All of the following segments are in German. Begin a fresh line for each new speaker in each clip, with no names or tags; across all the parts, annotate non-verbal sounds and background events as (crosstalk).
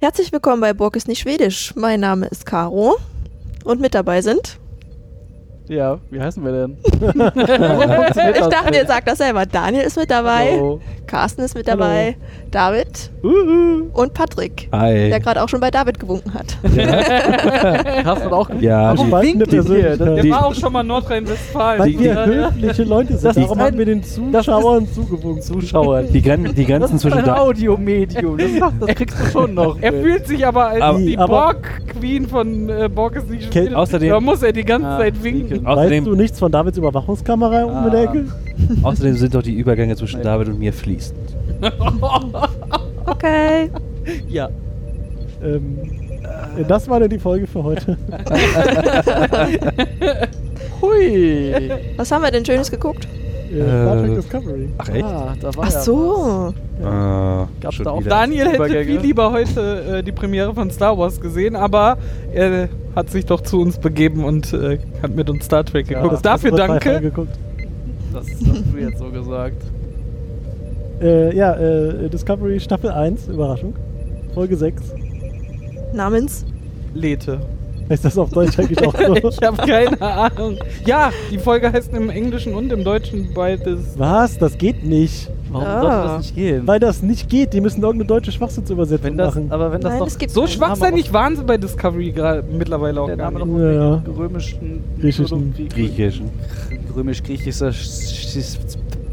Herzlich willkommen bei Burg ist nicht Schwedisch. Mein Name ist Caro und mit dabei sind.
Ja, wie heißen wir denn?
ich dachte, ihr sagt das selber. Daniel ist mit dabei, Carsten ist mit
Hallo.
dabei, David
Uhu.
und Patrick, der
Hi.
gerade auch schon bei David gewunken
(laughs)
hat.
Hast du auch
Ja,
Warum
die,
winkt
eine
die hier?
Persönlichkeit.
Das-
Der
Die-
war auch schon mal in Nordrhein-Westfalen.
Weil wir
Ja, ja.
höfliche Leute sind,
Das ist
darum
ein-
haben wir den Zuschauern zugewunken.
Zuschauer.
die, Gren die Grenzen
das ist
zwischen
ein
da
Audiomedium. Das, macht- das kriegst du schon noch.
Er
mit.
fühlt sich aber als
Aber-
die
aber-
Borg-Queen von äh, Borg ist nicht
Kennt-
schwedisch.
außerdem-
Da muss er die ganze
Ah,
Zeit winken.
Außerdem-
Weißt du nichts von Davids Überwachungskamera um in der Ecke?
Außerdem sind doch die Übergänge zwischen David und mir fließend.
Okay.
Ja.
Ähm, äh, das war dann die Folge für heute.
Hui.
Was haben wir denn Schönes geguckt?
Äh, Star Trek
Äh,
Discovery.
Ach echt?
Ah, da war
Ach so.
Ah,
Gab's
schon
da auch
wieder.
Daniel hätte
Übergänge.
viel lieber heute äh, die Premiere von Star Wars gesehen, aber er hat sich doch zu uns begeben und äh, hat mit uns Star Trek
Ja,
geguckt.
das
Dafür
haben wir drei Folgen
danke.
geguckt.
Das hast du jetzt so gesagt.
Äh, ja, äh, Discovery Staffel 1, Überraschung. Folge 6.
Namens?
Lethe.
Heißt das auf Deutsch eigentlich auch so?
(laughs) Ich habe keine Ahnung. Ja, die Folge heißt im Englischen und im Deutschen beides.
Was? Das geht nicht.
Warum
Ah.
sollte das nicht gehen?
Weil das nicht geht. Die müssen irgendeine deutsche Schwachsinnsübersetzung
wenn das,
machen.
aber wenn das
Nein,
doch
es gibt
So schwachsinnig waren sie bei Discovery gerade mittlerweile auch
der
gar
Name noch
nicht.
Ja.
im römischen,
Griechischen.
Griechischen.
römisch-griechischer,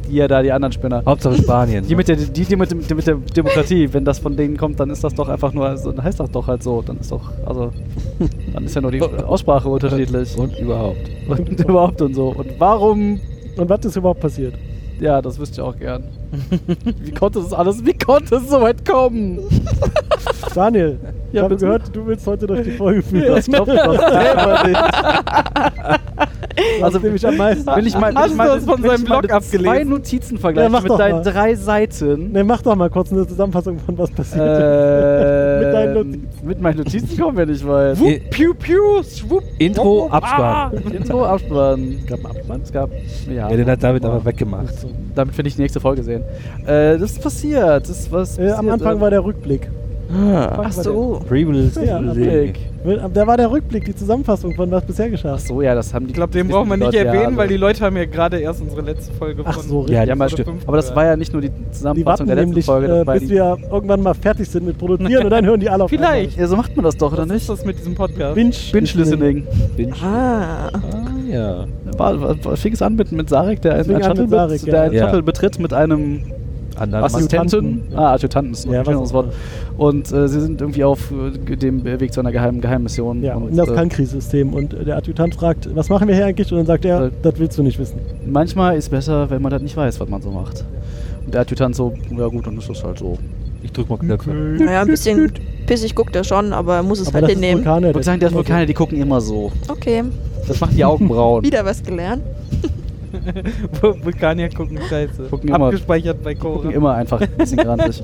ja da die anderen Spinner.
Hauptsache Spanien.
(laughs) Die mit der, die, die mit, dem, die mit der Demokratie, wenn das von denen kommt, dann ist das doch einfach nur, so- dann heißt das doch halt so, dann ist doch, also, dann ist ja nur die Aussprache unterschiedlich
und überhaupt.
und (laughs) überhaupt und so. Und warum,
Und was ist überhaupt passiert?
ja, das wüsste ich auch gern. Wie konnte das alles, wie konnte es so weit kommen?
Daniel, ich
Ja,
habe
bitte.
gehört, du willst heute durch die Folge führen.
Das klopft doch selber
(laughs)
nicht.
also nehme ich am meisten.
Will ich mal, will
Hast
ich
du
mal,
das von
will ich
seinem
mal
Blog
mit Zwei
abgelesen?
Notizen
Ja,
vergleichen
mach doch
mit deinen
mal.
drei Seiten.
Ne, mach doch mal kurz eine Zusammenfassung von was passiert ist. (laughs) Mit deinen
Äh,
Notizen.
mit meinen Notizen kommen wir nicht weit.
Wupp,
Piu, piu, schwupp.
Intro, Abspann.
ah.
Intro, Abspann.
Gab einen Abspann?
Es gab. Ja.
Ja, den hat David aber weggemacht.
So.
Damit finde ich die nächste Folge sehen. Äh, das ist passiert. Das ist was.
Äh, am
passiert,
Anfang
äh,
war der Rückblick.
Ah,
Ach so.
Previous
Ja,
Blick.
äh, Da war der Rückblick, die Zusammenfassung von was bisher geschah.
Ach so, ja, das haben die.
Ich glaube, den
das
brauchen wir
wissen
nicht
Leute ja also
erwähnen,
alle.
weil die Leute haben ja gerade erst unsere letzte Folge
Ach
von
so,
(laughs)
Ja,
Ja,
die-
mal
Oder
stimmt.
fünf
Aber das war ja nicht nur die
Die
Zusammenfassung
warten
der letzten
nämlich,
Folge.
äh,
Das war
bis
die,
wir irgendwann mal fertig sind
(laughs)
mit Produzieren und dann hören die alle auf.
Vielleicht.
ja, so macht man das doch, oder
Was
nicht?
ist das mit diesem Podcast?
Binge.
Binge-Listening.
Ah.
Ah, ja.
War, war, war, fing es an mit, mit Sarek, der einen,
Fing
einen
an
Shuttle,
mit Sarek,
bet, der einen
ja.
Shuttle betritt mit einem
Anderen
Assistenten.
Adjutanten.
Äh, Ah, Adjutanten ist noch
Ja,
ein schöneres
was
Wort. Und äh, sie sind irgendwie auf äh, dem Weg zu einer geheimen Geheimmission.
Ja, und
und,
das
äh,
Kankri-System. Und äh, der Adjutant fragt, was machen wir hier eigentlich? Und dann sagt er,
Äh,
das willst du nicht wissen.
manchmal ist besser, wenn man das nicht weiß, was man so macht. Und der Adjutant so, ja gut, dann ist das halt so.
Ich drück mal Knöpfe.
Mhm.
Hm. (laughs)
Naja, ein bisschen pissig guckt er schon, aber er muss es
Aber
halt
das ist
hinnehmen.
Vulkaner.
Ich würde sagen,
der
das Vulkane, die gucken immer so.
Okay,
Das macht die
(laughs)
Augenbrauen.
wieder was gelernt.
Vulkanier gucken scheiße.
Gucken immer.
Abgespeichert bei
Die gucken
Cora.
immer einfach ein bisschen
(laughs)
grantig.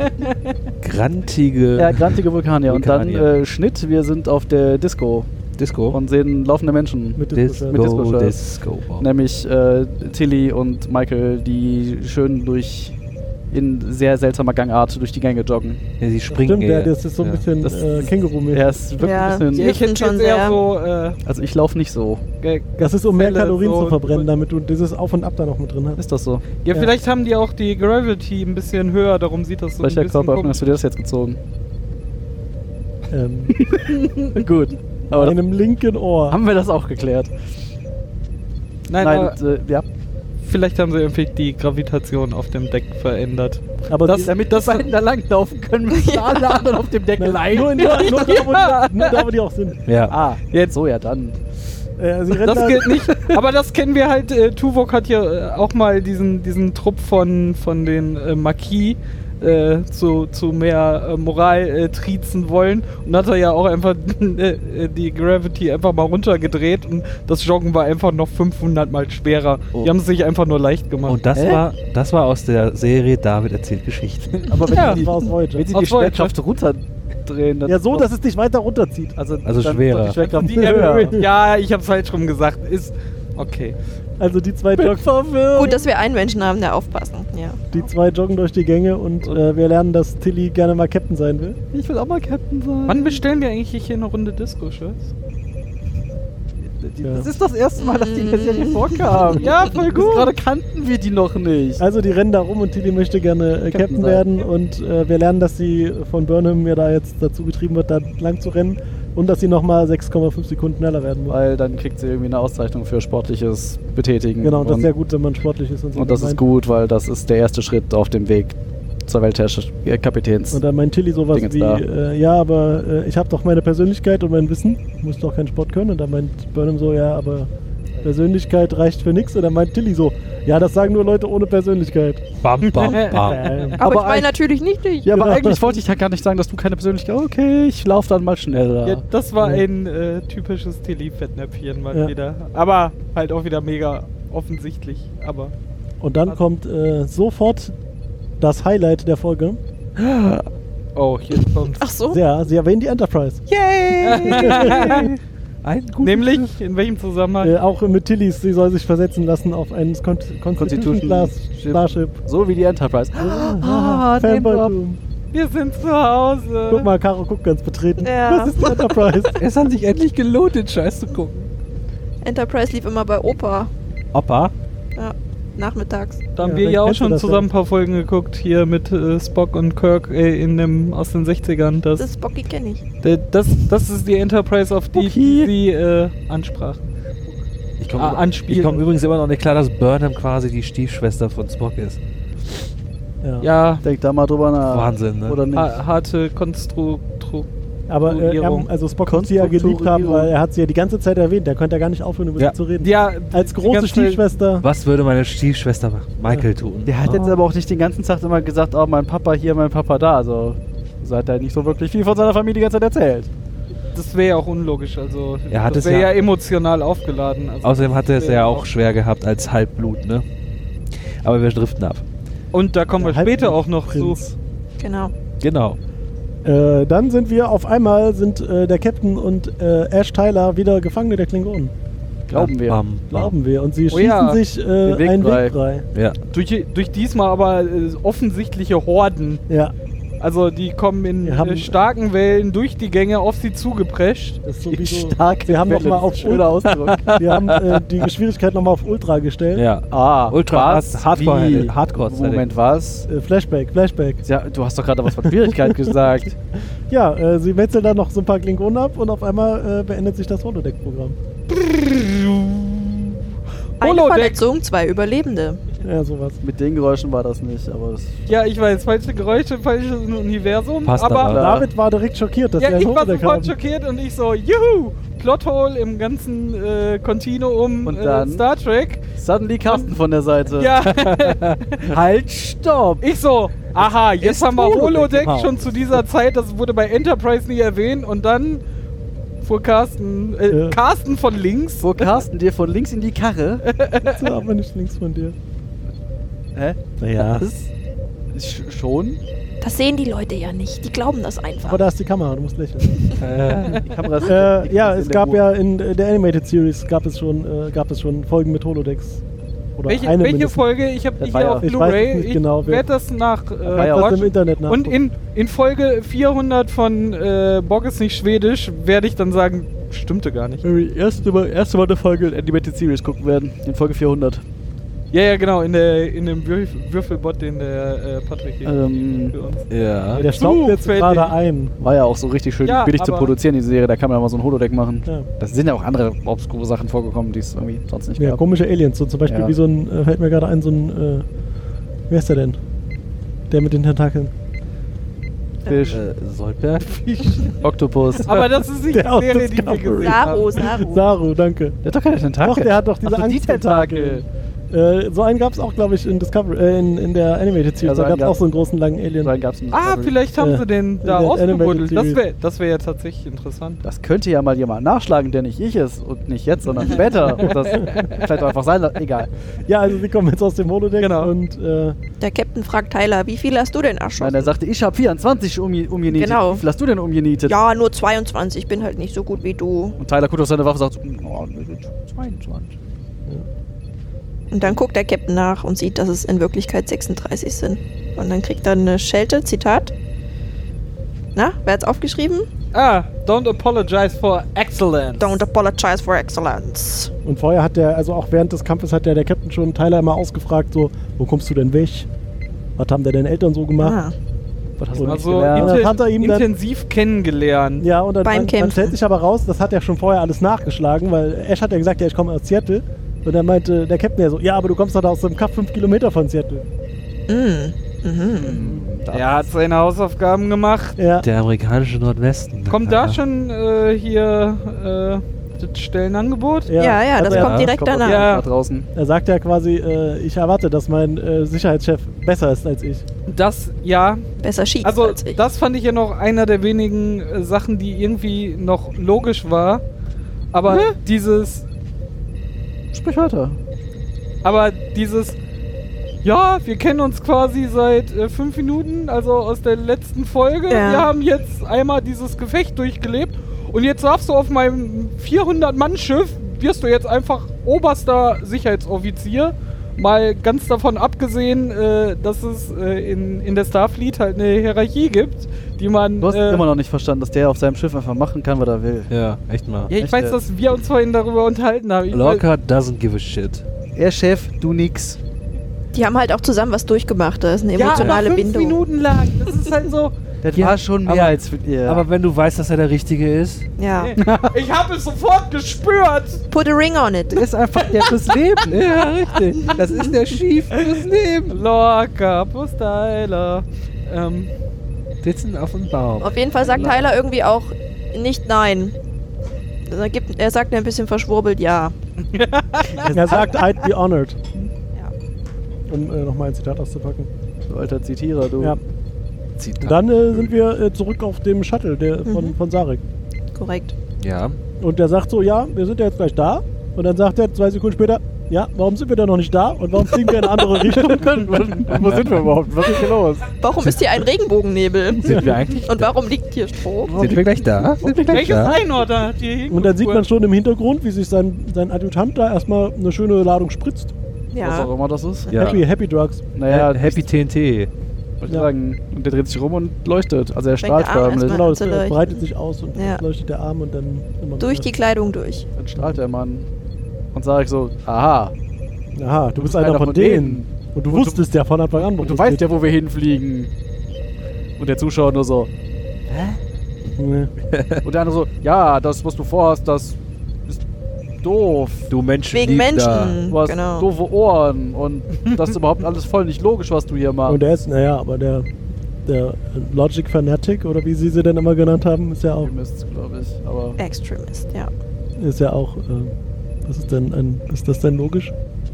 Grantige
ja, grantige Vulkane. Und dann
Vulkanier.
äh, Schnitt, wir sind auf der Disco
Disco.
und sehen laufende Menschen.
Mit
Disco,
Mit
Disco-Shirt.
Disco.
Nämlich äh, Tilly und Michael, die schön durch in sehr seltsamer Gangart durch die Gänge joggen.
Ja, sie springen
Stimmt, ja,
eher.
das ist so ein
Ja.
bisschen
eh. Das-
äh, Känguru-mäßig.
Ja, es wirkt
Ja.
ein bisschen.
Ja.
Ich hätte
Find schon
jetzt eher
sehr.
so. Äh,
Also ich laufe nicht so.
Ge-
Das ist, um mehr
Gefälle
Kalorien
so
zu verbrennen,
und-
damit du dieses Auf und Ab da noch mit drin hast.
Ist das so?
Ja,
Ja.
vielleicht haben die auch die Gravity ein bisschen höher, darum sieht das so ein
Welcher
bisschen
Körperöffnung
komisch.
hast du dir das jetzt gezogen?
Ähm,
Gut. Aber das,
einem linken Ohr.
haben wir das auch geklärt?
Nein, aber
äh, ja.
vielleicht haben sie irgendwie die Gravitation auf dem Deck verändert.
aber
das-
die-
Damit das einen da langlaufen können,
(laughs)
müssen alle anderen auf dem Deck
Nein,
leiden.
nur, in der, nur, da, wo
(laughs)
die, nur da, wo die auch sind.
Ja.
Ah, jetzt so, ja dann.
Äh, sie rennen
Das
da-
gilt nicht, aber das kennen wir halt. Äh, Tuvok hat ja äh, auch mal diesen, diesen Trupp von, von den äh, Maquis äh, zu, zu mehr äh, Moral äh, triezen wollen und hat er ja auch einfach (laughs) äh, äh, die Gravity einfach mal runtergedreht und das Joggen war einfach noch 500 mal schwerer.
Oh.
Die haben es sich einfach nur leicht gemacht.
Und das
Hä?
war, das war aus der Serie David erzählt Geschichten.
Aber wenn
Ja.
die, das war aus heute.
Wenn sie die
Aus Voyager.
Schwerkraft runterdrehen, dann
Ja, so, dass es dich weiter runterzieht.
also,
Also
dann ist
schwerer.
doch Die Schwerkraft
Die
höher.
erhöht. Ja, ich hab's falsch rum gesagt. Ist. Okay.
Also die zwei joggen. Verwirrt.
Gut, dass wir einen Menschen haben, der aufpassen. Ja.
Die zwei joggen durch die Gänge und äh, wir lernen, dass Tilly gerne mal Captain sein will.
Ich will auch mal Captain sein.
Wann bestellen wir eigentlich hier eine Runde Disco-Shirts?
Ja.
Das ist das erste Mal, dass die in der Serie vorkam.
Ja, voll
Bis Gerade kannten wir die noch nicht.
Also die rennen da rum und Tilly möchte gerne äh, Captain,
Captain sein.
werden und äh, wir lernen, dass sie von Burnham ja da jetzt dazu getrieben wird, da lang zu rennen und dass sie nochmal 6,5 Sekunden schneller werden muss.
Weil dann kriegt sie irgendwie eine Auszeichnung für sportliches Betätigen.
Genau, und das
und,
ist ja gut, wenn man sportlich ist und so.
und das ist gut, weil das ist der erste Schritt auf dem Weg zur Weltherrschaft äh, Kapitäns.
Und dann meint Tilly sowas
Dingens
wie,
da.
äh, ja, aber äh, ich habe doch meine Persönlichkeit und mein Wissen, muss doch keinen Sport können. Und dann meint Burnham so, ja, aber Persönlichkeit reicht für nichts. Und dann meint Tilly so, ja, das sagen nur Leute ohne Persönlichkeit.
Bam, (laughs) bam, bam.
Ähm,
Aber,
Aber
ich meine
ein-
natürlich nicht dich.
Ja, aber
Genau.
eigentlich wollte ich ja gar nicht sagen, dass du keine Persönlichkeit Okay, ich laufe dann mal schneller.
Ja, das war
Ja.
ein äh, typisches Tilly-Fettnäpfchen mal
Ja.
wieder. Aber halt auch wieder mega offensichtlich. Aber
und dann kommt äh, sofort das Highlight der Folge.
oh, hier kommt's.
Ach so.
Ja, sie erwähnen die Enterprise.
(laughs)
(laughs)
Yay!
Ein guter
Nämlich, in welchem Zusammenhang?
Äh, auch mit Tillys, sie soll sich versetzen lassen auf ein Con Constitution
Constitution
Class
Ship.
Starship.
So wie die Enterprise.
Ah, Fanboy-Tum.
Wir sind zu Hause.
Guck mal, Caro guckt ganz betreten.
Ja.
Das ist die Enterprise.
Es hat sich endlich gelohnt, den Scheiß zu gucken.
Enterprise lief immer bei Opa
Opa.
nachmittags.
Da haben
Ja,
wir
dann
ja auch
kennst du
schon
das
zusammen
ja.
ein paar Folgen geguckt, hier mit äh, Spock und Kirk äh, in dem, aus den 60ern. Das,
Das Bocky kenne ich.
das, das, das ist die Enterprise, auf die
Okay.
sie äh, ansprachen.
Ich komme
Ah, anspielen.
ich komm übrigens immer noch nicht klar, dass Burnham quasi die Stiefschwester von Spock ist.
Ja,
(gasps) Denk da mal drüber nach.
Wahnsinn, ne?
Oder nicht?
ha harte Konstru... Tru-
Aber äh, er,
Konstruierung.
also Spock muss sie ja
Konstruktorierung.
geliebt haben, weil er hat sie ja die ganze Zeit erwähnt. Der konnte ja gar nicht aufhören, über
Ja.
sie zu reden.
Ja,
Als
die
große
ganze Zeit-
Stiefschwester.
Was würde meine Stiefschwester machen? Michael tun.
Der hat jetzt aber auch nicht den ganzen Tag immer gesagt, oh, mein Papa hier, mein Papa da. Also, so hat er nicht so wirklich viel von seiner Familie die ganze Zeit erzählt.
Das wäre ja auch unlogisch. Also,
Er hat
das
es
wäre ja,
ja-
emotional aufgeladen. Also,
Außerdem hat er es
das wär
ja auch schwer gehabt als Halbblut, ne? Aber wir driften ab.
Und da kommen wir
Der
später auch noch zu.
Halbblutprinz.
Genau.
Genau.
Äh, dann sind wir auf einmal sind äh, der Captain und äh, Ash Tyler wieder Gefangene der Klingonen.
Glauben wir.
Bam, bam.
Glauben wir. Und sie
Oh
schießen
ja.
sich äh,
Den Weg
einen
frei.
Weg frei.
Ja.
Durch, durch diesmal aber äh, offensichtliche Horden.
Ja,
Also die kommen in
Wir haben-
äh, starken Wellen durch die Gänge auf sie zugeprescht.
das ist sowieso.
Stark.
Wir haben noch mal auf
Schöner Ausdruck.
(laughs) Wir haben äh, die Schwierigkeit nochmal auf Ultra gestellt.
Ja.
(laughs) Ah,
(laughs) Ultra
was?
Hard- Hardcore-
Wie?
Hardcore-
Moment, was?
Äh, Flashback, Flashback.
Ja, du hast doch gerade was von Schwierigkeit (laughs) gesagt.
Ja, äh, sie metzeln dann noch so ein paar Klingonen ab und auf einmal äh, beendet sich das Holodeck-Programm.
Eine
Holodeck.
Verletzung, zwei Überlebende.
Ja, sowas.
Mit den Geräuschen war das nicht, aber das
Ja, ich weiß, falsche Geräusche, falsches Universum.
Passt
aber
Äh,
aber.
David war direkt schockiert, dass wir
ja,
ein
ich war
Holodeck haben.
sofort schockiert und ich so, juhu, Plothole im ganzen äh, Kontinuum
Und
äh,
dann?
Star Trek.
Suddenly Carsten von der Seite. (laughs)
Ja,
Halt, stopp!
ich so, aha, jetzt
Ist
haben wir
Holodeck
Holodeck
im
Genau.
Haus.
schon zu dieser Zeit, das wurde bei Enterprise nie erwähnt und dann fuhr Carsten, äh,
Ja.
Carsten von links.
Wo Carsten dir von links in die Karre. (laughs)
So, aber nicht links von dir.
Hä?
Ja.
Was? Sch schon?
Das sehen die Leute ja nicht. Die glauben das einfach.
Aber da ist die Kamera, du
(laughs)
musst lächeln.
Die Kamera ist
äh,
die
ja,
ist
es
in der
gab
Uhr.
ja in äh, der Animated Series gab es schon, äh, gab es schon Folgen mit Holodecks. Oder
Welche,
eine
welche
mindestens.
Folge? Ich habe die
Das war
hier
ja-
auf
Ich weiß
Blu-ray.
es nicht
Ich
genau, wer-
werde das nach. Äh,
war ja was
watchen.
im Internet
Und
nachgucken.
in, in Folge 400 von äh, Bock ist nicht schwedisch werde ich dann sagen, stimmte gar nicht.
Wenn wir erste Mal, erste Mal eine Folge in Animated Series gucken werden, in Folge 400.
Ja, ja, genau, in, der, in dem Würf Würfelbot, den der äh, Patrick hier
Ähm,
für uns.
Ja.
Der staubt jetzt
Zufällig.
gerade ein.
War ja auch so richtig schön
Ja,
billig zu
aber-
produzieren, diese Serie. Da kann man ja mal so ein Holodeck machen.
Ja.
Das sind ja auch andere obskure Sachen vorgekommen, die es irgendwie sonst nicht
Ja,
gab.
komische Aliens, so zum Beispiel
Ja.
wie so ein, äh, fällt mir gerade ein, so ein, äh, wer ist der denn? Der mit den Tentakeln.
Fisch,
Äh, Soldberg?
(laughs) Oktopus.
Aber das ist nicht
Der
die
aus
Serie, die wir
Discovery.
gesehen
Saru,
haben.
Saru.
Saru, danke.
der hat doch keine Tentakel.
Doch, der hat doch diese
Ach so, die
Angsttentakel.
Tentakel.
Äh, so einen gab es auch, glaube ich, in Discovery, äh, in, in der Animated Series.
Also
da
einen
gab es auch
gab's-
so einen großen langen Alien.
So einen gab's im
Ah,
Discovery.
vielleicht haben
Ja.
sie den
Also, äh, In
da
der Animated
ausgebuddelt. Das
Series.
wäre das wär ja tatsächlich interessant.
Das könnte ja mal jemand nachschlagen, der nicht ich ist. Und nicht jetzt, sondern später. Und das vielleicht auch einfach sein lassen. Egal.
Ja, also sie kommen jetzt aus dem Holodeck
Genau.
und äh,
Der Captain fragt Tyler, wie viel hast du denn
Nein,
erschossen?
er sagte, ich um habe 24 umge umgenietet.
Genau.
Wie viel hast du denn um umgenietet?
Ja, nur 22. Ich bin halt nicht so gut wie du.
"Hm, ne, Und Tyler guckt auf seine Waffe und sagt, oh, 22.
Und dann guckt der Captain nach und sieht, dass es in Wirklichkeit 36 sind. Und dann kriegt er eine Schelte, Zitat. Na, wer hat's aufgeschrieben?
Ah, don't apologize for excellence.
Don't apologize for excellence.
Und vorher hat der, also auch während des Kampfes hat der, der Captain schon Tyler immer ausgefragt, so, wo kommst du denn weg? Was haben da deine Eltern so gemacht?
Ah,
Was hast
Und-
nicht
also
gelernt?
Dann hat er ihm dann-
intensiv kennengelernt.
Ja, und dann,
Beim
dann, dann
Kämpfen.
stellt sich aber raus, das hat er schon vorher alles nachgeschlagen, weil Ash hat ja gesagt, ja, ich komme aus Seattle. Und dann meinte der Captain ja so, ja, aber du kommst doch da aus dem Kaff fünf Kilometer von Seattle.
mm, mhm.
Er hat seine Hausaufgaben gemacht.
Ja.
Der amerikanische Nordwesten.
Kommt
Ja.
da schon äh, hier äh, das Stellenangebot?
Ja, ja, das
er,
kommt direkt
kommt
danach.
Also, Ja.
Da draußen.
Er sagt ja quasi, äh, ich erwarte, dass mein äh, Sicherheitschef besser ist als ich.
Das, ja.
Besser schießt
Also,
als ich.
das fand ich ja noch einer der wenigen äh, Sachen, die irgendwie noch logisch war. Aber
Hm?
dieses,
Sprich weiter.
Aber dieses, ja, wir kennen uns quasi seit äh, fünf Minuten, also aus der letzten Folge.
Ja.
Wir haben jetzt einmal dieses Gefecht durchgelebt und jetzt darfst du auf meinem 400-Mann-Schiff, wirst du jetzt einfach oberster Sicherheitsoffizier. Mal ganz davon abgesehen, äh, dass es äh, in, in der Starfleet halt eine Hierarchie gibt, die man.
Du hast
äh,
immer noch nicht verstanden, dass der auf seinem Schiff einfach machen kann, was er will.
Ja, echt mal.
ja, ich
Echt,
weiß,
äh,
dass wir uns vorhin darüber unterhalten haben. Ich weiß-
Lockhart doesn't give a shit.
Er Chef, du nix.
Die haben halt auch zusammen was durchgemacht. Da ist eine
ja, aber
emotionale
fünf
Bindung.
Minuten lang. Das ist halt so.
Das
Ja,
war schon mehr
aber-
als ihr.
Aber wenn du weißt, dass er der Richtige ist,
Ja.
Ich habe es sofort gespürt.
Put a ring on it.
Der ist einfach der fürs Leben. Ja, richtig. Das ist der Schief fürs Leben.
Lorca, Pustyler. Ähm,
Sitzen auf dem Baum.
Auf jeden Fall sagt Tyler irgendwie auch nicht nein. Er, gibt, er sagt ein bisschen verschwurbelt ja.
Er sagt, I'd be honored.
Ja.
Um äh, nochmal ein Zitat auszupacken.
du alter Zitierer, du.
Ja. Und dann äh, sind wir äh, zurück auf dem Shuttle der, von,
Mhm.
von Sarek.
Korrekt.
ja.
Und der sagt so, ja, wir sind ja jetzt gleich da. Und dann sagt er zwei Sekunden später, ja, warum sind wir da noch nicht da? Und warum fliegen wir in
(laughs)
eine andere Richtung?
Wo sind wir überhaupt? Was ist hier los?
Warum ist hier
(laughs)
ein Regenbogennebel?
Sind wir eigentlich.
Und warum liegt hier Strom?
Sind wir gleich da? Sind wir gleich
welches
da?
Einordner hat hier hingefuhr?
Und dann sieht man schon im Hintergrund, wie sich sein, sein Adjutant da erstmal eine schöne Ladung spritzt.
Was auch
Ja.
immer das ist.
Ja.
Happy, happy Drugs.
Naja,
Happy TNT.
wollte ich
Ja.
sagen. Und der dreht sich rum und leuchtet. Also er
Fängt der
strahlt
Arm
förmlich.
erstmal-
Genau, es
zu
äh,
leuchten.
breitet sich aus und
also Ja.
leuchtet der Arm und dann immer
Durch die
wieder.
Kleidung durch.
Genau, Dann strahlt der Mann. Und sage ich so, aha.
Aha, du bist einer von denen. Und du wusstest ja von Anfang an,
Und du weißt ja, wo wir hinfliegen. Und der Zuschauer nur so.
Nee.
Und der andere so, ja, das, was du vorhast, das ist doof.
Du Mensch.
Wegen Menschen.
Du hast
genau.
doofe Ohren und das ist überhaupt alles voll nicht logisch, was du hier machst.
Und der ist, naja, aber der, der Logic Fanatic oder wie sie sie denn immer genannt haben, ist ja auch,
Optimist, glaube ich. Aber
Extremist, ja.
ist ja auch, äh, was ist denn ein, ist das denn logisch?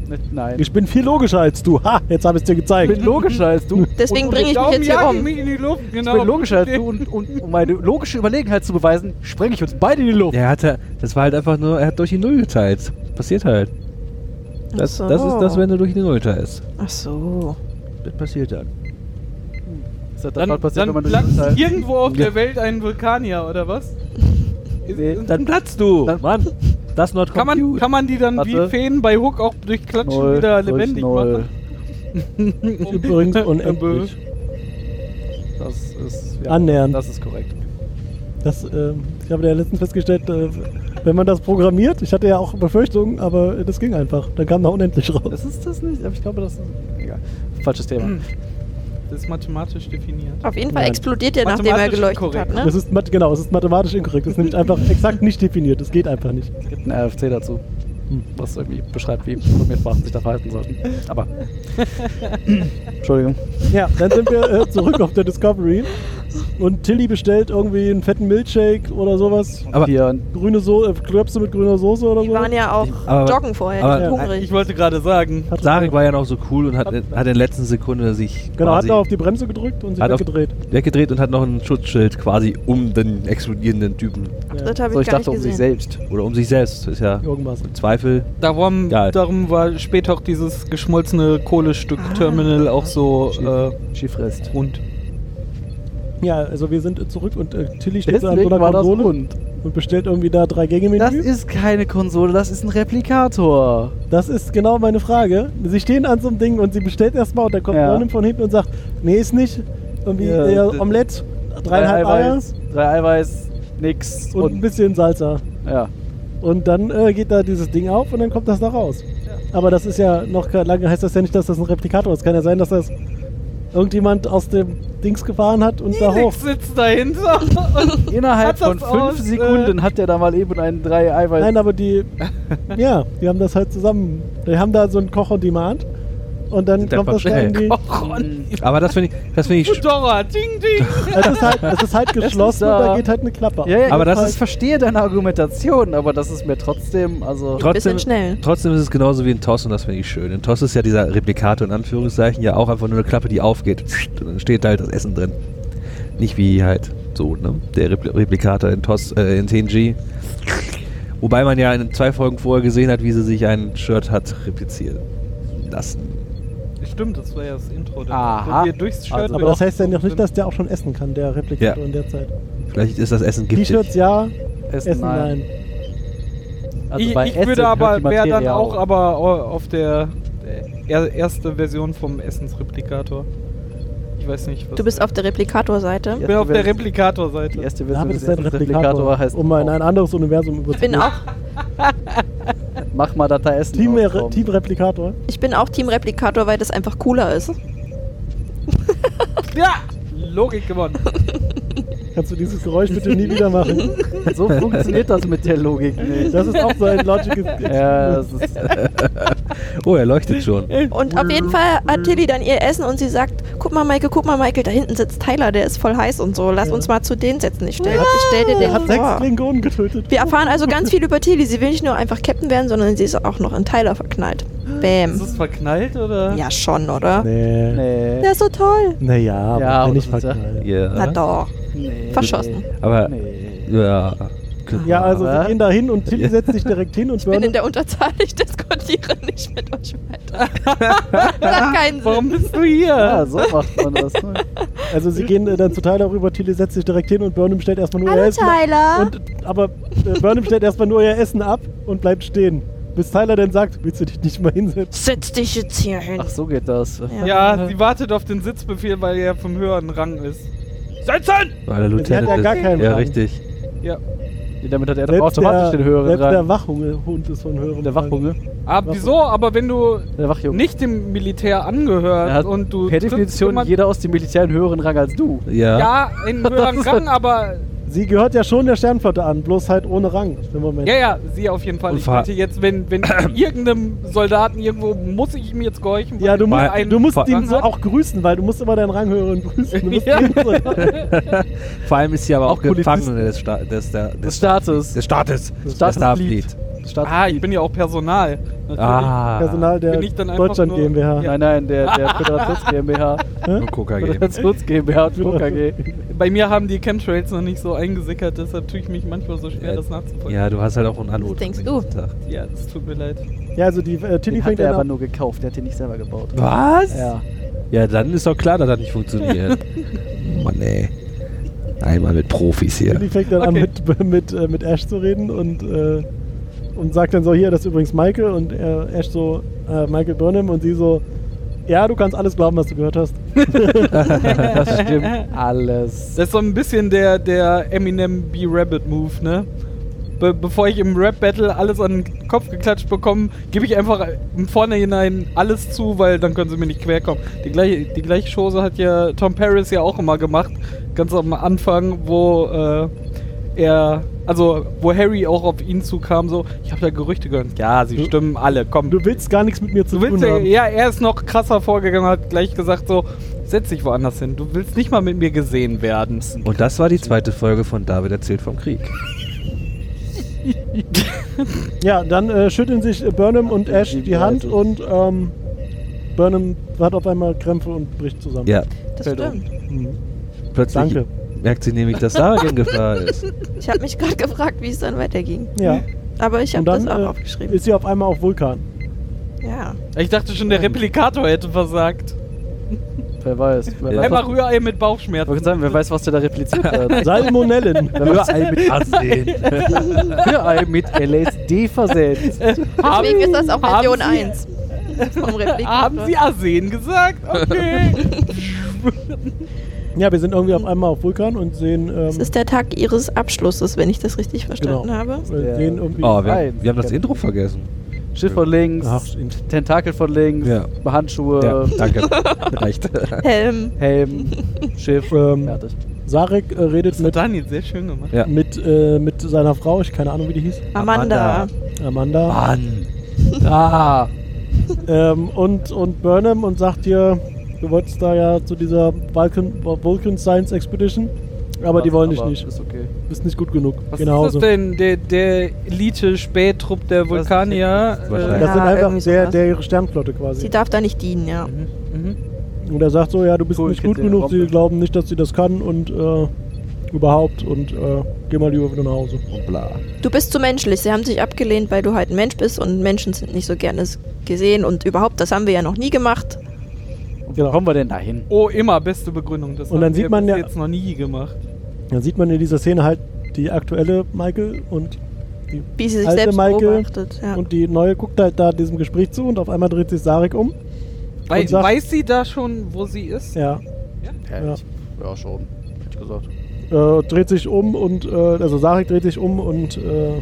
nicht, nein.
Ich bin viel logischer als du. Ha, jetzt habe ich dir
Ich
gezeigt.
bin logischer als du.
Deswegen bringe ich mich
Daumen
jetzt hier
jag
um.
mich in die Luft, genau.
Ich bin logischer als du und, und um meine logische Überlegenheit zu beweisen, spreng ich uns beide in die Luft.
Er hatte, das war halt einfach nur, er hat durch die Null geteilt. Passiert halt. Das,
Ach so.
das ist das, wenn du durch die Null teilst.
Ach so.
Das passiert dann.
Das hat
Dann,
dann passiert, wenn
dann
man durch die Zeit-
platzt irgendwo auf der Welt ein Vulkanier, oder was? Ist-
Nee,
ist-
Dann platzt du.
Dann-
Mann, das not
kann, man, kann man die dann wie
Warte.
Feen bei Hook auch durch Klatschen
Null,
wieder
durch
lebendig
Null. (laughs)
machen? (laughs)
Übrigens unendlich.
Das ist ja,
Annähernd.
Das ist korrekt.
Das, ähm, ich habe ja letztens festgestellt, äh, wenn man das programmiert, ich hatte ja auch Befürchtungen, aber äh, das ging einfach. Dann kam da unendlich raus.
Das ist das nicht, aber ich glaube, das ist egal. Falsches Thema.
Das ist mathematisch definiert.
Auf jeden Fall
Nein.
explodiert der, nachdem er
Mathematisch
geleuchtet
korrekt.
hat, ne?
Das ist mat- genau, es ist mathematisch inkorrekt. Das ist nämlich einfach exakt nicht definiert. Es geht einfach nicht.
Es gibt ein RFC dazu,
Hm.
was irgendwie beschreibt, wie Programmiersprachen sich da verhalten sollten. (laughs) Aber. Entschuldigung.
Ja, dann sind wir äh, zurück auf der Discovery und Tilly bestellt irgendwie einen fetten Milkshake oder sowas.
Aber-
hier,
Grüne Soße, äh, Klöpse mit grüner Soße oder
Die
so.
waren ja auch
Aber-
joggen vorher,
aber-
die sind hungrig.
Ich wollte gerade sagen,
Sarek war ja noch so cool und hat, hat in der letzten Sekunde sich
genau, hat
quasi
da auf die Bremse gedrückt und sich
Hat auf-
weggedreht.
weggedreht und hat noch ein Schutzschild quasi um den explodierenden Typen.
das habe
so,
ich
ich
gar
dachte
nicht
um sich
gesehen.
selbst.
Oder um sich selbst. Ist ja
Irgendwas.
im Zweifel.
darum,
Geil.
darum war später auch dieses
Oh,
geschmolzene Kohlestück-Terminal auch so äh,
Schiffrest.
rund.
Ja, also wir sind zurück und äh, Tilly steht so an so
Deswegen
einer
war das
Konsole und,
rund.
bestellt irgendwie da drei Gänge-Menü.
Das ist keine Konsole, das ist ein Replikator.
Das ist genau meine Frage. Sie stehen an so einem Ding und sie bestellt erstmal und dann kommt
Ja.
Burnham von hinten und sagt, nee, ist nicht. Irgendwie
Ja,
äh,
d-
Omelette, dreieinhalb Eier
Drei Eiweiß, nix.
und ein bisschen Salsa.
ja.
Und dann äh, geht da dieses Ding auf und dann kommt das da raus. Aber das ist ja noch ke- lange, heißt das ja nicht, dass das ein Replikator ist. Kann ja sein, dass das irgendjemand aus dem Dings gefahren hat und da hoch.
Felix sitzt dahinter und
Innerhalb
Hat das
von fünf
aus, äh,
Sekunden hat er da mal eben ein drei Eiweiß.
Nein,
(laughs)
aber die, ja, die haben das halt zusammen. Die haben da so einen Koch on Demand und dann
Sind
kommt
einfach
das da
schnell.
irgendwie.
Oh,
Ron,
Aber das finde ich, das finde ich, sch-
Dora, ding, ding.
Es ist halt, es
(laughs)
ist halt geschlossen
da.
und da geht halt eine Klappe. auf.
ja, ja,
Aber das
ich
ist-
verstehe deine Argumentation, aber das ist mir trotzdem, also
trotzdem,
bisschen schnell.
trotzdem ist es genauso wie ein Toss und das finde ich schön. Ein Toss ist ja dieser Replikator in Anführungszeichen ja auch einfach nur eine Klappe, die aufgeht. Und dann steht da halt das Essen drin. Nicht wie halt so, ne? Der Repl Replikator in Toss, äh, in TNG. Wobei man ja in zwei Folgen vorher gesehen hat, wie sie sich ein Shirt hat replizieren lassen.
Stimmt, das war ja das Intro. da.
Aha.
Wo wir durchs Shirt
Also,
Aber das heißt ja noch
durchgelaufen
nicht, dass der auch schon essen kann, der Replikator
Ja.
in der Zeit.
Vielleicht ist das Essen
T-Shirts
giftig.
ja,
Essen,
Essen
nein.
nein.
Also
ich
bei
ich
Essen
würde
hört die
aber, wäre
Materie
dann auch,
auf.
aber au- auf der äh, er- erste Version vom Essensreplikator. Ich weiß nicht, was.
Du bist auf der
Ich
Replikator-Seite.
bin auf der
die
Replikatorseite.
erste Version
Damit
des
ist ein
Essens-
Replikator,
heißt oh,
um in ein anderes Universum
Ich bin
überzuführen.
auch,
mach mal das da Essen.
Team,
rauskommen.
Team Replikator.
ich bin auch Team Replikator, weil das einfach cooler ist.
Ja! Logik gewonnen.
Kannst du dieses Geräusch bitte nie wieder machen?
(laughs) So funktioniert das mit der Logik nicht. (laughs)
Das ist auch so ein logisches
ja, das ist,
Oh, er leuchtet schon.
Äh,
Und auf jeden Fall hat Tilly dann ihr Essen und sie sagt, guck mal, Michael, guck mal, Michael, da hinten sitzt Tyler, der ist voll heiß und so. Lass
Ja.
uns mal zu denen setzen. Ich stell, ich stell dir
Er hat
den
sechs
vor.
Klingonen getötet.
Wir erfahren also ganz viel über Tilly. Sie will nicht nur einfach Captain werden, sondern sie ist auch noch in Tyler verknallt.
(laughs) Ist
Bäm.
es verknallt oder?
Ja, schon, oder?
Nee.
nee.
Der ist so toll.
Naja, aber
Ja,
wenn
aber
ich
das ist ja-
verknallt.
Na
Ja.
doch.
nee.
Verschossen.
Aber,
Nee.
ja.
Ja, also
Aber-
sie gehen da hin und Tilly setzt sich direkt hin und
Ich bin in
Burnham,
der Unterzahl, ich diskutiere nicht mit euch
(laughs)
weiter. Das hat keinen
Warum
Sinn.
bist du hier?
Ja, so macht man das. Ne?
also sie gehen äh, dann zu Tyler rüber, Tilly setzt sich direkt hin und Burnham stellt erstmal nur ihr
Hallo
Essen
Tyler.
Und, aber äh, Burnham stellt erstmal nur ihr Essen ab und bleibt stehen. Bis Tyler dann sagt, willst du dich nicht mal hinsetzen?
Setz dich jetzt hier hin.
Ach, so geht das.
Ja, sie wartet auf den Sitzbefehl, weil er vom höheren Rang ist. Setzen!
Weil der
Sie hat
Lieutenant
ja gar
ist.
keinen
Ja,
Rang.
richtig.
Ja.
Nee, damit hat er doch automatisch
der,
den höheren
selbst der
Rang.
Wachhund ist von höherem
Der
Rang.
Wachhunge.
Aber Ah, wieso? Aber wenn du
Der Wachjunge.
nicht dem Militär
Er
angehört
hat
und du
per
trittst
Definition
jemand-
jeder aus dem Militär einen höheren Rang als du.
Ja.
ja einen höheren Rang, aber
Sie gehört ja schon der Sternflotte an, bloß halt ohne Rang im Moment.
ja ja, sie auf jeden Fall.
Und
Ich
ver-
meinte jetzt, wenn wenn irgendeinem Soldaten irgendwo muss ich ihm jetzt gehorchen. weil
Ja, du musst,
er einen
du musst
Rang
ihn so
hat.
auch grüßen, weil du musst immer deinen Ranghöheren grüßen. Du musst
Ja.
ihn so-
Vor allem ist sie aber auch,
Auch
Gefangene des, Sta des, der,
Des
des,
Staates.
des Staates. Des
Staates-
Starfleet.
Staat
Ah, ich bin ja auch Personal. Natürlich.
Ah.
Personal der
Bin ich dann einfach
Deutschland
nur-
GmbH.
Nein, nein, der, der Föderations GmbH.
Und Coca geben.
Föderations GmbH und
(laughs)
Coca G.
Bei mir haben die Chemtrails noch nicht so eingesickert, deshalb tue ich mich manchmal so schwer,
Ja,
das nachzuvollziehen.
Ja, du hast halt auch einen Anhut.
Was denkst uh.
am
du?
nächsten Tag.
Ja. das tut mir leid.
Ja, also die äh, Tilly
Den hat
fängt
er aber
an. ab-
nur gekauft, der hat den nicht selber gebaut.
Was? Ja.
Ja.
dann ist doch klar, dass das nicht funktioniert. Mann, ey. Einmal mit Profis
Tilly
hier.
fängt dann
Okay.
an, mit, (laughs) mit, äh, mit Ash zu reden und, äh, und sagt dann so: Hier, das ist übrigens Michael. Und äh, Ash so: äh, Michael Burnham. Und sie so: Ja, du kannst alles glauben, was du gehört hast.
Das stimmt alles.
Das ist so ein bisschen der, der Eminem B-Rabbit-Move, ne? Be bevor ich im Rap-Battle alles an den Kopf geklatscht bekomme, gebe ich einfach im Vornherein alles zu, weil dann können sie mir nicht querkommen. Die gleiche, die gleiche Chose hat ja Tom Paris ja auch immer gemacht, ganz am Anfang, wo äh, er, also wo Harry auch auf ihn zukam, so, ich habe da Gerüchte gehört. Ja, sie
Du-
stimmen alle, komm.
Du willst gar nichts mit mir zu
Du willst
tun
ja,
haben.
ja, er ist noch krasser vorgegangen, hat gleich gesagt so, setz dich woanders hin. Du willst nicht mal mit mir gesehen werden.
Und das war die zweite Folge von David erzählt vom Krieg.
Ja, dann äh, schütteln sich äh, Burnham und Ash die Hand und ähm, Burnham hat auf einmal Krämpfe und bricht zusammen.
Ja,
Das
Fällt um.
stimmt.
Mhm.
plötzlich
Danke.
merkt sie nämlich, dass David in Gefahr ist.
Ich habe mich (laughs) gerade gefragt, wie es dann weiterging.
Ja.
Aber ich habe
Und
das
dann
auch
äh,
aufgeschrieben.
ist sie auf einmal auf Vulkan.
Ja.
Ähm.
Ich dachte schon, der Replikator hätte versagt.
Wer weiß. Wer weiß,
Einmal
was,
Rührei mit
Ich wollte
Bauchschmerzen.
sagen, wer weiß, was der da repliziert wird.
Salmonellen.
(laughs)
Überall mit Ansehen.
Rührei mit LSD versetzt.
(laughs)
(laughs)
Deswegen ist das auch
Äh,
Version
haben Sie-
1. Vom
Haben
Replikator.
Sie Arsen gesagt?
(laughs)
Okay.
Ja, wir sind irgendwie auf einmal auf Vulkan und sehen,
Es
ähm,
ist der Tag Ihres Abschlusses, wenn ich das richtig verstanden
Genau. (laughs)
habe.
äh, sehen irgendwie
Oh, wir, wir haben das Intro vergessen.
Schiff von links,
Ach,
Tentakel von links,
Ja.
Handschuhe,
Ja, danke. Reicht.
Helm.
Helm, Schiff.
Ähm,
Fertig.
Sarek äh, redet
Das hat
mit,
Daniel sehr schön gemacht.
Ja.
mit, äh, mit seiner Frau, ich keine Ahnung, wie die hieß,
Amanda.
Amanda,
Mann.
Ah,
ähm, und, und Burnham und sagt ihr, du wolltest da ja zu dieser Vulcan, Vulcan Science Expedition, aber die wollen dich nicht,
Ist okay.
ist nicht gut genug.
Was
genau
ist das denn? Der, der Elite-Spähtrupp der
Das
Vulkanier.
ist
äh,
wahrscheinlich-
Das
Ja,
sind einfach
irgendwie
der,
sowas.
der ihre Sternflotte
Sie
quasi.
darf da nicht dienen, ja.
mhm.
Und er sagt so, ja, du bist
Cool,
nicht
Kind
gut
der
genug,
Bombe.
sie glauben nicht, dass sie das kann und äh, überhaupt und äh, geh mal lieber wieder nach Hause.
Und bla.
Du bist zu menschlich. Sie haben dich abgelehnt, weil du halt ein Mensch bist und Menschen sind nicht so gerne s- gesehen. Und überhaupt, das haben wir ja noch nie gemacht.
Genau.
Wo kommen wir denn da hin?
Oh, immer beste Begründung. Das
Und dann
haben
sieht
wir
man
bis
ja-
jetzt noch nie gemacht.
Dann sieht man in dieser Szene halt die aktuelle Michael und
Wie sie sich
Alte
selbst
Maike
beobachtet. Ja.
Und die neue guckt halt da diesem Gespräch zu und auf einmal dreht sich Sarek um.
Wei
sagt-
weiß sie da schon, wo sie ist?
Ja.
Ja, ich- ja schon. Hätte ich gesagt.
Äh, dreht sich um und, äh, also Sarek dreht sich um und äh,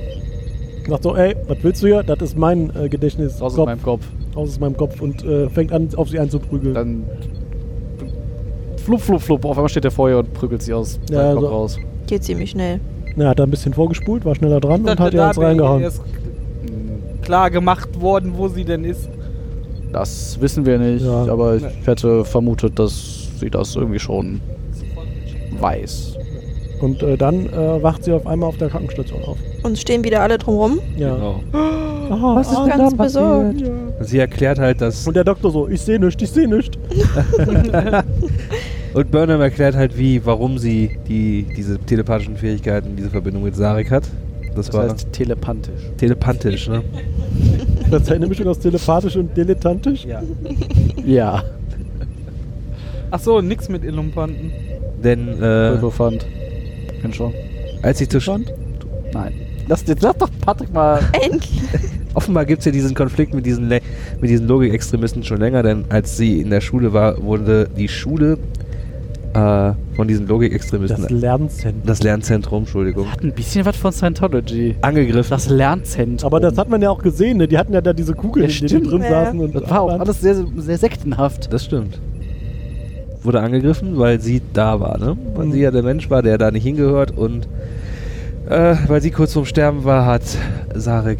sagt so, ey, was willst du hier? Das ist mein äh, Gedächtnis.
Raus aus
Kopf,
meinem Kopf.
raus aus meinem Kopf und äh, fängt an, auf sie einzuprügeln.
Dann. Flup, flup, flup. Auf einmal steht der vorher und prügelt sie aus
Ja,
seinem Kopf
also-
raus.
Geht ziemlich schnell.
Na, hat er ein bisschen vorgespult, war schneller dran und hat ihr eins
wäre
reingehauen.
erst hm, klar gemacht worden, wo sie denn ist.
Das wissen wir nicht,
Ja.
aber ich hätte vermutet, dass sie das irgendwie schon weiß.
Und äh, dann äh, wacht sie auf einmal auf der Krankenstation auf.
Und stehen wieder alle drumrum.
Ja.
Genau.
Ah,
Oh, Was ist ganz besorgt.
Sie erklärt halt, dass.
Und der Doktor so, ich sehe nichts, ich sehe nichts.
Und Burnham erklärt halt, wie, warum sie die, diese telepathischen Fähigkeiten, diese Verbindung mit Sarek hat. Das,
Das
war
heißt telepathisch.
telepathisch, ne?
Das ist eine Mischung aus telepathisch und dilettantisch.
Ja.
Ja,
Ach so, nix mit Illumpanten.
Denn äh,
Rückofant. Bin schon.
als sie zu stand,
Nein. Lass, jetzt lass doch Patrick mal.
Endlich.
Offenbar gibt es ja diesen Konflikt mit diesen, Le- mit diesen Logikextremisten schon länger, denn als sie in der Schule war, wurde die Schule äh, von diesen Logikextremisten,
Das
das,
Lernzentrum.
Lernzentrum, Entschuldigung,
Hat ein bisschen was von Scientology.
angegriffen.
Das Lernzentrum.
Aber das hat man ja auch gesehen, ne? Die hatten ja da diese Kugeln,
Ja,
in denen die
stimmt.
drin
Ja.
saßen. Und
Das war auch alles sehr, sehr sektenhaft.
Das stimmt. Wurde angegriffen, weil sie da war, ne? Weil
Mhm.
sie ja der Mensch war, der da nicht hingehört und äh, weil sie kurz vorm Sterben war, hat Sarek,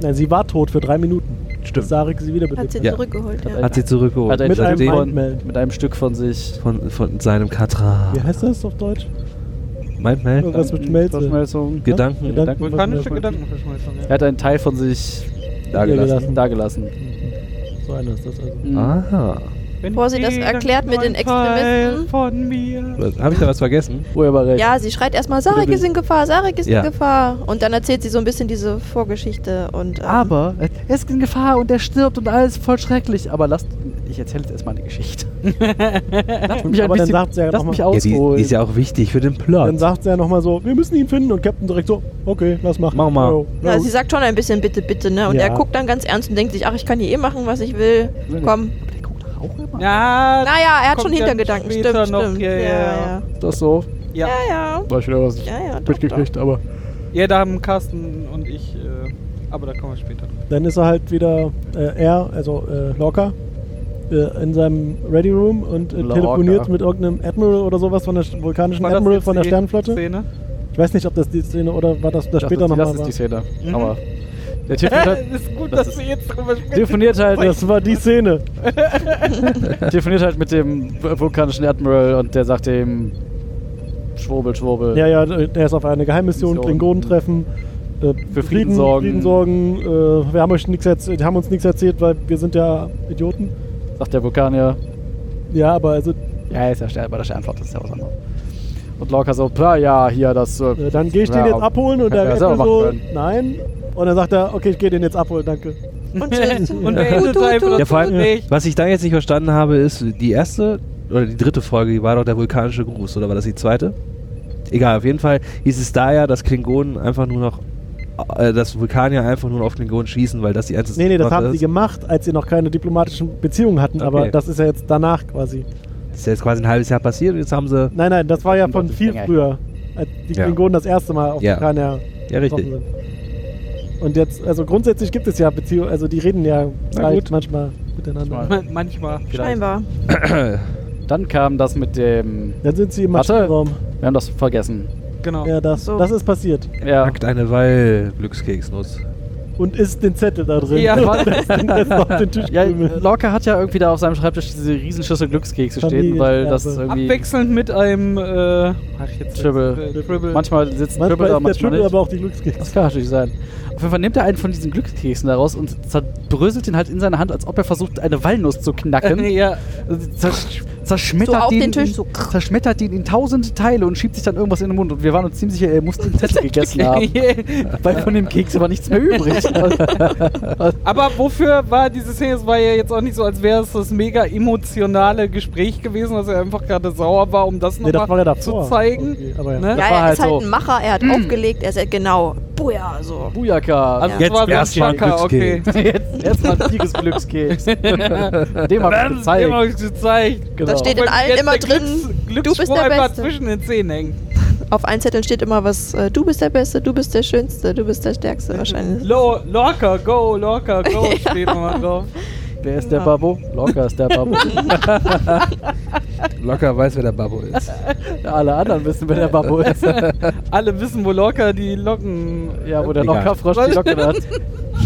Nein, sie war tot für drei Minuten.
stimmt,
Sarek sie wieder
Hat sie
Ja.
belebt.
Äh,
zurückgeholt, ja.
hat sie zurückgeholt.
Hat ein
Mit einem
Stück
Mind Meld.
von, mit einem Stück von sich.
von, von seinem Katra.
Wie heißt das auf Deutsch?
Meint man?
Irgendwas mit Schmelze.
ähm, Verschmelzung.
Gedanken.
Gedanken-
Vulkanische Gedankenverschmelzung. Ja.
Er hat einen Teil von sich
Dagelassen.
Dagelassen.
dagelassen.
So einer ist das also.
Ah.
Aha.
Wenn
Bevor sie das
jeder
erklärt mit den
ein Teil
Extremisten.
Von mir.
Habe ich da was vergessen?
Urheberrecht.
Ja, sie schreit erstmal, Sarek ist in Gefahr, Sarek ist
Ja.
in Gefahr. Und dann erzählt sie so ein bisschen diese Vorgeschichte. Und, ähm,
Aber äh, er ist in Gefahr und er stirbt und alles voll schrecklich. Aber lasst. Ich erzähle jetzt erstmal
(laughs)
eine Geschichte. lasst
(laughs)
mich ein
Aber
bisschen,
dann sagt sie ja
lasst
noch
mich
mal-
Ja, die,
ausholen.
die ist ja auch wichtig für den
Dann
Plot.
sagt sie ja nochmal so, wir müssen ihn finden. Und Captain direkt so, okay, lass machen.
Mach mal.
Jo,
Na,
jo.
sie sagt schon ein bisschen bitte, bitte, ne? Und
Ja.
er guckt dann ganz ernst und denkt sich, ach, ich kann hier eh machen, was ich will. Komm.
Aber der guckt doch auch immer.
Ja,
Naja, er hat
kommt
schon
ja
Hintergedanken, stimmt,
später noch,
stimmt.
ja,
ja,
ja.
Ist das so?
ja.
ja. ja.
War schon was
Ja, ja, doch,
mitgekriegt, aber.
Ja, da haben Carsten und ich, äh, aber da kommen wir später. drauf.
Dann ist er halt wieder, äh, er, also äh, Lorca, äh, in seinem Ready Room und äh,
Lorca.
telefoniert mit irgendeinem Admiral oder sowas von der sch- vulkanischen
War das
Admiral
jetzt
von der
die
Sternflotte.
Szene?
(laughs) Ich weiß nicht, ob das die Szene oder war das, das später
ist,
nochmal
das ist
war.
die Szene.
Mhm.
Aber. Der telefoniert
Das
(laughs)
halt,
(laughs) ist gut,
das
dass
ist-
wir jetzt
(laughs)
drüber sprechen.
telefoniert halt,
Das war die Szene.
telefoniert halt mit dem vulkanischen Admiral und der sagt ihm. Schwurbel, Schwurbel.
Ja, ja, er ist auf eine Geheimmission,
Mission.
Klingonen treffen. Äh,
Für Frieden sorgen.
Frieden sorgen. Äh, wir haben, euch nix erz- haben uns nichts erzählt, weil wir sind ja Idioten.
Sagt der Vulkanier.
Ja, aber also,
Ja, ist ja Stern, bei der Sternfahrt ist ja was anderes. Und Lorca so, "Pla, ja, hier, das.
äh, dann gehe ich den
ja,
jetzt abholen und
hätte
dann
er selber machen
so,
können.
nein. Und dann sagt er, okay, ich gehe den jetzt abholen, danke.
Und tschüss.
(laughs) Und beendet einfach
Ja, vor allem,
nicht.
was ich da jetzt nicht verstanden habe, ist die erste oder die dritte Folge, die war doch der vulkanische Gruß, oder war das die zweite? Egal, auf jeden Fall hieß es da ja, dass Klingonen einfach nur noch, äh, dass Vulkanier einfach nur noch auf Klingonen schießen, weil das die einzige
Nee, nee, das
Waffe
haben
ist.
sie gemacht, als sie noch keine diplomatischen Beziehungen hatten, aber
Okay.
das ist ja jetzt danach quasi.
Das ist ja jetzt quasi ein halbes Jahr passiert und jetzt haben sie.
Nein, nein, das war ja von viel
länger.
früher, als die
Ja.
Klingonen das erste Mal auf
Ja.
Vulkanier
Ja,
getroffen
richtig.
sind. Und jetzt, also grundsätzlich gibt es ja Beziehungen, also die reden ja vielleicht manchmal miteinander.
Manchmal.
Man- Manchmal.
Scheinbar.
Dann kam das mit dem.
Dann sind sie im
Warte.
Maschinenraum.
Wir haben das vergessen.
Genau.
Ja, das,
So.
das ist passiert.
Ja.
Packt eine Weil Glückskeksnuss.
Und isst den Zettel da drin. (laughs)
Ja,
Und lässt den Rest auf den Tisch
Ja, äh,
krümeln.
Lorca hat ja irgendwie da auf seinem Schreibtisch diese Riesenschüssel Glückskekse stehen,
Familie-
weil das
Erbe.
irgendwie.
Abwechselnd mit einem äh, ach jetzt
Tribble.
äh, Tribble.
Manchmal sitzt ein Kribbel
Manchmal
da,
ist der
manchmal
Schüttel
nicht.
aber auch die Glückskekse.
Das kann natürlich sein. Auf jeden Fall nimmt er einen von diesen Glückskeksen daraus und zerbröselt ihn halt in seiner Hand, als ob er versucht, eine Walnuss zu
(laughs)
knacken.
(laughs) ja,
Zersch zerschmettert
So auf
den,
den Tisch,
in,
so.
zerschmettert den in tausend Teile und schiebt sich dann irgendwas in den Mund. Und wir waren uns ziemlich sicher, er muss den Zettel gegessen
(laughs)
haben. Weil von dem Keks war nichts mehr übrig.
Aber wofür war diese Szene? Es war ja jetzt auch nicht so, als wäre es das mega emotionale Gespräch gewesen, dass er einfach gerade sauer war, um das
Nee, das war
nochmal
ja davor.
zu zeigen.
Okay, aber ja.
Ne?
Ja,
war
er
halt
ist halt
so.
ein Macher, er hat aufgelegt, er ist ja genau. Buja, so.
Bujaka.
Also
Jetzt
es war so ein
erst mal ein
Schocker, okay.
(laughs)
Glückskeks.
jetzt, jetzt mal ein dickes Glückskeks. Dem hab ich
Dem hab
gezeigt.
ich gezeigt.
Genau.
Da steht
Wenn
in allen
jetzt
immer
der
drin,
Glücks-
du bist
Glücksspruch
der
einfach
Beste.
zwischen den Zähnen hängt.
Auf allen Zetteln steht immer was, äh, du bist der Beste, du bist der Schönste, du bist der Stärkste wahrscheinlich.
(laughs) Lo Lorca, go, Lorca, go, (laughs) steht nochmal drauf.
Wer ist der Babo? Locker ist der Babo.
Locker weiß, wer der Babbo ist.
(laughs)
Alle anderen wissen, wer der Babo ist.
Alle wissen, wo Lorca die Locken.
Ja, wo der
Egal.
Lockerfrosch die Locke hat.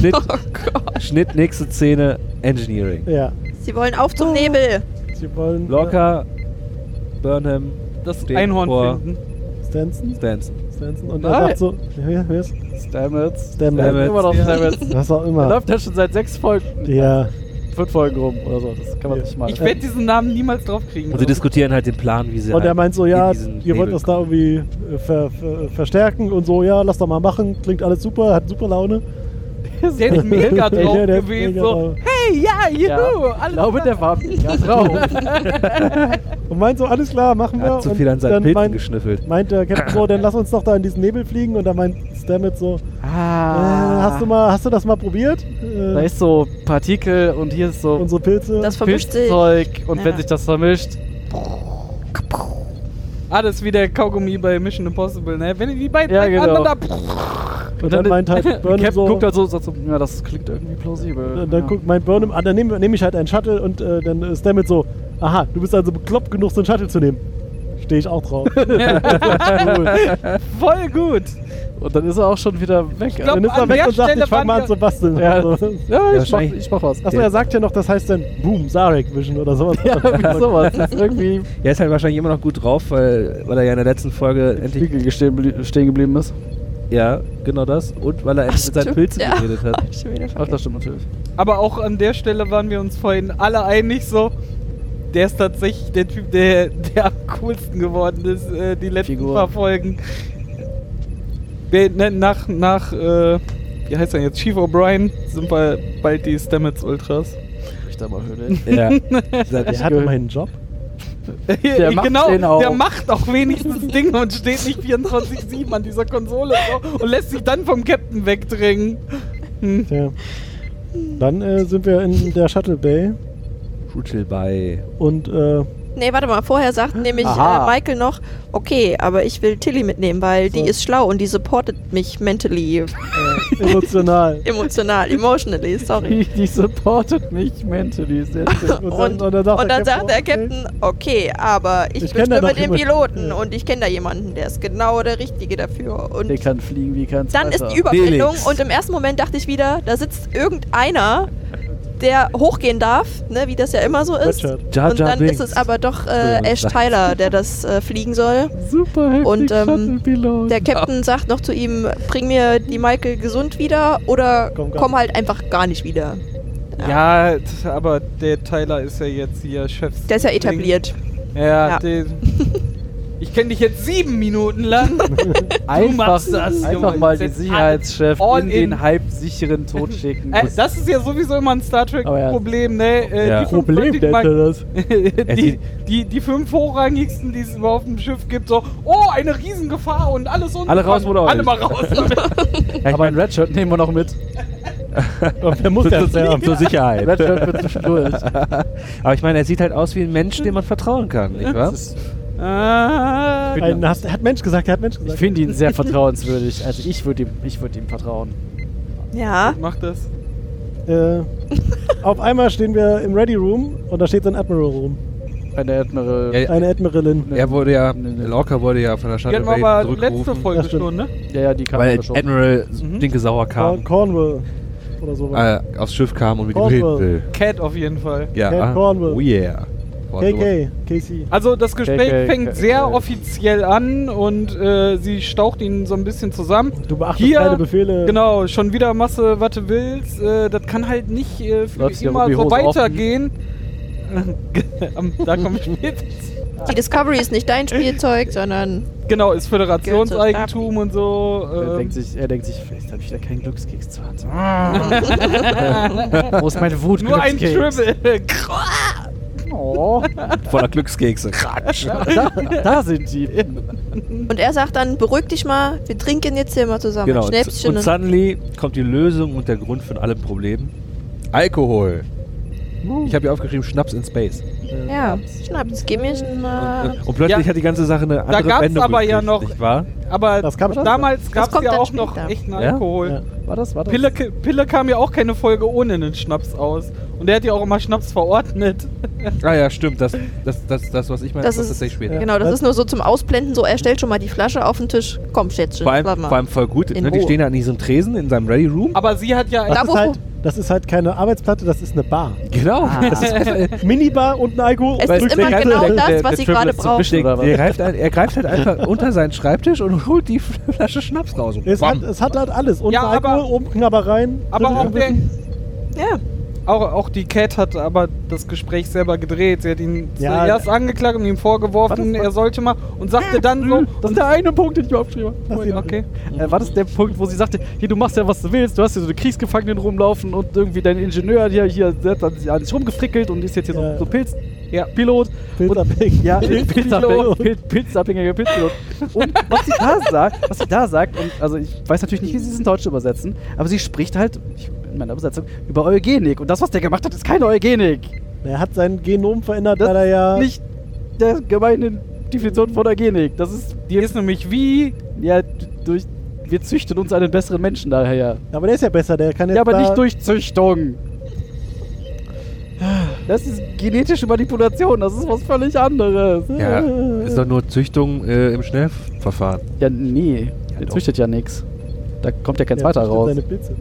Schnitt,
Oh
Schnitt, nächste Szene, Engineering.
Ja,
Sie wollen auf zum Nebel.
sie wollen äh,
Locker, Burnham,
Das
Steht
Einhorn
vor-
finden.
äh, Stanson,
Stanson.
Stanson und er
Nein.
sagt so, ja, ja, wer ist
Stamets.
Stamets.
Immer noch Stamets.
was auch
Der
immer.
läuft ja schon seit sechs Folgen,
Ja,
fünf Folgen rum oder so. Das kann man
Ja.
nicht mal.
Ich werde diesen Namen niemals draufkriegen.
Und sie diskutieren halt den Plan, wie sie
und
halt
er meint so, ja,
in diesen
ihr wollt
Nebel
das da irgendwie äh, ver, ver, verstärken und so, ja, lass doch mal machen, klingt alles super, hat super Laune.
Der ist mega drauf
(laughs) Ja, der ist
gewesen.
mega
so,
drauf.
hey, ja, juhu,
ja, ich
alles
glaube, der war mega drauf.
Und meint so, alles klar, machen
Er
wir.
hat zu
und
viel an seinen
dann
Pilzen
meint,
geschnüffelt.
meint der Captain so, dann lass uns doch da in diesen Nebel fliegen und dann meint Stamets so, äh,
Ah,
hast, du mal, hast du das mal probiert?
Da
Äh,
ist so Partikel und hier ist so
unsere Pilze.
Das vermischt sich.
Pilzzeug und wenn
Ja.
sich das vermischt,
Ah, das ist wie der Kaugummi bei Mission Impossible, ne? Wenn ihr die beiden
Ja, genau.
aneinander pff,
und dann,
dann- (laughs)
meint halt
der
Burnham
Captain
so,
guckt halt so und sagt so, ja, das klingt irgendwie plausibel.
Und dann
ja.
guckt mein Burnham an, dann nehme nehm ich halt einen Shuttle und äh, dann ist damit so, aha, du bist also bekloppt genug, so einen Shuttle zu nehmen. Stehe ich auch drauf. cool.
voll gut.
und dann ist er auch schon wieder weg.
glaub-
Dann ist
an
er weg
der
und sagt,
Stelle
ich fang
waren
mal an
wir-
zu basteln.
Ja.
Also,
ja, ich, mach,
wahrscheinlich-
ich mach was.
Achso, er sagt ja noch, das heißt dann Boom, Zarek Vision oder sowas.
ja, (laughs) wie sowas. Das ist (laughs) irgendwie
Er ist halt wahrscheinlich immer noch gut drauf, weil, weil er ja in der letzten Folge endlich.
Spiegel stehen, blie- stehen geblieben ist.
Ja, genau das. Und weil er
Ach,
endlich mit seinen
stimmt,
Pilzen
ja.
geredet hat.
Hab ich schon wieder
Ach,
vergessen.
das stimmt natürlich.
Aber auch an der Stelle waren wir uns vorhin alle einig so. Der ist tatsächlich der Typ, der, der am coolsten geworden ist, äh, die letzten
Figur.
paar Folgen. Wir, ne, nach, nach, äh, wie heißt er jetzt? Chief O'Brien sind bald, bald die Stamets Ultras.
Ich da mal (laughs) Höhle.
(laughs) Ja.
Der hat immerhin einen Job.
(laughs) Der
macht
genau,
den auch.
der macht auch wenigstens Dinge und steht nicht (laughs) 24-7 an dieser Konsole so, und lässt sich dann vom Captain wegdrängen. Hm.
Tja. Dann äh, sind wir in der Shuttle Bay
Brutal bei.
und
(laughs)
äh,
Nee, warte mal, vorher sagt nämlich äh,
Aha.
Michael noch, okay, aber ich will Tilly mitnehmen, weil die
So.
ist schlau und die supportet mich mentally, (laughs)
emotional.
emotional, emotionally, sorry.
(laughs) Die, die supportet mich mentally. Sehr schön.
(laughs) Und,
Und,
dann sagt
und dann sagt der Captain, okay, aber ich,
Ich kenn
bestimme
da doch
den
jemanden.
Piloten
Ja.
und ich kenne da jemanden, der ist genau der Richtige dafür. Und
Der kann fliegen wie kein
dann ist
zweiter.
die Überblendung
Felix.
und im ersten Moment dachte ich wieder, da sitzt irgendeiner, der hochgehen darf, ne, wie das ja immer so ist.
Richard.
Jar
und
Jar
dann
Binks.
ist es aber doch äh,
Will man
Ash
sagen.
Tyler, der das äh, fliegen soll.
Super heftig
Und, ähm,
Shuttle-Pilot.
Der Captain sagt noch zu ihm, bring mir die Michael gesund wieder oder
Komm
komm,
gar nicht.
halt einfach gar nicht wieder.
Ja, t- aber der Tyler ist ja jetzt hier Chef. (laughs)
Der ist ja etabliert.
Ja,
Ja.
Den, Ich kenne dich jetzt sieben Minuten (laughs) lang.
Einfach,
machst das,
einfach
Junge.
mal den
Setz
Sicherheitschef
all
in den
in.
halbsicheren Tod (laughs) schicken.
Äh, das ist ja sowieso immer ein Star
Aber ja.
Trek-Problem, ne? Äh,
Ja.
die fünf
Problem,
Leute, die
der
man- (laughs)
hätte das.
die, die, die fünf hochrangigsten, die es überhaupt im Schiff gibt, so, oh, eine Riesengefahr und alles unten.
Alle raus, Mutter,
Alle
euch.
mal raus damit.
Aber ein Redshirt nehmen wir noch mit.
Wer muss das
zur, zur Sicherheit.
Redshirt wird zwischendurch.
(laughs)
(laughs)
Aber ich meine, er sieht halt aus wie ein Mensch, dem man vertrauen kann, nicht wahr?
(laughs) Ah,
Ein, hast, hat Mensch gesagt, er hat Mensch
Ich
gesagt.
finde ihn sehr vertrauenswürdig. Also ich würde ihm, ich würd ihm vertrauen.
Ja.
Mach das.
Äh, auf einmal stehen wir im Ready Room und da steht so ein Admiral rum.
Eine Admiral.
Ja,
Ja,
ja.
Eine Admiralin.
Er wurde ja,
Nee, nee.
Lorca wurde ja von der
Die
Stadt
hatten wir Genau, aber letzte
zurückgerufen,
Folge
Das stimmt.
schon, ne?
ja, die kann
weil
man schon.
Admiral
Mhm.
stinkesauer
Corn
kam,
Cornwall oder
Ah,
sowas.
äh, aufs Schiff kam und mit ihm
Cornwall.
reden will.
Cat auf jeden Fall.
Ja.
Cat
ah,
Cornwall.
Oh yeah.
KK, KC.
Also das Gespräch
Okay, okay,
fängt
okay,
sehr
okay.
offiziell an und äh, sie staucht ihn so ein bisschen zusammen.
Du beachtest
Hier,
keine Befehle.
Genau, schon wieder Masse, was du willst. Äh, das kann halt nicht äh, für
Läufst dir
immer
rum, die
so
Hose
weitergehen. (laughs) Am- da
(laughs)
kommt später.
Die Discovery ist nicht dein Spielzeug, sondern
Genau, ist Föderationseigentum und so.
Er
ähm,
denkt, sich, er denkt sich, vielleicht habe ich wieder keinen Glückskeks zu (laughs) Hause. Wo ist meine Wut?
nur ein
Glückskeks?
Triple.
Oh,
Voller Glückskekse. Ratsch.
da, da sind die.
Und er sagt dann, beruhig dich mal, wir trinken jetzt hier mal zusammen.
Genau.
ein Schnäpschen
Und suddenly kommt die Lösung und der Grund von allem Problem. Alkohol. Ich habe hier aufgeschrieben, Schnaps in Space.
ja, schnaps, gib mir
Und,
mal.
und plötzlich
Ja.
hat die ganze Sache eine andere
gab's
Wendung
aber ja
gekriegt,
noch-
Nicht wahr?
(laughs) Aber
Das kam schon.
damals gab es
kommt
ja
dann
auch noch
später.
echten
Ja?
Alkohol.
Ja.
War das, war das?
Pille, Pille kam ja auch keine Folge ohne einen Schnaps aus. Und der hat ja auch immer Schnaps verordnet.
Ah ja, stimmt. Das, das, das, das was ich meine,
Das
das
ist-
tatsächlich später.
Genau, das
Was?
ist nur so zum Ausblenden, so er stellt schon mal die Flasche auf den Tisch. Komm, Schätzchen,
Vor allem,
warte mal.
vor allem voll gut.
In
Ne? Die
Ruhe.
stehen da an diesem Tresen in seinem Ready Room.
Aber sie hat ja.
Das,
Da,
ist
wo-
halt, das ist halt keine Arbeitsplatte, das ist eine Bar.
Genau. Das ist,
Minibar und ein Alkohol.
Es
und
Ah. ist immer
der-
genau
der-
das,
der-
was
der
sie gerade
Triplets zum
braucht.
Bestehen.
der, der greift ein, er greift halt einfach (laughs) unter seinen Schreibtisch und holt die (laughs) Flasche Schnaps raus. Und
es,
bam.
hat, es hat halt alles. Unten
Ja, aber-
Alkohol, oben Knabbereien.
Aber
dritte
auch, der,
Schritte.
Ja,
auch, auch die Cat hat aber das Gespräch selber gedreht. Sie hat ihn
Ja.
zuerst angeklagt und ihm vorgeworfen,
Was?
er sollte mal. Und sagte dann so.
Das ist der eine Punkt, den ich mir aufgeschrieben
Das
habe.
ist-
Okay.
Äh, war das der Punkt, wo sie sagte, hier, du machst ja, was du willst, du hast hier so eine Kriegsgefangenen rumlaufen und irgendwie dein Ingenieur, der hier, der hat dann sich alles rumgefrickelt und ist jetzt hier
Ja.
so, so Pilz,
Ja.
Pilot.
Pilzabhängig. (laughs)
Ja,
Pilz-
Pilzabhängig- Pil- Pilzabhängiger Pilzpilot. Und was sie da sagt, was sie da sagt, und also ich weiß natürlich nicht, wie sie es in Deutsch übersetzen, aber sie spricht halt, ich, in meiner Übersetzung, über Eugenik. Und das, was der gemacht hat, ist keine Eugenik.
Er hat sein Genom verändert,
Das
weil er ja.
ist nicht der gemeine Definition von Eugenik. Das ist,
Die ist nämlich wie.
ja, durch, wir züchten uns einen besseren Menschen daher.
aber der ist ja besser, der kann jetzt.
Ja, aber
da,
nicht durch Züchtung. Das ist genetische Manipulation, das ist was völlig anderes.
Ja, ist doch nur Züchtung äh, im Schnellverfahren.
Ja, nee, der
doch.
züchtet ja nichts. Da kommt ja kein
der
zweiter
züchtet
raus.
Seine Pilze.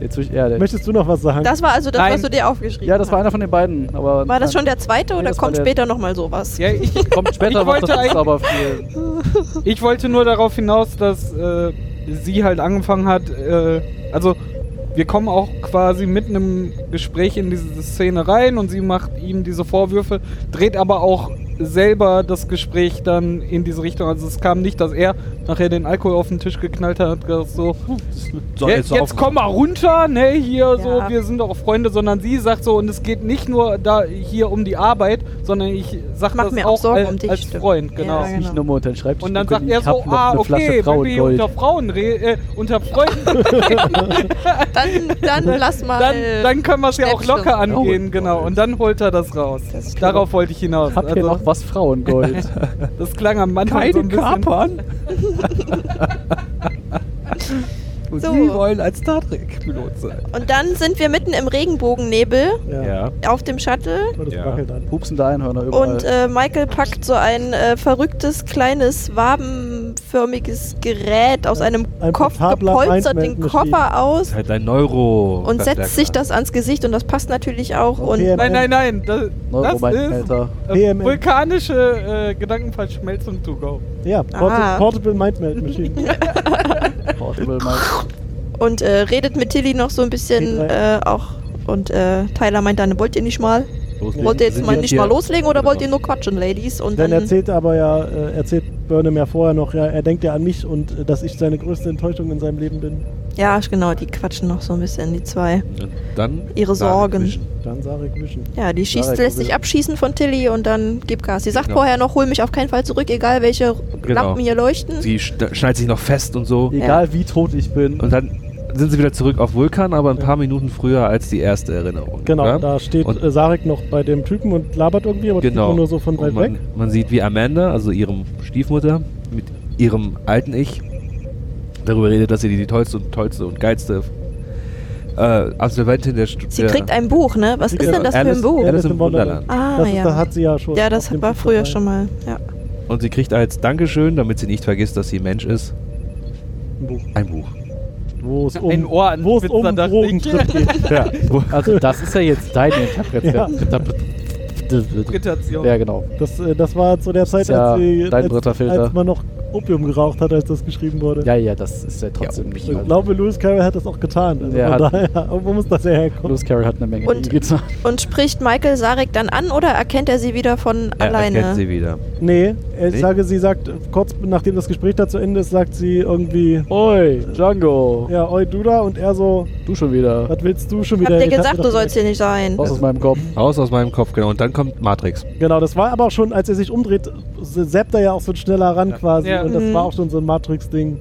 Der zücht, ja, der,
Möchtest du noch was sagen?
das war also das,
Nein.
was du dir aufgeschrieben
ja, das war
hast.
einer von den beiden. Aber
War das schon der zweite oder
das war
kommt
der-
später nochmal sowas?
Ja, ich, (laughs)
Kommt später
Ich
noch,
wollte
das ist
eigentlich-
aber viel.
ich wollte nur darauf hinaus, dass äh, sie halt angefangen hat. Äh, also, wir kommen auch quasi mit einem Gespräch in diese Szene rein und sie macht ihm diese Vorwürfe, dreht aber auch selber das Gespräch dann in diese Richtung. Also, es kam nicht, dass er nachher den Alkohol auf den Tisch geknallt hat und gesagt so:
So,
"Ja, jetzt,
auf-
komm mal runter, ne, hier so,
Ja.
wir sind doch Freunde, sondern sie sagt so, und es geht nicht nur da hier um die Arbeit, sondern ich sag
Mach
das
mir auch
auch
Sorgen
äh,
um dich,
als
stimmt.
Freund,
Ja,
genau.
genau.
Nicht Nummer unter den Schreibtisch.
Und dann sagt
gucken,
er
ich hab
so,
noch
ah,
eine
okay,
Flasche
wenn wir
Frauengold.
unter Frauen re- äh, unter Freunden,
(laughs) Dann, dann lass mal.
dann, dann können wir es ja auch
Schnäppchen.
locker angehen, genau. Und dann holt er das raus.
Das ist clever.
Darauf wollte ich hinaus. Also,
Habt ihr noch was
(laughs)
Frauengold?
das klang am Anfang so ein bisschen.
Und
So.
Sie wollen als Star Trek-Pilot sein.
und dann sind wir mitten im Regenbogennebel
ja.
auf dem Shuttle.
Gott, das
Ja.
wackelt an.
Pupsende Einhörner überall.
Und äh, Michael packt so ein äh, verrücktes, kleines, wabenförmiges Gerät aus einem
Ein
Kopf
portabler
gepolsterten
Mindmachine.
Koffer aus
Ist halt ein Neuro.
und setzt sich das ans Gesicht und das passt natürlich auch.
Okay,
Und
Nein, nein, nein. Das, das ist
Neuromindmelter.
äh,
PMM.
vulkanische äh, Gedankenverschmelzung to go.
Ja,
Aha.
Ah.
Port Portable Mind
(laughs)
Meld Machine.
Portable
(laughs)
Mind.
und äh, redet mit Tilly noch so ein bisschen
Geht
äh, auch. Und äh, Tyler meint dann, wollt ihr nicht mal?
Loslegen.
Wollt ihr jetzt
Sind
mal
wir
nicht
hier-
mal loslegen oder wollt ihr
Genau.
nur quatschen, Ladies? Und
Dann
dann,
erzählt aber ja, äh, erzählt Burnham ja vorher noch, ja, er denkt ja an mich und äh, dass ich seine größte Enttäuschung in seinem Leben bin.
ja, genau, die quatschen noch so ein bisschen, die zwei.
Und Dann
Ihre Sorgen.
Wischen.
Dann Sarek wischen.
Ja, die schießt,
Sarek,
lässt
wir-
sich abschießen von Tilly und dann gib Gas. Sie sagt
Genau.
vorher noch, hol mich auf keinen Fall zurück, egal welche
Genau.
Lampen hier leuchten.
Sie schn- schneidet sich noch fest und so.
Egal wie tot ich bin.
Und dann sind sie wieder zurück auf Vulkan, aber ein paar Minuten früher als die erste Erinnerung.
Genau,
ja?
da steht
Und-
äh, Sarek noch bei dem Typen und labert irgendwie, aber das sieht
Genau.
man nur so von
Und
weit
man,
weg.
man sieht, wie Amanda, also ihrem Stiefmutter, mit ihrem alten Ich darüber redet, dass sie die, die tollste und tollste und geilste äh, Absolventin der Stu-
Sie
der-
kriegt ein Buch, ne? Was ist
Genau,
denn das für
Alice-
ein Buch?
Alice- im Wunderland.
Ah,
das
ja.
Ist, da hat sie ja schon.
Ja,
auf
das
dem
war
Buch
früher
dabei.
schon mal. Ja.
Und sie kriegt als Dankeschön, damit sie nicht vergisst, dass sie Mensch ist,
Ein Buch,
ein Buch.
Wo es um,
Ein Ohr an
wo es um
Pizza, dachte ich.
Drogentrip geht.
Ja.
Also das ist ja jetzt (laughs) deine Interpretation.
Interpretation.
Ja, genau.
Das, äh, das war zu der Zeit,
Ist ja
als, sie,
dein
als,
dritter Filter.
als man noch Opium geraucht hat, als das geschrieben wurde.
Ja, ja, das ist ja trotzdem nicht.
Ich glaube, Lewis Carroll hat das auch getan. Also
Der
von
hat-
daher, irgendwo muss das ja herkommen.
Lewis Carroll hat eine Menge
Und-
getan.
Und spricht Michael Sarek dann an oder erkennt er sie wieder von
Er erkennt
alleine?
sie wieder.
Nee, ich
Nee?
sage, sie sagt, äh, kurz nachdem das Gespräch da zu Ende ist, sagt sie irgendwie,
Oi, Django,
ja, oi, du da und er so,
du schon wieder.
was willst du schon
Hab
wieder?
dir
Ich hab
gesagt,
mir
du
doch
sollst hier nicht sein.
Raus aus meinem Kopf.
Raus aus meinem Kopf, genau. Und dann kommt Matrix.
Genau, das war aber auch schon, als er sich umdreht, zappt er ja auch so schneller ran quasi.
Ja.
Und das
Mhm.
war auch schon so ein Matrix-Ding.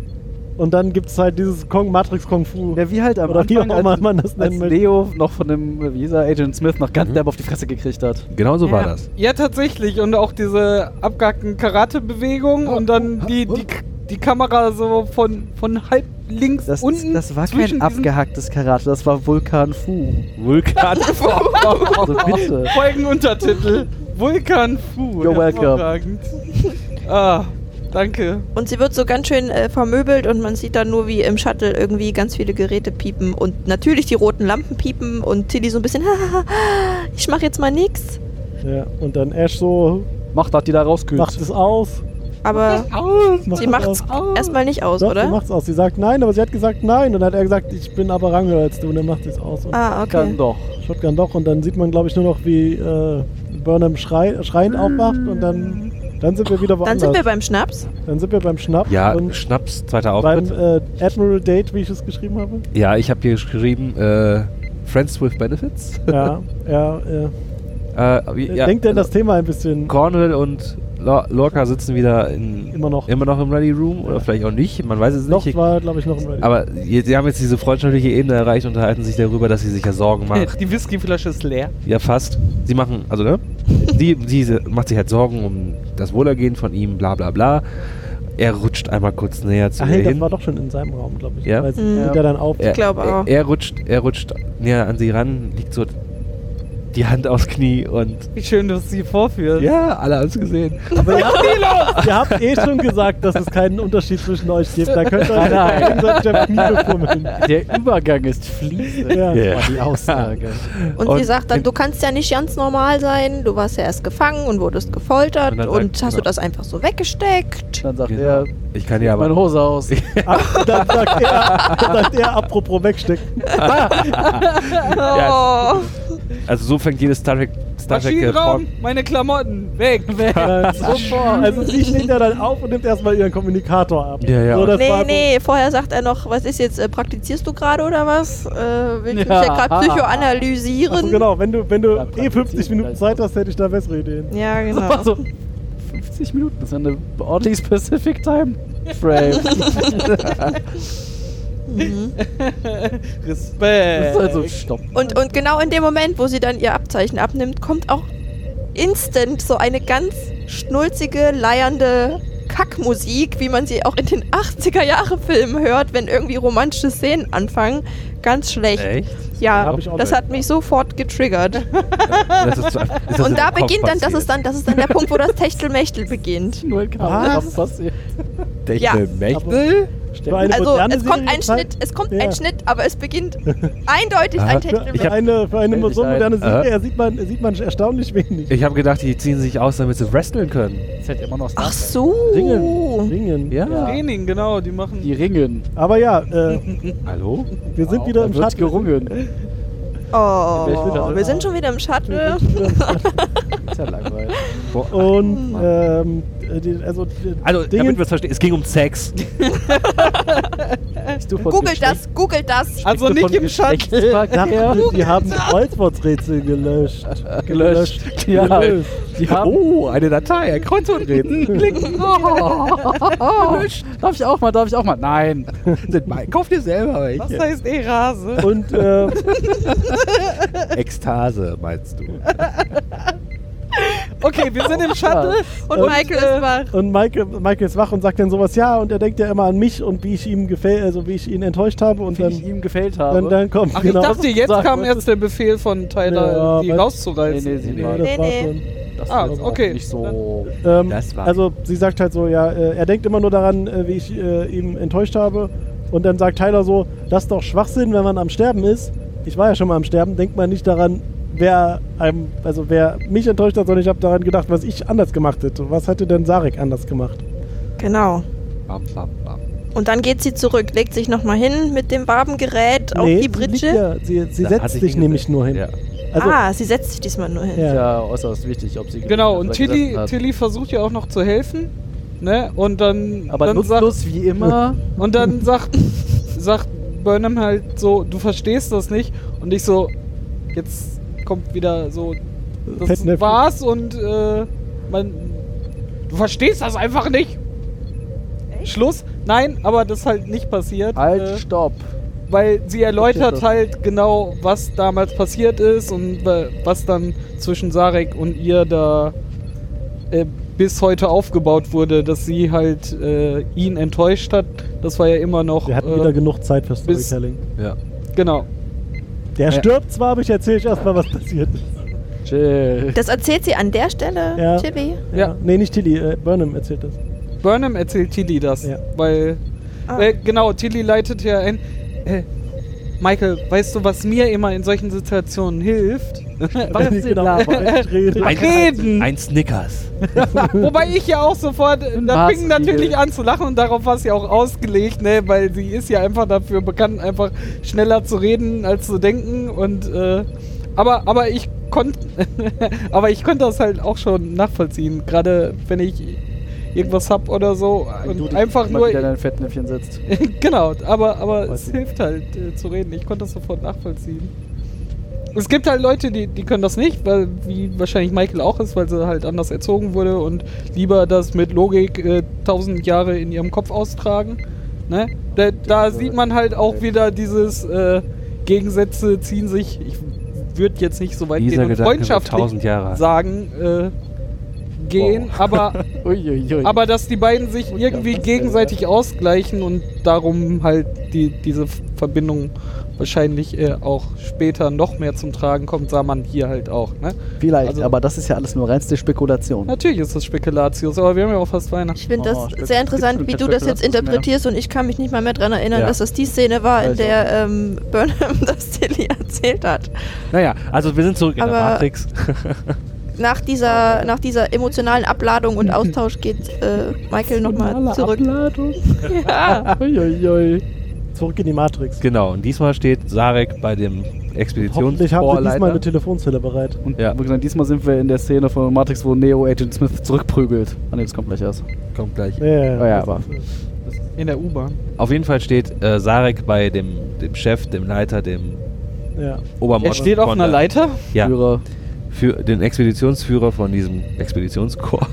Und dann gibt's halt dieses Kong Matrix Kung Fu.
Ja, wie halt am
Oder wie
Anfang,
auch immer man das
als
nennen möchte.
Leo noch von dem, äh, wie hieß er, Agent Smith noch ganz derb auf die Fresse gekriegt hat.
Genau so war
Ja.
das.
Ja, tatsächlich. Und auch diese abgehackten Karate-Bewegungen
Oh,
und dann die, die, die Kamera so von, von halb links
Das,
unten.
das war
zwischen
kein
diesen
abgehacktes Karate, das war Vulkan Fu.
Vulkan.
(laughs)
Also bitte. (laughs)
Folgenuntertitel: Vulkan Fu.
You're welcome.
Hervorragend. Ah, danke.
Und sie wird so ganz schön äh, vermöbelt und man sieht dann nur, wie im Shuttle irgendwie ganz viele Geräte piepen und natürlich die roten Lampen piepen und Tilly so ein bisschen, (laughs) ich mach jetzt mal nix.
Ja, und dann Ash so,
Macht, dass die da rauskühlt.
macht es aus.
Aber
macht
sie
es
macht's
aus.
erstmal nicht aus,
Doch, sie
oder?
macht's aus. Sie sagt nein, aber sie hat gesagt nein. Und dann hat er gesagt, ich bin aber ranghöher als du. Und dann macht sie's aus. Und
Ah,
Kann
okay.
doch.
Shotgun doch. Und dann sieht man, glaube ich, nur noch, wie äh, Burnham schrei schreiend aufwacht. Und dann, dann sind wir wieder
Mhm. Dann
woanders.
sind wir beim Schnaps.
dann sind wir beim Schnapp.
Ja,
und
Schnaps, zweiter Auftritt.
beim äh, Admiral Date, wie ich es geschrieben habe.
Ja, ich habe hier geschrieben, äh, Friends with Benefits.
Ja, ja, ja.
Äh, wie- ja,
Denkt denn das Thema ein bisschen?
Cornwall und Lor- Lorca sitzen wieder in,
Immer noch.
immer noch im Ready Room oder vielleicht auch nicht, man weiß es
Noch
nicht.
war, glaube ich, noch ein
Aber je- sie haben jetzt diese freundschaftliche Ebene erreicht und unterhalten sich darüber, dass sie sich ja Sorgen
(laughs)
macht.
Die Whiskyflasche ist leer.
ja, fast. Sie machen, also ne? Sie, sie macht sich halt Sorgen um das Wohlergehen von ihm, bla bla bla. Er rutscht einmal kurz näher zu
Ach,
ihr
nee, das
hin.
war doch schon in seinem Raum, glaube ich.
Ja.
Weil sie
Mhm.
ja. dann auf.
Er,
Ich glaube
er,
auch.
er rutscht, er rutscht näher an sie ran, liegt so die Hand aufs Knie und
Wie schön, dass du sie vorführst.
ja, alle haben es gesehen.
Ihr habt eh schon gesagt, dass es keinen Unterschied zwischen euch gibt. Da könnt ihr euch
Nein.
gegenseitig auf die Knie fummeln.
Der Übergang ist fließend.
Ja.
Das war die Aussage.
Und,
Und
sie sagt dann,
in-
du kannst ja nicht ganz normal sein, du warst ja erst gefangen und wurdest gefoltert
Und
und,
dann sagt-
hast du
genau.
das einfach so weggesteckt.
Dann sagt
Genau.
er,
Ich kann dir
meine
aber.
Hose aus.
Ach, dann sagt er, dann sagt er apropos wegstecken.
Oh.
Also so fängt jedes Star Trek Star Trek äh,
Maschinenraum,
Form-
meine Klamotten,
(laughs)
weg. weg.
Äh, also sie steht ja dann auf und nimmt erstmal ihren Kommunikator ab.
Ja, ja.
So, das war
Nee,
so-
nee, vorher sagt er noch, was ist jetzt, äh, praktizierst du gerade oder was? Äh, willst du
Ja.
mich ja gerade
Ah. Ach
psychoanalysieren?
so, genau, wenn du, wenn du
Ja,
eh 50 Minuten
praktizieren
Zeit hast, hätte ich da bessere Ideen.
Ja,
(laughs)
Das
genau.
war so 50 Minuten. Das ist eine oddly specific time
(laughs)
frame.
Mhm.
Respekt.
Das ist halt so, stopp.
Und, und genau in dem Moment, wo sie dann ihr Abzeichen abnimmt, kommt auch instant so eine ganz schnulzige, leiernde Kackmusik, wie man sie auch in den (laughs) 80er-Jahre-Filmen hört, wenn irgendwie romantische Szenen anfangen. Ganz schlecht.
Echt?
Ja,
Hab ich auch
das hat mich sofort getriggert.
Das ist so- ist das im
Und da
Kopf
beginnt dann, das
passiert?
ist dann, das ist dann der Punkt, wo das Techtelmechtel
(laughs)
beginnt.
Nur ein Kabel,
Was?
was passiert?
Ja.
Techtelmechtel?
Für eine
Also
moderne
es kommt
Serie
ein
Zeit-
Schnitt, es kommt
Ja.
ein Schnitt, aber es beginnt eindeutig ein
Für,
Techtelmechtel.
für eine, für eine
Fällt
so
nicht
moderne
ein.
Serie sieht man, sieht man erstaunlich wenig.
Ich habe gedacht, die ziehen sich aus, damit sie wresteln können.
Das hält immer noch Star
Ach
Trek.
so. Oh.
Ringen. Ringen.
Ja.
Training, genau, die machen.
Die ringen.
Aber ja, äh,
Hallo?
wir sind
Wow,
wieder
da
im
wird
Schatten.
gerungen.
Oh,
wieder-
wir sind schon wieder im Schatten.
Ist ja langweilig.
Und, ähm, die, also, die-
Also,
Dingens-
damit wir es verstehen, es ging um Sex.
Bist du von
Äh, Googelt
Geschlecht-
das, googelt das.
Ah,
Also
bist du
nicht
von
im Schatten.
Geschlechtsverkehr-
dachte, die haben Kreuzworträtsel gelöscht.
Gelöscht. Ja.
Gelöscht.
Die haben,
(laughs) Oh, eine Datei, ein (laughs) Kreuzworträtsel.
(laughs)
Klicken.
Oh,
Oh. Darf ich auch mal, darf ich auch mal? Nein.
Sind mein- Kauf dir selber
Das
welche.
heißt eh Rase.
Und, äh,
Ekstase, meinst du?
Okay, wir sind im Schatten.
Und
Und, äh,
Michael ist wach.
und Michael, Michael ist wach und sagt dann sowas, ja, und er denkt ja immer an mich und wie ich ihm gefällt, also wie ich ihn enttäuscht habe und
Wie ich
dann,
ihm gefällt habe.
dann, dann kommt genau
Ach, ich dachte, jetzt
Sag,
kam
Genau, was
erst der Befehl von Tyler,
Ja,
die
weil-
rauszureißen.
Nee, nee, sie
Ja,
war-
das
Nee,
war
nee.
schon.
das
Ah,
ist jetzt
okay.
Nicht so.
Ähm,
Das war-
also sie sagt halt so, ja, äh, er denkt immer nur daran, äh, wie ich äh, ihn enttäuscht habe. Und dann sagt Tyler so, das ist doch Schwachsinn, wenn man am Sterben ist. Ich war ja schon mal am Sterben, denkt man nicht daran, wer einem, also wer mich enttäuscht hat, sondern ich habe daran gedacht, was ich anders gemacht hätte. Was hätte denn Sarek anders gemacht?
Genau.
Bam, bam, bam.
Und dann geht sie zurück, legt sich nochmal hin mit dem Wabengerät auf
Nee,
die
Sie,
Britsche.
liegt ja, sie, sie
Da hat
setzt
sich
sich nämlich
hingesetzt.
nur hin.
Ja.
Also,
ah, sie setzt sich diesmal nur hin.
Ja.
Ist ja äußerst wichtig, ob sie.
Genau,
ob
und
sie
Tilly,
gesessen hat.
Tilly versucht ja auch noch zu helfen. Ne? Und dann,
Aber
dann sagt,
nutzlos wie immer.
und dann sagt, sagt Burnham halt so, du verstehst das nicht. Und ich so, jetzt kommt wieder so, das
Fettnäpfchen.
war's und äh, man, du verstehst das einfach nicht. Schluss. Nein, aber das ist halt nicht passiert.
Halt,
äh,
stopp.
weil sie erläutert
Verstehe.
halt genau, was damals passiert ist und wa- was dann zwischen Sarek und ihr da äh, bis heute aufgebaut wurde, dass sie halt äh, ihn enttäuscht hat. Das war ja immer noch.
wir hatten
äh,
wieder genug Zeit für
bis-
Storytelling.
Ja.
genau.
Der stirbt zwar, aber ich erzähle euch erstmal, was passiert ist.
Chill.
Das erzählt sie an der Stelle,
Ja.
Tilly.
Ja.
Nee, nicht Tilly, äh, Burnham erzählt das.
Burnham erzählt Tilly das,
Ja.
weil.
Ah.
Äh, genau, Tilly leitet ja ein. Äh, Michael, weißt du, was mir immer in solchen Situationen hilft?
Weiß nicht genau, wovon
(laughs)
ich rede.
Reden!
Ein Snickers.
(laughs) Wobei ich ja auch sofort, da
Maßregel.
fing natürlich an zu lachen und darauf war es ja auch ausgelegt, ne, weil sie ist ja einfach dafür bekannt, einfach schneller zu reden als zu denken und äh, aber aber ich konnte (laughs) aber ich konnte das halt auch schon nachvollziehen, gerade wenn ich irgendwas hab oder so
Du
und
dich
einfach
immer
nur
wieder in dein Fettnäpfchen sitzt.
(laughs) genau, aber aber es
Weiß ich.
hilft halt äh, zu reden. Ich konnte das sofort nachvollziehen. Es gibt halt Leute, die, die können das nicht, weil wie wahrscheinlich Michael auch ist, weil sie halt anders erzogen wurde und lieber das mit Logik äh, tausend Jahre in ihrem Kopf austragen. Ne? Da, da sieht man halt auch wieder dieses äh, Gegensätze ziehen sich. Ich würde jetzt nicht so weit
Dieser
gehen und
Gedanke wird
freundschaftlich
1000 Jahre alt.
sagen äh, gehen,
(laughs)
aber
Uiuiui.
(laughs) aber dass die beiden sich irgendwie gegenseitig ausgleichen und darum halt die, diese Verbindung wahrscheinlich äh, auch später noch mehr zum Tragen kommt, sah man hier halt auch. Ne?
Vielleicht,
also-
aber das ist ja alles nur reinste Spekulation.
Natürlich ist das Spekulatius, aber wir haben ja auch fast Weihnachten.
Ich finde
Oh,
das
Spitz-
sehr interessant, wie
Spitz-
du das jetzt
Spitz-
interpretierst und ich kann mich nicht mal mehr daran erinnern,
Ja.
dass das die Szene war, in
Also.
der ähm, Burnham (laughs) das Tilly erzählt hat.
Naja, also wir sind zurück in der
Aber-
Matrix. (laughs)
Nach dieser, nach dieser emotionalen Abladung
(laughs)
und Austausch geht äh, Michael nochmal zurück. Ja.
Uiuiui.
Zurück in die Matrix.
genau, und diesmal steht Sarek bei dem
Hoffentlich haben wir diesmal eine
Expeditionsvorleiter.
Telefonzelle bereit.
Und
Ja.
wie gesagt, diesmal sind wir in der Szene von Matrix, wo Neo Agent Smith zurückprügelt. Ah ne, das kommt gleich erst.
Kommt gleich.
Ja, ja,
Oh ja,
das
aber-
ist-
In der U-Bahn.
Auf jeden Fall steht äh, Sarek bei dem, dem Chef, dem Leiter, dem
ja.
Obermord.
Er steht auf einer Leiter.
Ja,
Führer.
für den Expeditionsführer von diesem Expeditionskorps.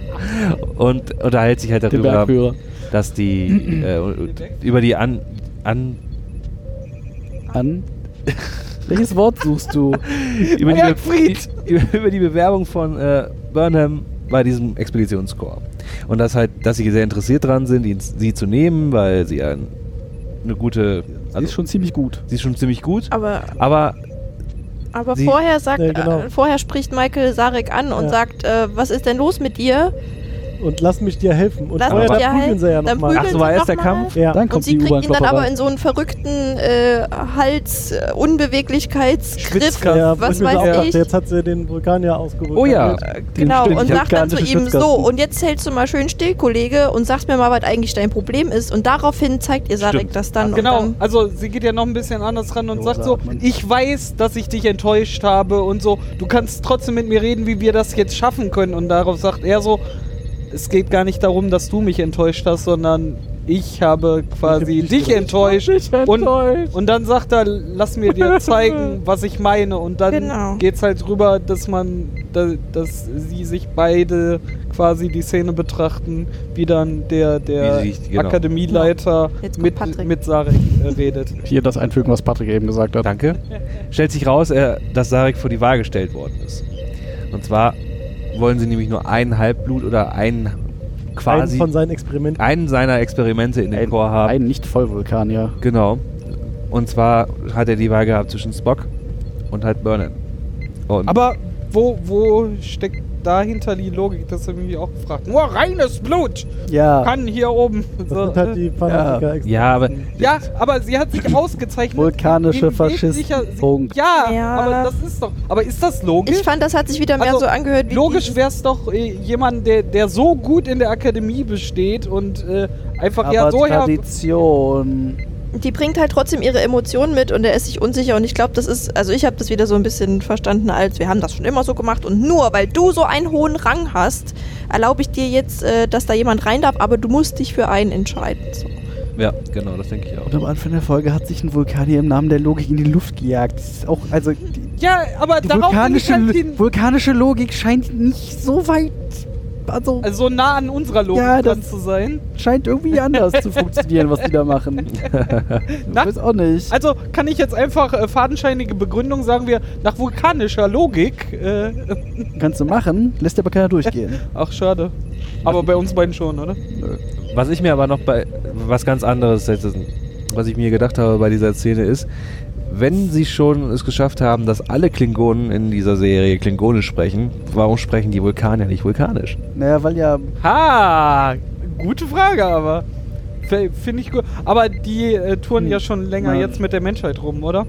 (laughs) und unterhält sich halt
Den
darüber,
Bergführer.
dass die äh, und- über die an, an (laughs)
An. Welches Wort suchst du?
über, die,
Bergfried!
Be- (laughs) über, über die Bewerbung von äh, Burnham bei diesem Expeditionskorps. Und dass halt, dass sie sehr interessiert dran sind, ihn, sie zu nehmen, weil sie ein, eine gute.
Also, ist schon ziemlich gut.
sie ist schon ziemlich gut.
Aber,
Aber
aber
Sie-
vorher sagt,
Nee, genau.
äh, vorher spricht Michael Sarek an und
Ja.
sagt, äh, was ist denn los mit dir?
Und und lass mich dir helfen. Und
Lass
vorher,
mich
da
dir
prügeln sie ja
helfen, dann
nochmal.
prügeln
Ach
Ach
sie
so, war erst der
noch
Kampf?
mal.
Ja.
Dann
Und
kommt
sie
die
kriegen dann aber
U-Bahn-Klopperei.
in so einen verrückten äh, Halsunbeweglichkeitsgriff,
Schwitzkasten.
Ja, wo
was
ich mir so auch
weiß
dachte,
ich.
Jetzt hat sie den Vulkan ja ausgerüstet.
Oh ja.
Äh,
Genau,
stimmt,
und
ich hab
sagt dann zu
garantierten
ihm so,
Schwitzkasten.
und jetzt hältst du mal schön still, Kollege, und sagst mir mal, was eigentlich dein Problem ist. Und daraufhin zeigt ihr Sarek
Stimmt.
das dann.
Genau,
Und
also sie geht ja noch ein bisschen anders ran und
Jo,
sagt
sagt
so,
man.
ich weiß, dass ich dich enttäuscht habe und so, du kannst trotzdem mit mir reden, wie wir das jetzt schaffen können. Und darauf sagt er so, es geht gar nicht darum, dass du mich enttäuscht hast, sondern ich habe quasi
Ich hab dich
dich enttäuscht. Und, und dann sagt er, lass mir dir zeigen, was ich meine. Und dann
Genau.
geht's halt rüber, dass man, da, dass sie sich beide quasi die Szene betrachten, wie dann der, der
Wie sie- genau.
Akademieleiter
Jetzt kommt
mit,
Patrick.
mit Sarek äh, redet.
Hier das einfügen, was Patrick eben gesagt hat.
Danke. Stellt sich raus, äh, dass Sarek vor die Wahl gestellt worden ist. Und zwar wollen sie nämlich nur einen Halbblut oder einen
Eins
quasi
von seinen Experimenten.
einen seiner Experimente in dem
Ein,
Chor haben.
ein Nicht-Vollvulkan, ja.
Genau. Und zwar hat er die Wahl gehabt zwischen Spock und halt Burnham. Und
Aber wo, wo steckt dahinter die Logik? Das habe ich mich auch gefragt. Nur reines Blut
Ja.
kann hier oben.
Das
So,
sind halt
äh,
die Fanatiker. Ja.
ja, aber
ja, aber sie hat sich ausgezeichnet.
Vulkanische
im Weg sicher-
Faschisten. Punkt.
Ja,
Ja.
aber das ist doch. Aber ist das logisch?
Ich fand, das hat sich wieder mehr
Also,
so angehört wie
Logisch
dieses-
wäre es doch äh, jemand, der, der so gut in der Akademie besteht und äh, einfach
Aber
ja so her.
Tradition.
die bringt halt trotzdem ihre Emotionen mit und er ist sich unsicher und ich glaube, das ist, also ich habe das wieder so ein bisschen verstanden als, wir haben das schon immer so gemacht und nur weil du so einen hohen Rang hast, erlaube ich dir jetzt, äh, dass da jemand rein darf, aber du musst dich für einen entscheiden. So.
ja, genau, das denke ich auch.
Und am Anfang der Folge hat sich ein Vulkanier im Namen der Logik in die Luft gejagt. Das ist auch, also die,
Ja, aber
die
darauf bin ich
vulkanische,
halt hin.
vulkanische Logik scheint nicht so weit, also
Also so nah an unserer Logik
Ja,
dran
das-
zu sein.
scheint irgendwie anders zu funktionieren, was die da
(laughs)
machen. Ich
Nach,
weiß auch nicht.
also kann ich jetzt einfach äh, fadenscheinige Begründung sagen wir nach vulkanischer Logik. Äh, (laughs)
Kannst du machen, lässt aber keiner durchgehen.
ach schade. Aber bei uns beiden schon, oder?
Was ich mir aber noch bei was ganz anderes, jetzt ist- was ich mir gedacht habe bei dieser Szene ist, wenn sie schon es geschafft haben, dass alle Klingonen in dieser Serie Klingonisch sprechen, warum sprechen die Vulkanier nicht Vulkanisch?
Naja, weil ja
Ha, gute Frage, aber F- finde ich gut. Aber die äh, touren ja schon länger
Ja.
jetzt mit der Menschheit rum, oder?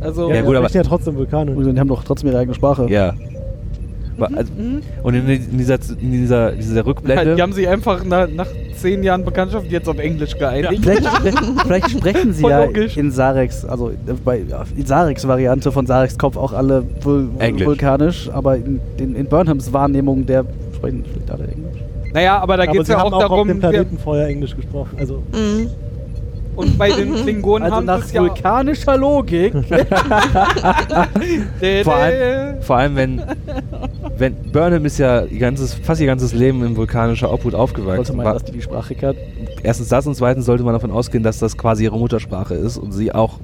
Also
Ja,
Ja,
gut, aber-
gut, ja trotzdem Vulkane.
Und oh, die haben doch trotzdem ihre eigene Sprache.
Ja. Wa- Also,
Mhm.
und in, in dieser, in dieser, dieser Rückblende.
Die haben sich einfach nach, nach zehn Jahren Bekanntschaft jetzt auf Englisch geeinigt.
Vielleicht, vielleicht sprechen sie
Voll
ja
logisch.
in Sareks, also äh, bei in Sareks Variante von Sareks Kopf auch alle vul
Englisch.
vulkanisch, aber in, in, in Burnhams Wahrnehmung der sprechen vielleicht alle Englisch.
Naja, aber da
Aber
geht es
sie
ja
haben
auch
auch auf
darum,
dem
wir,
Planeten vorher Englisch gesprochen. Also
Mhm.
und bei den
(laughs)
Klingonen
Also
haben sie
nach
es ja auch.
vulkanischer
(laughs)
Logik.
Dä-
Vor
dä-
allem, vor allem wenn, wenn Burnham ist ja ihr ganzes, fast ihr ganzes Leben in vulkanischer Obhut
Sollte
aufgewachsen.
meinen,
War-
dass die die Sprache kann.
Erstens das und zweitens sollte man davon ausgehen, dass das quasi ihre Muttersprache ist und sie auch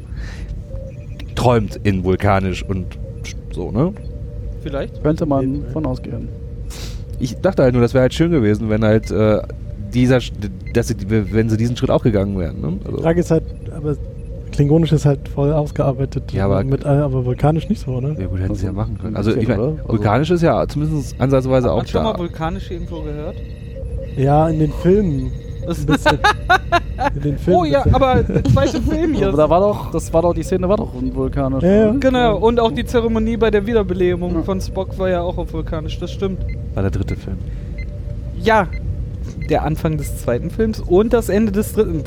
träumt in vulkanisch und so, ne?
Vielleicht.
Könnte man von ausgehen.
Ich dachte halt nur, das wäre halt schön gewesen, wenn halt äh, dieser, Sch- dass sie, wenn sie diesen Schritt auch gegangen wären, ne?
die
Also,
Frage ist halt, aber Klingonisch ist halt voll ausgearbeitet.
Ja, aber-
mit, all- aber Vulkanisch nicht so, ne?
ja gut, hätten sie ja machen können. Also
Bisschen,
ich meine,
oder? Also-
vulkanisch ist ja zumindest ansatzweise auch
Hat schon
da.
mal vulkanische Info gehört?
Ja, in den Filmen. Ein bisschen. In den Filmen.
Oh ja,
bisschen.
aber der zweite Film hier.
Aber da war doch, das war doch die Szene, war doch ein vulkanisch.
Ja, ja.
Genau, und auch die Zeremonie bei der Wiederbelebung
Ja.
von Spock war ja auch auf vulkanisch, das stimmt.
War der dritte Film.
Ja, der Anfang des zweiten Films und das Ende des dritten.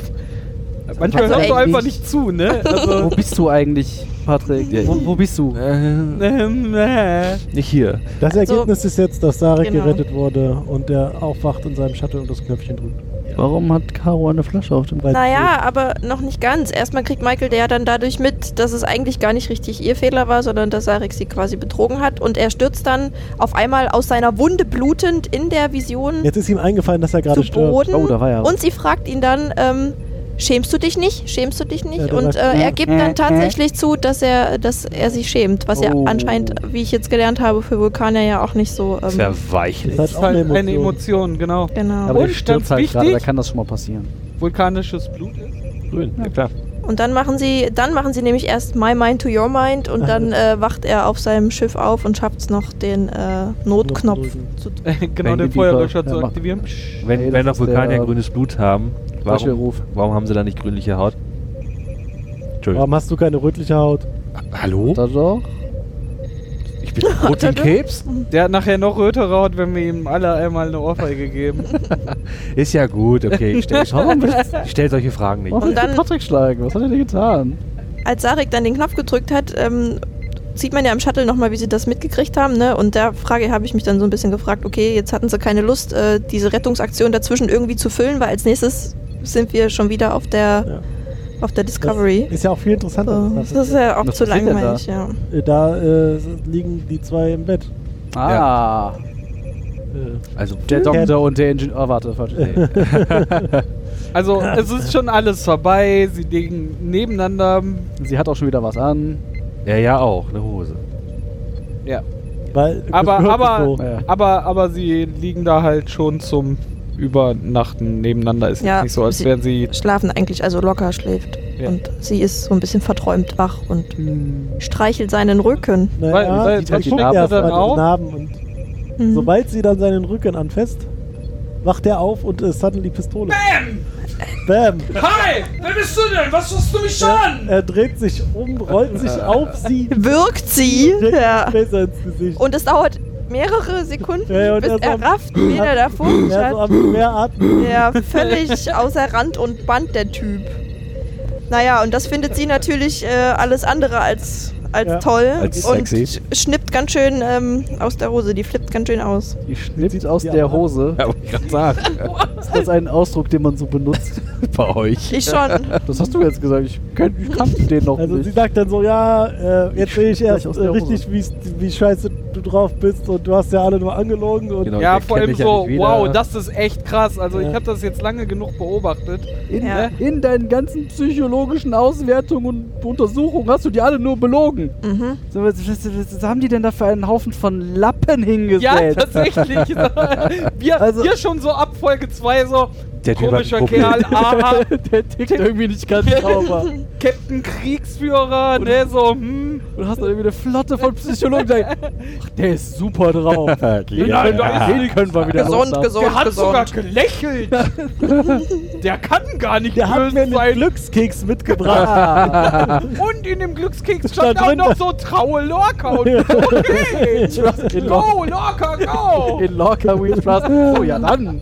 Manchmal
Also
hörst du
echt
einfach
nicht.
nicht zu, (laughs) ne?
Wo
Also,
bist du eigentlich, Patrick?
Ja,
Wo,
ich-
wo bist du?
Äh,
ähm, äh.
nicht hier.
Das
Also-
Ergebnis ist jetzt, dass Sarek
Genau.
gerettet wurde und er aufwacht in seinem Shuttle und das Knöpfchen drückt.
Warum hat Caro eine Flasche auf dem Brett?
Weil-
Naja, aber noch nicht ganz. Erstmal kriegt Michael der ja dann dadurch mit, dass es eigentlich gar nicht richtig ihr Fehler war, sondern dass Sarek sie quasi betrogen hat. Und er stürzt dann auf einmal aus seiner Wunde blutend in der Vision
Jetzt ist ihm eingefallen, dass er
zu
gerade stirbt.
Boden.
Oh, da war er.
Und sie fragt ihn dann, ähm, schämst du dich nicht? Schämst du dich nicht?
Ja, der
und
sagt,
äh,
ja.
er gibt dann tatsächlich zu, dass er, dass er sich schämt, was ja
Oh.
anscheinend, wie ich jetzt gelernt habe, für Vulkanier ja auch nicht so.
Das
Ähm,
wäre weichlich.
Das hat
Ist
auch eine
halt
Emotion.
eine Emotion, genau.
genau.
Aber
Und
der stirbt
ganz
halt gerade, da
wichtig-
kann das schon mal passieren.
Vulkanisches Blut ist.
Grün, ja klar.
Und dann machen sie, dann machen sie nämlich erst My Mind to Your Mind und dann äh, wacht er auf seinem Schiff auf und schafft es noch, den äh, Notknopf
drücken.
zu drücken.
genau,
Wenn
den
die
Feuerlöscher
Viper-
zu
Ja, mach.
aktivieren.
Wenn,
Nee,
wenn
das
doch
ist
Vulkanier
der-
grünes Blut haben, warum,
Waschelruf.
warum haben sie da nicht grünliche Haut? Entschuldigung.
Warum hast du keine rötliche Haut?
Hallo?
Da doch.
Ich bin rot wie ein Krebs?
Der hat nachher noch rötere Haut, wenn wir ihm alle einmal eine Ohrfeige geben.
Ist ja gut, okay. Ich stelle stell solche Fragen nicht.
Und
Warum willst
dann-
du Patrick schlagen? Was hat er dir getan?
Als Sarek dann den Knopf gedrückt hat, ähm, sieht man ja im Shuttle nochmal, wie sie das mitgekriegt haben. Ne? Und der Frage habe ich mich dann so ein bisschen gefragt, okay, jetzt hatten sie keine Lust, äh, diese Rettungsaktion dazwischen irgendwie zu füllen, weil als nächstes sind wir schon wieder auf der,
Ja.
auf der Discovery.
Ist ja auch viel interessanter.
So,
als
das ist ja auch
Was
zu
passiert denn da?
langweilig, ja.
Äh, Da äh, liegen die zwei im Bett.
Ah.
Äh,
Also,
Der Doktor und der Ingenieur. Oh, warte, falsch.
(laughs)
Nee.
Also es ist schon alles vorbei, sie liegen nebeneinander.
Sie hat auch schon wieder was an.
ja, ja auch, eine Hose.
Ja.
weil,
Aber,
gehört
aber,
so.
Ja.
aber, aber sie liegen da halt schon zum Übernachten nebeneinander. Ist
Ja,
jetzt nicht so, als
sie-
wären sie.
Schlafen eigentlich, also locker schläft.
Ja.
Und sie ist so ein bisschen verträumt wach und
hm.
streichelt seinen Rücken.
Naja,
weil- weil-
ich
weil
guck
die Narbe
erst
dann
mal die
auch-
Narben und
Mhm.
sobald sie dann seinen Rücken anfasst, wacht er auf und ist suddenly Pistole. Bam! Bam!
Hi! Wer bist du denn? Was hast du mich schon?
Er dreht sich um, rollt sich auf sie,
Wirkt sie,
direkt
ja.
Messer ins Gesicht.
Und es dauert mehrere Sekunden,
Ja, ja, und
bis
er so
er
am-
rafft, wen er da vor sich
er so
hat.
am Schweratmen.
Ja, völlig außer Rand und Band, der Typ. Naja, und das findet sie natürlich äh, alles andere als, als
Ja.
toll.
Als
und
sexy.
sch- schnippt ganz schön ähm, aus der Hose, die flippt ganz schön aus.
Die schnippt
Sieht
aus
die
der
an.
Hose.
Ja, wollte ich gerade sagen.
Ist das ein Ausdruck, den man so benutzt?
(laughs) Bei euch.
Ich schon.
(laughs)
Das hast du jetzt gesagt. Ich, kenn, ich (laughs) kannte den noch
Also sie
nicht.
sagt dann so, ja, äh, jetzt
Ich
sehe ich
schieß
erst
gleich aus
äh,
der
richtig, wie's- wie scheiße du drauf bist und du hast ja alle nur angelogen (laughs) und
Genau.
Ja,
der
vor
kennt
allem
mich ja
so,
nicht wieder.
wow, das ist echt krass. Also
Ja.
ich habe das jetzt lange genug beobachtet.
In,
Ja.
in deinen ganzen psychologischen Auswertungen und Untersuchungen hast du die alle nur belogen.
Mhm.
So, was, was, was, was haben die denn da für einen Haufen von Lappen
Ja,
hingesetzt?
tatsächlich. wir,
Also-
wir schon so ab Folge 2 so,
Der Typ hat ein
komischer
Problem.
Kerl, aha,
der tickt irgendwie nicht ganz
(laughs)
sauber.
Captain Kriegsführer, ne, so, hm.
Und hast dann irgendwie eine Flotte von Psychologen. die sagen, Ach, der ist super drauf. Den,
Ja.
können, wir- den können wir wieder
Gesund,
loslassen.
gesund,
Der hat sogar
gesund.
(laughs)
gelächelt. der kann gar nicht
der hat
böse
mir einen
sein.
Glückskeks (laughs) mitgebracht.
Und in dem Glückskeks
Stand
stand auch
drin,
noch
dass-
so traue Lorca. Und okay,
(laughs) Genau.
go Lorca, go.
In Locker We Trust. Oh ja, dann.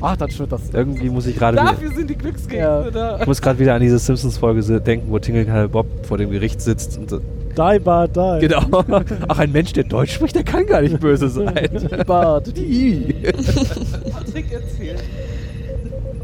Ach, dann stimmt das.
Irgendwie muss ich gerade wieder,
Dafür sind die Glückskekse
Ja.
da.
ich muss gerade wieder an diese Simpsons-Folge denken, wo Tingle Bob vor dem Gericht sitzt und so.
die bar die.
Genau. (laughs) Ach, ein Mensch, der Deutsch spricht, der kann gar nicht böse sein.
Bart. Die.
Patrick erzählt.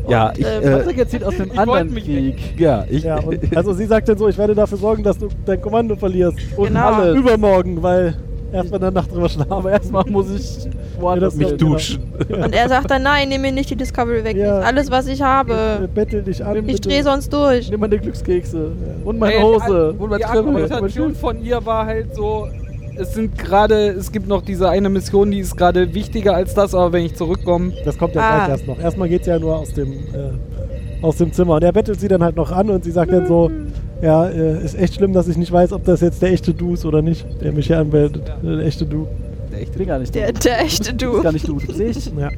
ja,
Und,
ich,
ähm,
äh,
Patrick erzählt
(laughs)
aus dem
Ich
anderen
wollte mich
Krieg.
ja, ich,
Ja, und also sie sagt dann so, ich werde dafür sorgen, dass du dein Kommando verlierst. Und
Genau.
alle übermorgen, weil erst in der Nacht drüber
Aber
schlafen.
erstmal muss ich woanders
Ja, das-
hin.
du-
Und er sagt dann, nein, nimm mir nicht die Discovery weg.
Ja.
Das ist alles, was ich
Äh,
habe.
Bettel dich an.
Ich
bitte.
drehe sonst durch.
Nimm meine Glückskekse. Und meine
Ey,
Hose.
die
Und mein
die
Krimmel. Und mein
Argumentation
Schuh.
von ihr war halt so, es sind gerade, es gibt noch diese eine Mission, die ist gerade wichtiger als das, aber wenn ich zurückkomme,
Das kommt ja
Ah.
gleich erst noch. Erstmal geht's ja nur aus dem, äh, aus dem Zimmer. Und er bettelt sie dann halt noch an und sie sagt dann so,
Mhm.
ja, äh, ist echt schlimm, dass ich nicht weiß, ob das jetzt der echte Du ist oder nicht, der mich hier anbeltet. Der echte Du.
Ich bin gar nicht
Der,
du.
der echte
Du bist
Du.
gar nicht du. Du bist ich.
Ja.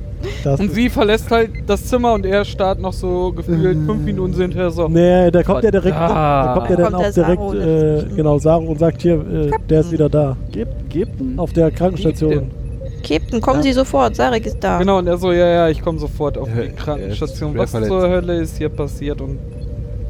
Das
und sie verlässt halt das Zimmer und er starrt noch so gefühlt fünf Minuten hinterher so.
Mhm. Nee, da kommt ja direkt, da kommt ja
Da
dann
kommt
auch
der Saro
direkt, äh,
dazwischen.
genau, Saro und sagt hier, äh, der ist wieder da.
Gib, gib.
Auf der Krankenstation.
Captain, kommen Sie sofort. Sarek ist da.
Genau, und er so, ja, ja, ich komme sofort auf
Ah. Ja,
die
er ist
Krankenstation.
schwer
Was
verletzt.
zur Hölle ist hier passiert? Und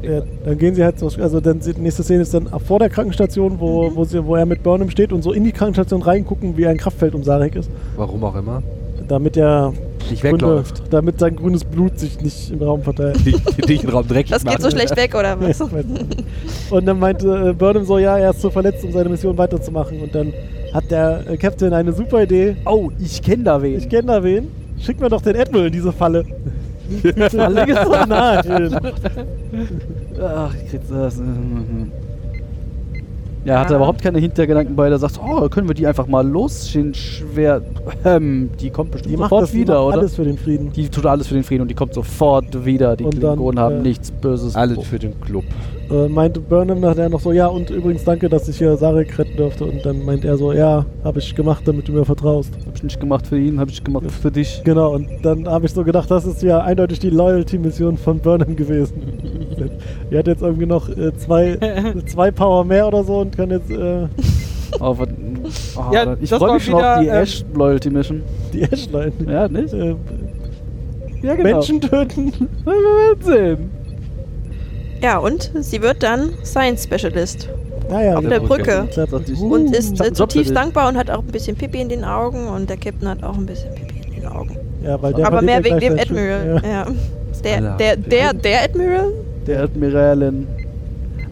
Ja, dann gehen sie halt so, also dann die nächste Szene ist dann ab vor der Krankenstation, wo,
Mhm.
wo, sie, wo er mit Burnham steht und so in die Krankenstation reingucken, wie ein Kraftfeld um Sarek ist,
Warum auch immer.
damit er
Nicht
grüne,
wegläuft.
äh, damit sein grünes Blut sich nicht im Raum
(laughs)
verteilt.
Dich, dich in den Raum direkt
Das geht so schlecht weg, oder was?
(laughs)
und dann meinte äh, Burnham so, ja, er ist so verletzt, um seine Mission weiterzumachen. Und dann hat der äh, Captain eine super Idee.
Oh, ich kenne da wen.
Ich kenne da wen. Schick mir doch den Admiral in diese Falle. Falle ist so nahe.
Ach, ich krieg das. äh, hm, Ja, hat er überhaupt keine Hintergedanken bei, der sagt, oh, können wir die einfach mal losschieben, schwer. Ähm, die kommt bestimmt
Die macht
sofort
das
wieder,
macht
oder?
alles für den Frieden.
Die tut alles für den Frieden und die kommt sofort wieder. Die
Und dann,
Klingonen haben
äh,
nichts Böses.
Alles für den Club.
Äh, meinte Burnham nachher noch so, ja, und übrigens danke, dass ich hier Sarek retten durfte. Und dann meint er so, ja, habe ich gemacht, damit du mir vertraust.
Hab ich nicht gemacht für ihn, hab ich gemacht für dich.
Genau, und dann habe ich so gedacht, das ist ja eindeutig die Loyalty-Mission von Burnham gewesen. er hat jetzt irgendwie noch äh, zwei,
(laughs)
zwei Power mehr oder so und kann jetzt äh,
Oh, was- oh,
Ja,
ich
das
freue
war
mich schon auf
wieder,
die
ähm,
Ash Loyalty Mission.
die Ashline
Ja, nicht?
äh,
Ja,
Genau.
Menschen töten.
Wahnsinn.
Ja, und sie wird dann Science Specialist
Naja,
auf der Brücke.
Klappt.
Sagt ich.
Uh,
Und ist
hab
äh,
einen Job für
zutiefst
dich.
dankbar und hat auch ein bisschen Pipi in den Augen und der Captain hat auch ein bisschen Pipi in den Augen.
Ja, weil der
Aber
verliert
mehr
ja
wegen dem
gleich sein Schiff.
Admiral.
Ja.
Ja. Der,
Alle
der,
haben
Hm.
der, der Admiral?
Der Admiralin.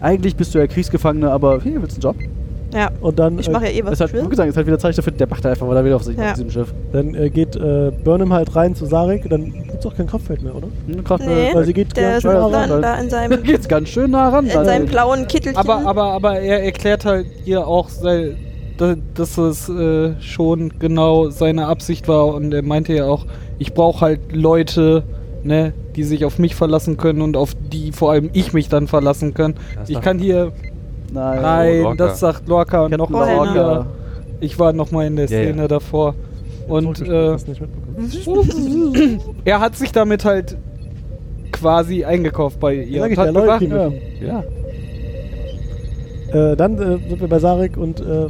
Eigentlich bist du ja Kriegsgefangener, aber hey, willst du einen Job?
Ja.
Und dann,
Ich
äh,
mache ja eh was
Das
ich
hat, wie
will.
gesagt, ist halt wieder Zeichen dafür, der macht einfach, weil er will auf sich
Ja.
auf diesem Schiff.
dann äh, geht äh, Burnham halt rein zu Sarek, dann gibt's auch kein Kraftfeld mehr, oder?
Hm, Kraft, (laughs)
Nee,
weil sie geht
der
ganz
ist
schön nah ran,
dann
weil-
da in
Da
(laughs)
seinem,
geht's ganz schön nah ran.
in
dann.
seinem blauen Kittelchen.
Aber, aber, aber er erklärt halt ihr auch, sei, da- dass es äh, schon genau seine Absicht war und er meinte ja auch, ich brauche halt Leute, ne, die sich auf mich verlassen können und auf die vor allem ich mich dann verlassen kann.
Das
Ich
sagt-
kann hier,
Nein.
nein,
Lorca.
das sagt Lorca und
Kennt
noch
man
Lorca.
Lorca. Ich war noch mal in der
Ja, ja.
Szene davor und äh,
das nicht mitbekommen.
er hat sich damit halt quasi eingekauft bei ihr.
Sag
und
ich
hat
ja,
gesagt,
Loyalty Mission.
Ja.
Äh, dann äh, sind wir bei Sarek und äh,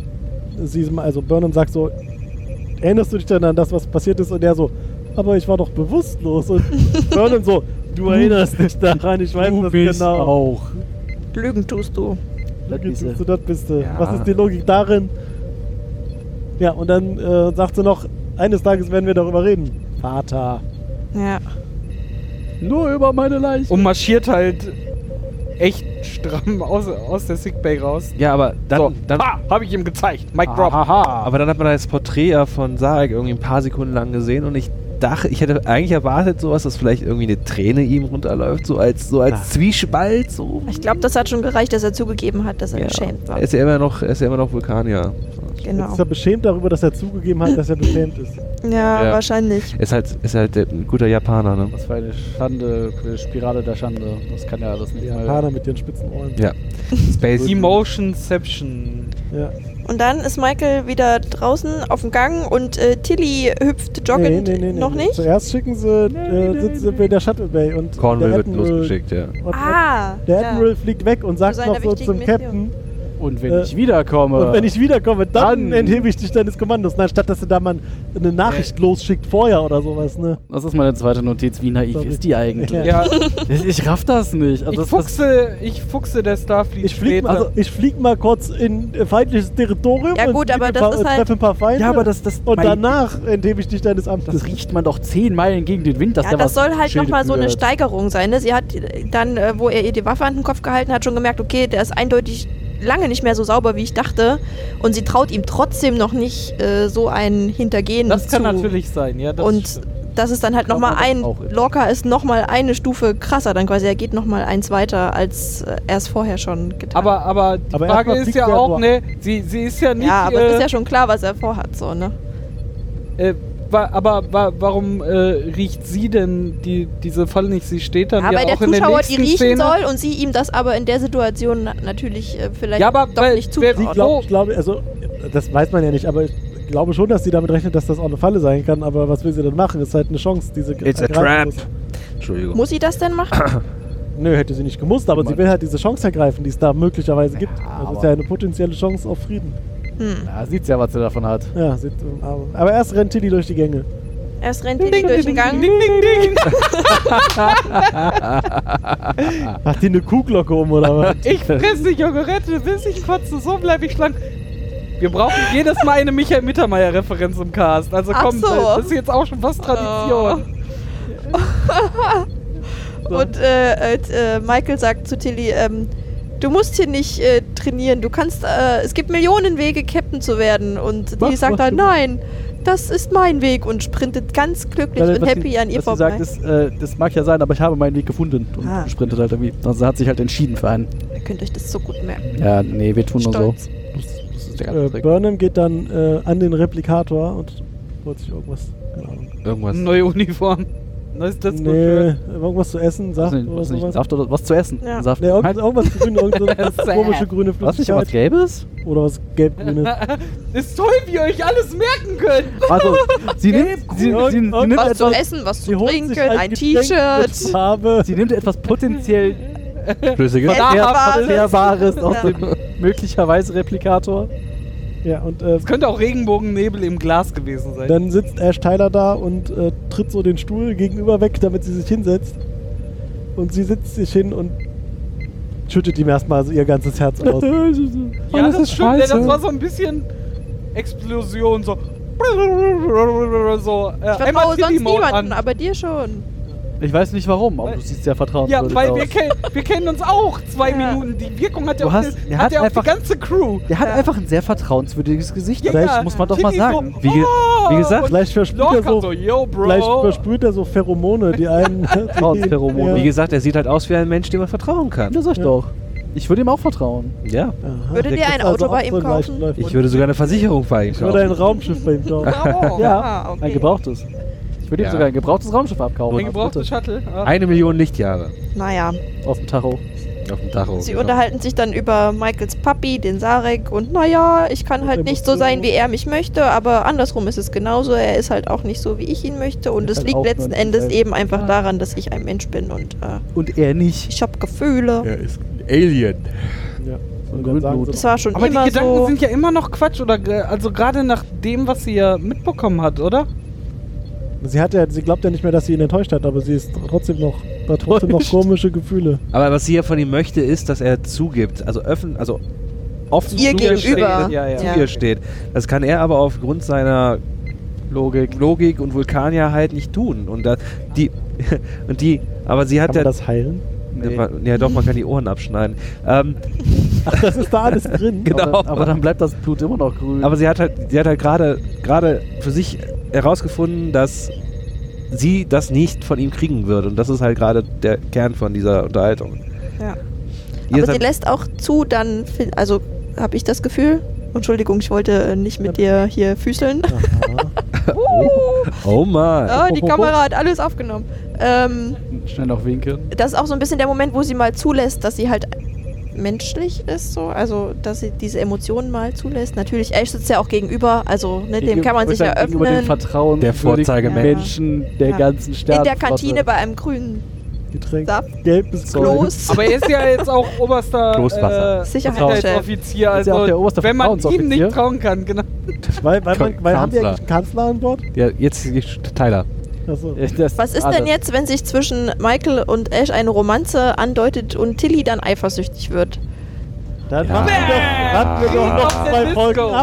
sie, also Burnham sagt so, erinnerst du dich denn an das, was passiert ist? Und er so, aber ich war doch bewusstlos. Und Burnham so, du erinnerst dich daran, ich weiß das genau.
auch.
Lügen tust du.
Du
Das
bist
diese-
du, das bist du.
Ja.
Was ist die Logik darin? Ja, und dann äh, sagt sie noch, eines Tages werden wir darüber reden. Vater.
Ja.
Nur über meine Leiche.
und marschiert halt echt stramm aus, aus der Sickbay raus.
Ja, aber dann,
so,
dann,
ha, habe ich ihm gezeigt. Mike Drop.
aber dann hat man das Porträt ja von Sarek irgendwie ein paar Sekunden lang gesehen und ich dachte, ich hätte eigentlich erwartet sowas, dass vielleicht irgendwie eine Träne ihm runterläuft, so als, so als Zwiespalt, so.
Ich glaube, das hat schon gereicht, dass er zugegeben hat, dass er
Ja.
beschämt war.
Er ist ja immer noch, er ist ja immer noch Vulkanier.
Jetzt
Genau.
ist er beschämt darüber, dass er zugegeben hat, dass er beschämt ist.
Ja,
Ja.
wahrscheinlich.
Ist halt, ist halt äh, ein guter Japaner, ne?
Oh, Was für eine Schande, eine Spirale der Schande. Das kann ja alles nicht
Die
mehr.
Japaner mit ihren spitzen Ohren.
Ja.
(laughs)
Space.
Emotionception.
Ja.
Und dann ist Michael wieder draußen auf dem Gang und äh, Tilly hüpft joggend noch nicht.
Zuerst schicken sie, äh, sitzen wir in der Shuttle Bay und
Cornwall
der äh,
wird
Admiral-
losgeschickt, ja.
Und
Ah,
der
ja.
Admiral fliegt weg und sagt
seiner
noch so
wichtigen
zum Captain,
Und wenn
Äh,
ich wiederkomme.
und wenn ich wiederkomme, dann,
Dann-
enthebe ich dich deines Kommandos. Nein, statt dass du da mal eine Nachricht losschickt vorher oder sowas, ne?
das ist meine zweite Notiz. Wie naiv
Sorry.
ist die eigentlich?
Ja,
Also
Das- Ich raff das nicht. Also das,
ich
das,
fuchse, ich fuchse der Starfleet
Ich flieg,
später.
also, ich flieg mal kurz in äh, feindliches Territorium
Ja,
und
gut,
flieg
aber
ein
das
paar,
ist
und
halt-
treffe ein paar Feinde
Ja, aber das- das-
und
mein-
danach enthebe ich dich deines Amtes.
das riecht man doch zehn Meilen gegen den Wind. Dass
Ja,
der
das
was
soll halt
Schilde
nochmal so eine
führt.
Steigerung sein. Ne? Sie hat äh, dann, äh, wo er ihr die Waffe an den Kopf gehalten hat, schon gemerkt, okay, der ist eindeutig lange nicht mehr so sauber, wie ich dachte. Und sie traut ihm trotzdem noch nicht äh, so ein Hintergehen
das
zu.
kann natürlich sein, ja. Das
Und
stimmt.
das ist dann halt
Glaub
nochmal
man das
ein,
auch irgendwie.
Lorca ist nochmal eine Stufe krasser dann quasi. Er geht nochmal eins weiter, als äh, er es vorher schon getan hat.
aber, aber die
Aber
Frage
erstmal
ist
fliegt
ja
sie ja
auch,
nur-
ne, sie, sie ist ja nicht.
Ja, aber
äh,
es ist ja schon klar, was er vorhat, so, ne?
äh, wa aber wa warum äh, riecht sie denn die, diese Falle nicht? Sie steht dann
Ja,
ja,
weil
auch
der
in der
Zuschauer die
nächsten
riechen
Szene.
soll und sie ihm das aber in der Situation na- natürlich äh, vielleicht
Ja, aber
doch
weil-
nicht
wer-
zutraut.
Ordnung.
glaub, ich glaube, also äh, das weiß man ja nicht, aber ich glaube schon, dass sie damit rechnet, dass das auch eine Falle sein kann. Aber was will sie denn machen? Ist halt eine Chance, diese
It's a
ergreifen
trap.
muss.
Entschuldigung.
Muss sie das denn machen?
Nö, hätte sie nicht gemusst, aber sie will halt diese Chance ergreifen, die es da möglicherweise gibt.
Ja,
Also ist
aber-
ja eine potenzielle Chance auf Frieden.
Hm.
Ja, sieht's ja, was er davon hat.
Ja, sie, ähm, aber- aber erst rennt Tilly durch die Gänge.
Erst
Oh,
rennt Tilly durch den Gang.
(laughs)
Macht die eine Kuhglocke um oder was?
Ich fress dich, Jogurette, bis ich kotze, so bleib ich schlank. Wir brauchen jedes Mal eine Michael Mittermeier-Referenz im Cast. Also
Ach
komm,
so.
halt
Oh.
das ist jetzt auch schon fast Tradition.
Und äh, äh, t- äh, Michael sagt zu Tilly, ähm, du musst hier nicht äh, trainieren, du kannst, äh, es gibt Millionen Wege, Captain zu werden. Und Tilly
Mach,
sagt
mach
halt,
du.
nein, das ist mein Weg und sprintet ganz glücklich
Weil,
und
was
happy
sie,
an ihr
was sie
vorbei.
sagt, ist, äh, das mag ja sein, aber ich habe meinen Weg gefunden und
Ah.
sprintet halt irgendwie. Also sie hat sich halt entschieden für einen.
Ihr könnt euch das so gut merken.
Ja, nee, wir tun nur
Stolz.
so. Das, das ist der ganze
Äh,
Trick.
Burnham geht dann äh, an den Replikator und holt sich irgendwas. Keine Ahnung.
Irgendwas.
Neue Uniform. Neues
Nee,
Disco-Shirt.
irgendwas zu essen,
Was
Saft
nicht,
oder
was nicht,
sowas.
Saft oder was zu essen?
Ja.
Saft.
Nee, irgend,
Halt,
irgendwas grün, irgendwas komische grüne
was nicht, was
Flüssigkeit.
Gelbes?
Oder was gelb-grünes.
(laughs)
Ist toll, wie ihr euch alles merken könnt.
Also, sie nimmt, sie, sie, sie,
Irgendwas
nimmt
Was zu
etwas,
essen, was zu
Sie holt sich
halt
trinken, ein
Getränk mit
T-Shirt.
Farbe.
sie nimmt etwas potenziell
Flüssiges.
Verdammt.
ver-
Essbares.
verzehrbares aus
(laughs) Ja.
dem möglicherweise Replikator.
Ja, und äh,
Es könnte auch Regenbogennebel im Glas gewesen sein.
dann sitzt Ash Tyler da und äh, tritt so den Stuhl gegenüber weg, damit sie sich hinsetzt. Und sie sitzt sich hin und schüttet ihm erstmal so ihr ganzes
(laughs)
Herz aus.
ja, das, ist stimmt. ne,
scheiße.
Das war so ein bisschen Explosion, so. so äh,
Ich vertraue sonst
Tilly-Mode
niemanden,
an.
aber dir schon.
Ich weiß nicht warum, aber du siehst ja vertrauenswürdig
Ja, weil
aus.
wir, ken wir kennen uns auch. Zwei Minuten. Die Wirkung hat ja
Du
auch,
hast-
das-
der
hat
hat
ja auch die
einfach-
ganze Crew.
Der hat einfach ein sehr vertrauenswürdiges Gesicht.
Ja,
Vielleicht
ja.
muss man doch mal
Tilly so,
sagen. Wie, ge-
oh,
wie gesagt,
Vielleicht versprüht, er
Lorca
so,
so, yo, Bro.
vielleicht versprüht er so Pheromone, die
(laughs)
einen. (laughs)
Vertrauenspheromone.
Wie
Ja.
gesagt, er sieht halt aus wie ein Mensch, dem man vertrauen kann.
das sag ich
Ja.
doch. Ich würde ihm auch vertrauen.
Ja.
Aha.
Würdet
der
ihr
kriegt
ein
Also
Auto
auch
bei
so
ihm
ein
kaufen?
Leichtläufer.
Ich würde sogar eine Versicherung bei ihm
Ich würde ein
kaufen.
Raumschiff bei ihm kaufen.
(laughs)
Bravo.
Ja. Ah, okay.
Ein gebrauchtes. Ich würde ihm
Ja.
sogar ein gebrauchtes Raumschiff abkaufen.
Ein gebrauchtes
Bitte.
Shuttle. Ah.
Eine Million Lichtjahre
Naja,
Auf dem Tacho.
auf dem Tacho.
sie
genau.
unterhalten sich dann über Michaels Papi, den Sarek und naja, ich kann
Und
halt
der
nicht
muss
so
so-
sein, wie er mich möchte, aber andersrum ist es genauso. Er ist halt auch nicht so, wie ich ihn möchte und
Ist
es
halt
liegt
auch
letzten
nur ein
Endes
Mensch.
eben einfach daran, dass ich ein Mensch bin und äh,
Und er nicht.
ich habe Gefühle.
Er ist ein Alien.
Ja. Und dann
Grünblut.
sagen
Das
sie,
war schon
Aber die
immer
Gedanken
so.
sind ja immer noch Quatsch, oder? ge- Also gerade nach dem, was sie ja mitbekommen hat, oder?
sie, hat ja, sie glaubt ja nicht mehr, dass sie ihn enttäuscht hat, aber sie ist trotzdem noch, hat trotzdem noch komische Gefühle.
Aber was sie ja von ihm möchte, ist, dass er zugibt. Also öffnen, also offen
Ihr
zu
gegenüber.
Steht,
Ja, ja.
zu ihr steht. Das kann er aber aufgrund seiner Logik, Logik und Vulkanierheit nicht tun. Und da, die, (laughs) und die, aber sie hat
Kann
ja.
man das heilen?
Nee. man- Ja, doch, man kann die Ohren abschneiden. Ähm,
Ach, das ist da alles (laughs) drin.
Genau.
Aber, aber dann bleibt das Blut immer noch grün.
aber sie hat halt, sie hat halt gerade, gerade für sich herausgefunden, dass sie das nicht von ihm kriegen wird. Und das ist halt gerade der Kern von dieser Unterhaltung.
Ja.
Ihr
Aber sie
seid-
lässt auch zu, dann, fin- also habe ich das Gefühl. Entschuldigung, ich wollte äh, nicht mit dir hier füßeln.
Aha.
(laughs)
oh mein.
Ah, die
Ho, ho, ho.
Kamera hat alles aufgenommen. Ähm,
Schnell noch winken.
das ist auch so ein bisschen der Moment, wo sie mal zulässt, dass sie halt menschlich ist, so, also dass sie diese Emotionen mal zulässt. Natürlich, Ash sitzt ja auch gegenüber, also ne, dem kann man sich ja
Gegenüber dem
öffnen.
Vertrauen
Der Vorzeigemensch.
Menschen der
Ja.
ganzen Sterne.
In der
(laughs)
Kantine bei einem grünen
Getränk.
Saft.
Gelbes Zeug.
Kloß.
Aber er ist ja
(laughs)
jetzt auch oberster
Kloßwasser.
äh,
Sicherheitschef.
Sicherheitsoffizier.
Ist ja auch
Also,
der oberste
wenn man ihm
Vertrauensoffizier.
nicht trauen kann, genau.
Weil, weil, man, weil haben die
Kanzler.
eigentlich einen Kanzler an Bord?
Ja, jetzt Tyler.
Achso.
Was ist denn jetzt, wenn sich zwischen Michael und Ash eine Romanze andeutet und Tilly dann eifersüchtig wird?
Dann
Ja.
warten wir doch, warten wir doch noch zwei
Disco.
Folgen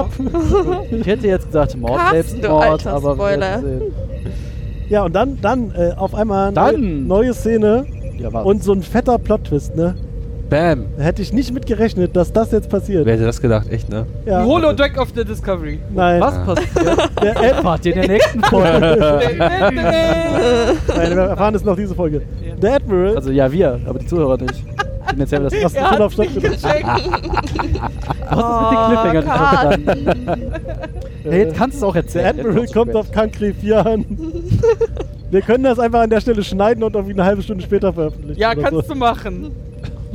ab.
Ich hätte jetzt gesagt Mord,
Carsten, du
Selbstmord,
alter
aber wir
Spoiler.
werden
Ja, und dann, dann äh, auf einmal
Dann.
Neue, neue Szene
sehen. Ja, war
und so ein fetter Plot-Twist, ne?
Bam.
Da hätte ich nicht mit gerechnet, dass das jetzt passiert.
Wer hätte das gedacht? Echt, ne?
Ja.
Holodeck of the Discovery.
Nein.
was passiert?
Der
(laughs)
Ed,
Wart ihr in der nächsten Folge?
nein, wir erfahren es noch diese Folge. Der Admiral
also ja, wir, aber die Zuhörer nicht. Den erzählen wir das
Das
erst.
ist
Er
schon auf
hat's
Stopp
nicht
gedacht.
gecheckt.
Was ist
Oh,
mit den
(laughs)
Cliffhangern?
Carsten.
Nee, jetzt kannst du es auch erzählen.
Der Admiral
Jetzt
kommt auf Kankri 4 an. Wir können das einfach an der Stelle schneiden und irgendwie eine halbe Stunde später veröffentlichen.
Ja,
oder
kannst
so.
du machen.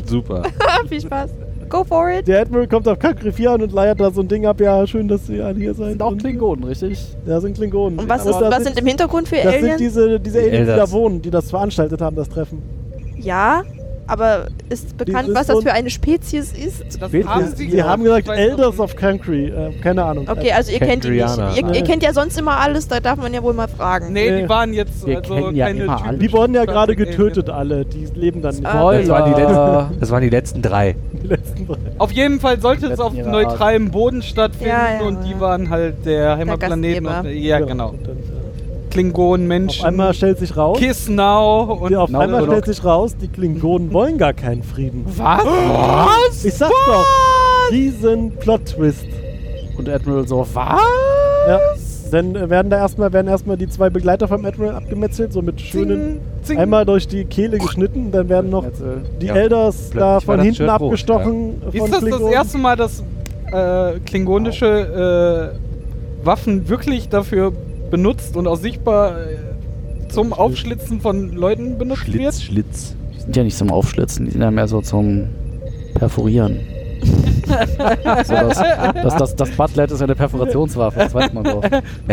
Super.
(laughs) Viel Spaß. Go for it.
Der Admiral kommt auf Kankri 4 an und leiert da so ein Ding ab. Ja, schön, dass ihr alle hier seid.
sind auch
Und-
Klingonen, richtig?
Ja, sind Klingonen.
Und was,
Aber
ist,
das
was sind im Hintergrund für
Das sind
Aliens?
diese, diese
Die
Aliens, die da
Elders.
wohnen, die das veranstaltet haben, das Treffen.
Ja, aber ist bekannt,
Dieses
was das
und-
für eine Spezies ist?
Das
Wen-
haben
Sie-
sie
Sie haben gesagt,
Ich weiß auch
Elders
nicht.
of Kankri. Äh, keine Ahnung.
Okay, also ihr kennt die nicht.
Kendriana.
Ihr, ihr kennt ja sonst immer alles, da darf man ja wohl mal fragen.
Nee,
Nee.
die waren jetzt
Wir
also
kennen ja
keine
immer
Typen.
alle.
die wurden ja gerade getötet, alle. Die leben dann nicht.
Ah.
Das waren, die letzten, das waren die letzten drei.
Die letzten drei.
Auf jeden Fall sollte es auf
Letzten Jahr.
neutralem Boden stattfinden
Ja, ja,
und
ja.
die waren halt der Heimatplaneten.
Gastgeber.
und- ja, genau.
Und dann, äh,
Klingonen, Menschen.
Auf einmal stellt sich raus.
Kiss Now und
Ja, auf
Genau,
einmal
genau.
stellt sich raus, die Klingonen wollen gar keinen Frieden.
Was?
Ich sag's doch, riesen Plot-Twist.
Und Admiral so, was?
Ja. Dann äh, werden da erstmal, werden erstmal die zwei Begleiter vom Admiral abgemetzelt, so mit schönen.
zing.
Einmal durch die Kehle geschnitten, dann werden noch die
Ja.
Elders da
Plötzlich war
von
das
hinten
Schild rot,
abgestochen. Von
Ist das das
Klingonen.
erste Mal, dass äh, klingonische äh, Waffen wirklich dafür benutzt und auch sichtbar äh, zum Aufschlitzen von Leuten benutzt
Schlitz,
wird?
Schlitz.
Die sind ja nicht zum Aufschlitzen, die sind ja mehr so zum Perforieren. so, das, das, das, das Buttlet ist eine Perforationswaffe, das
(laughs)
weiß man doch.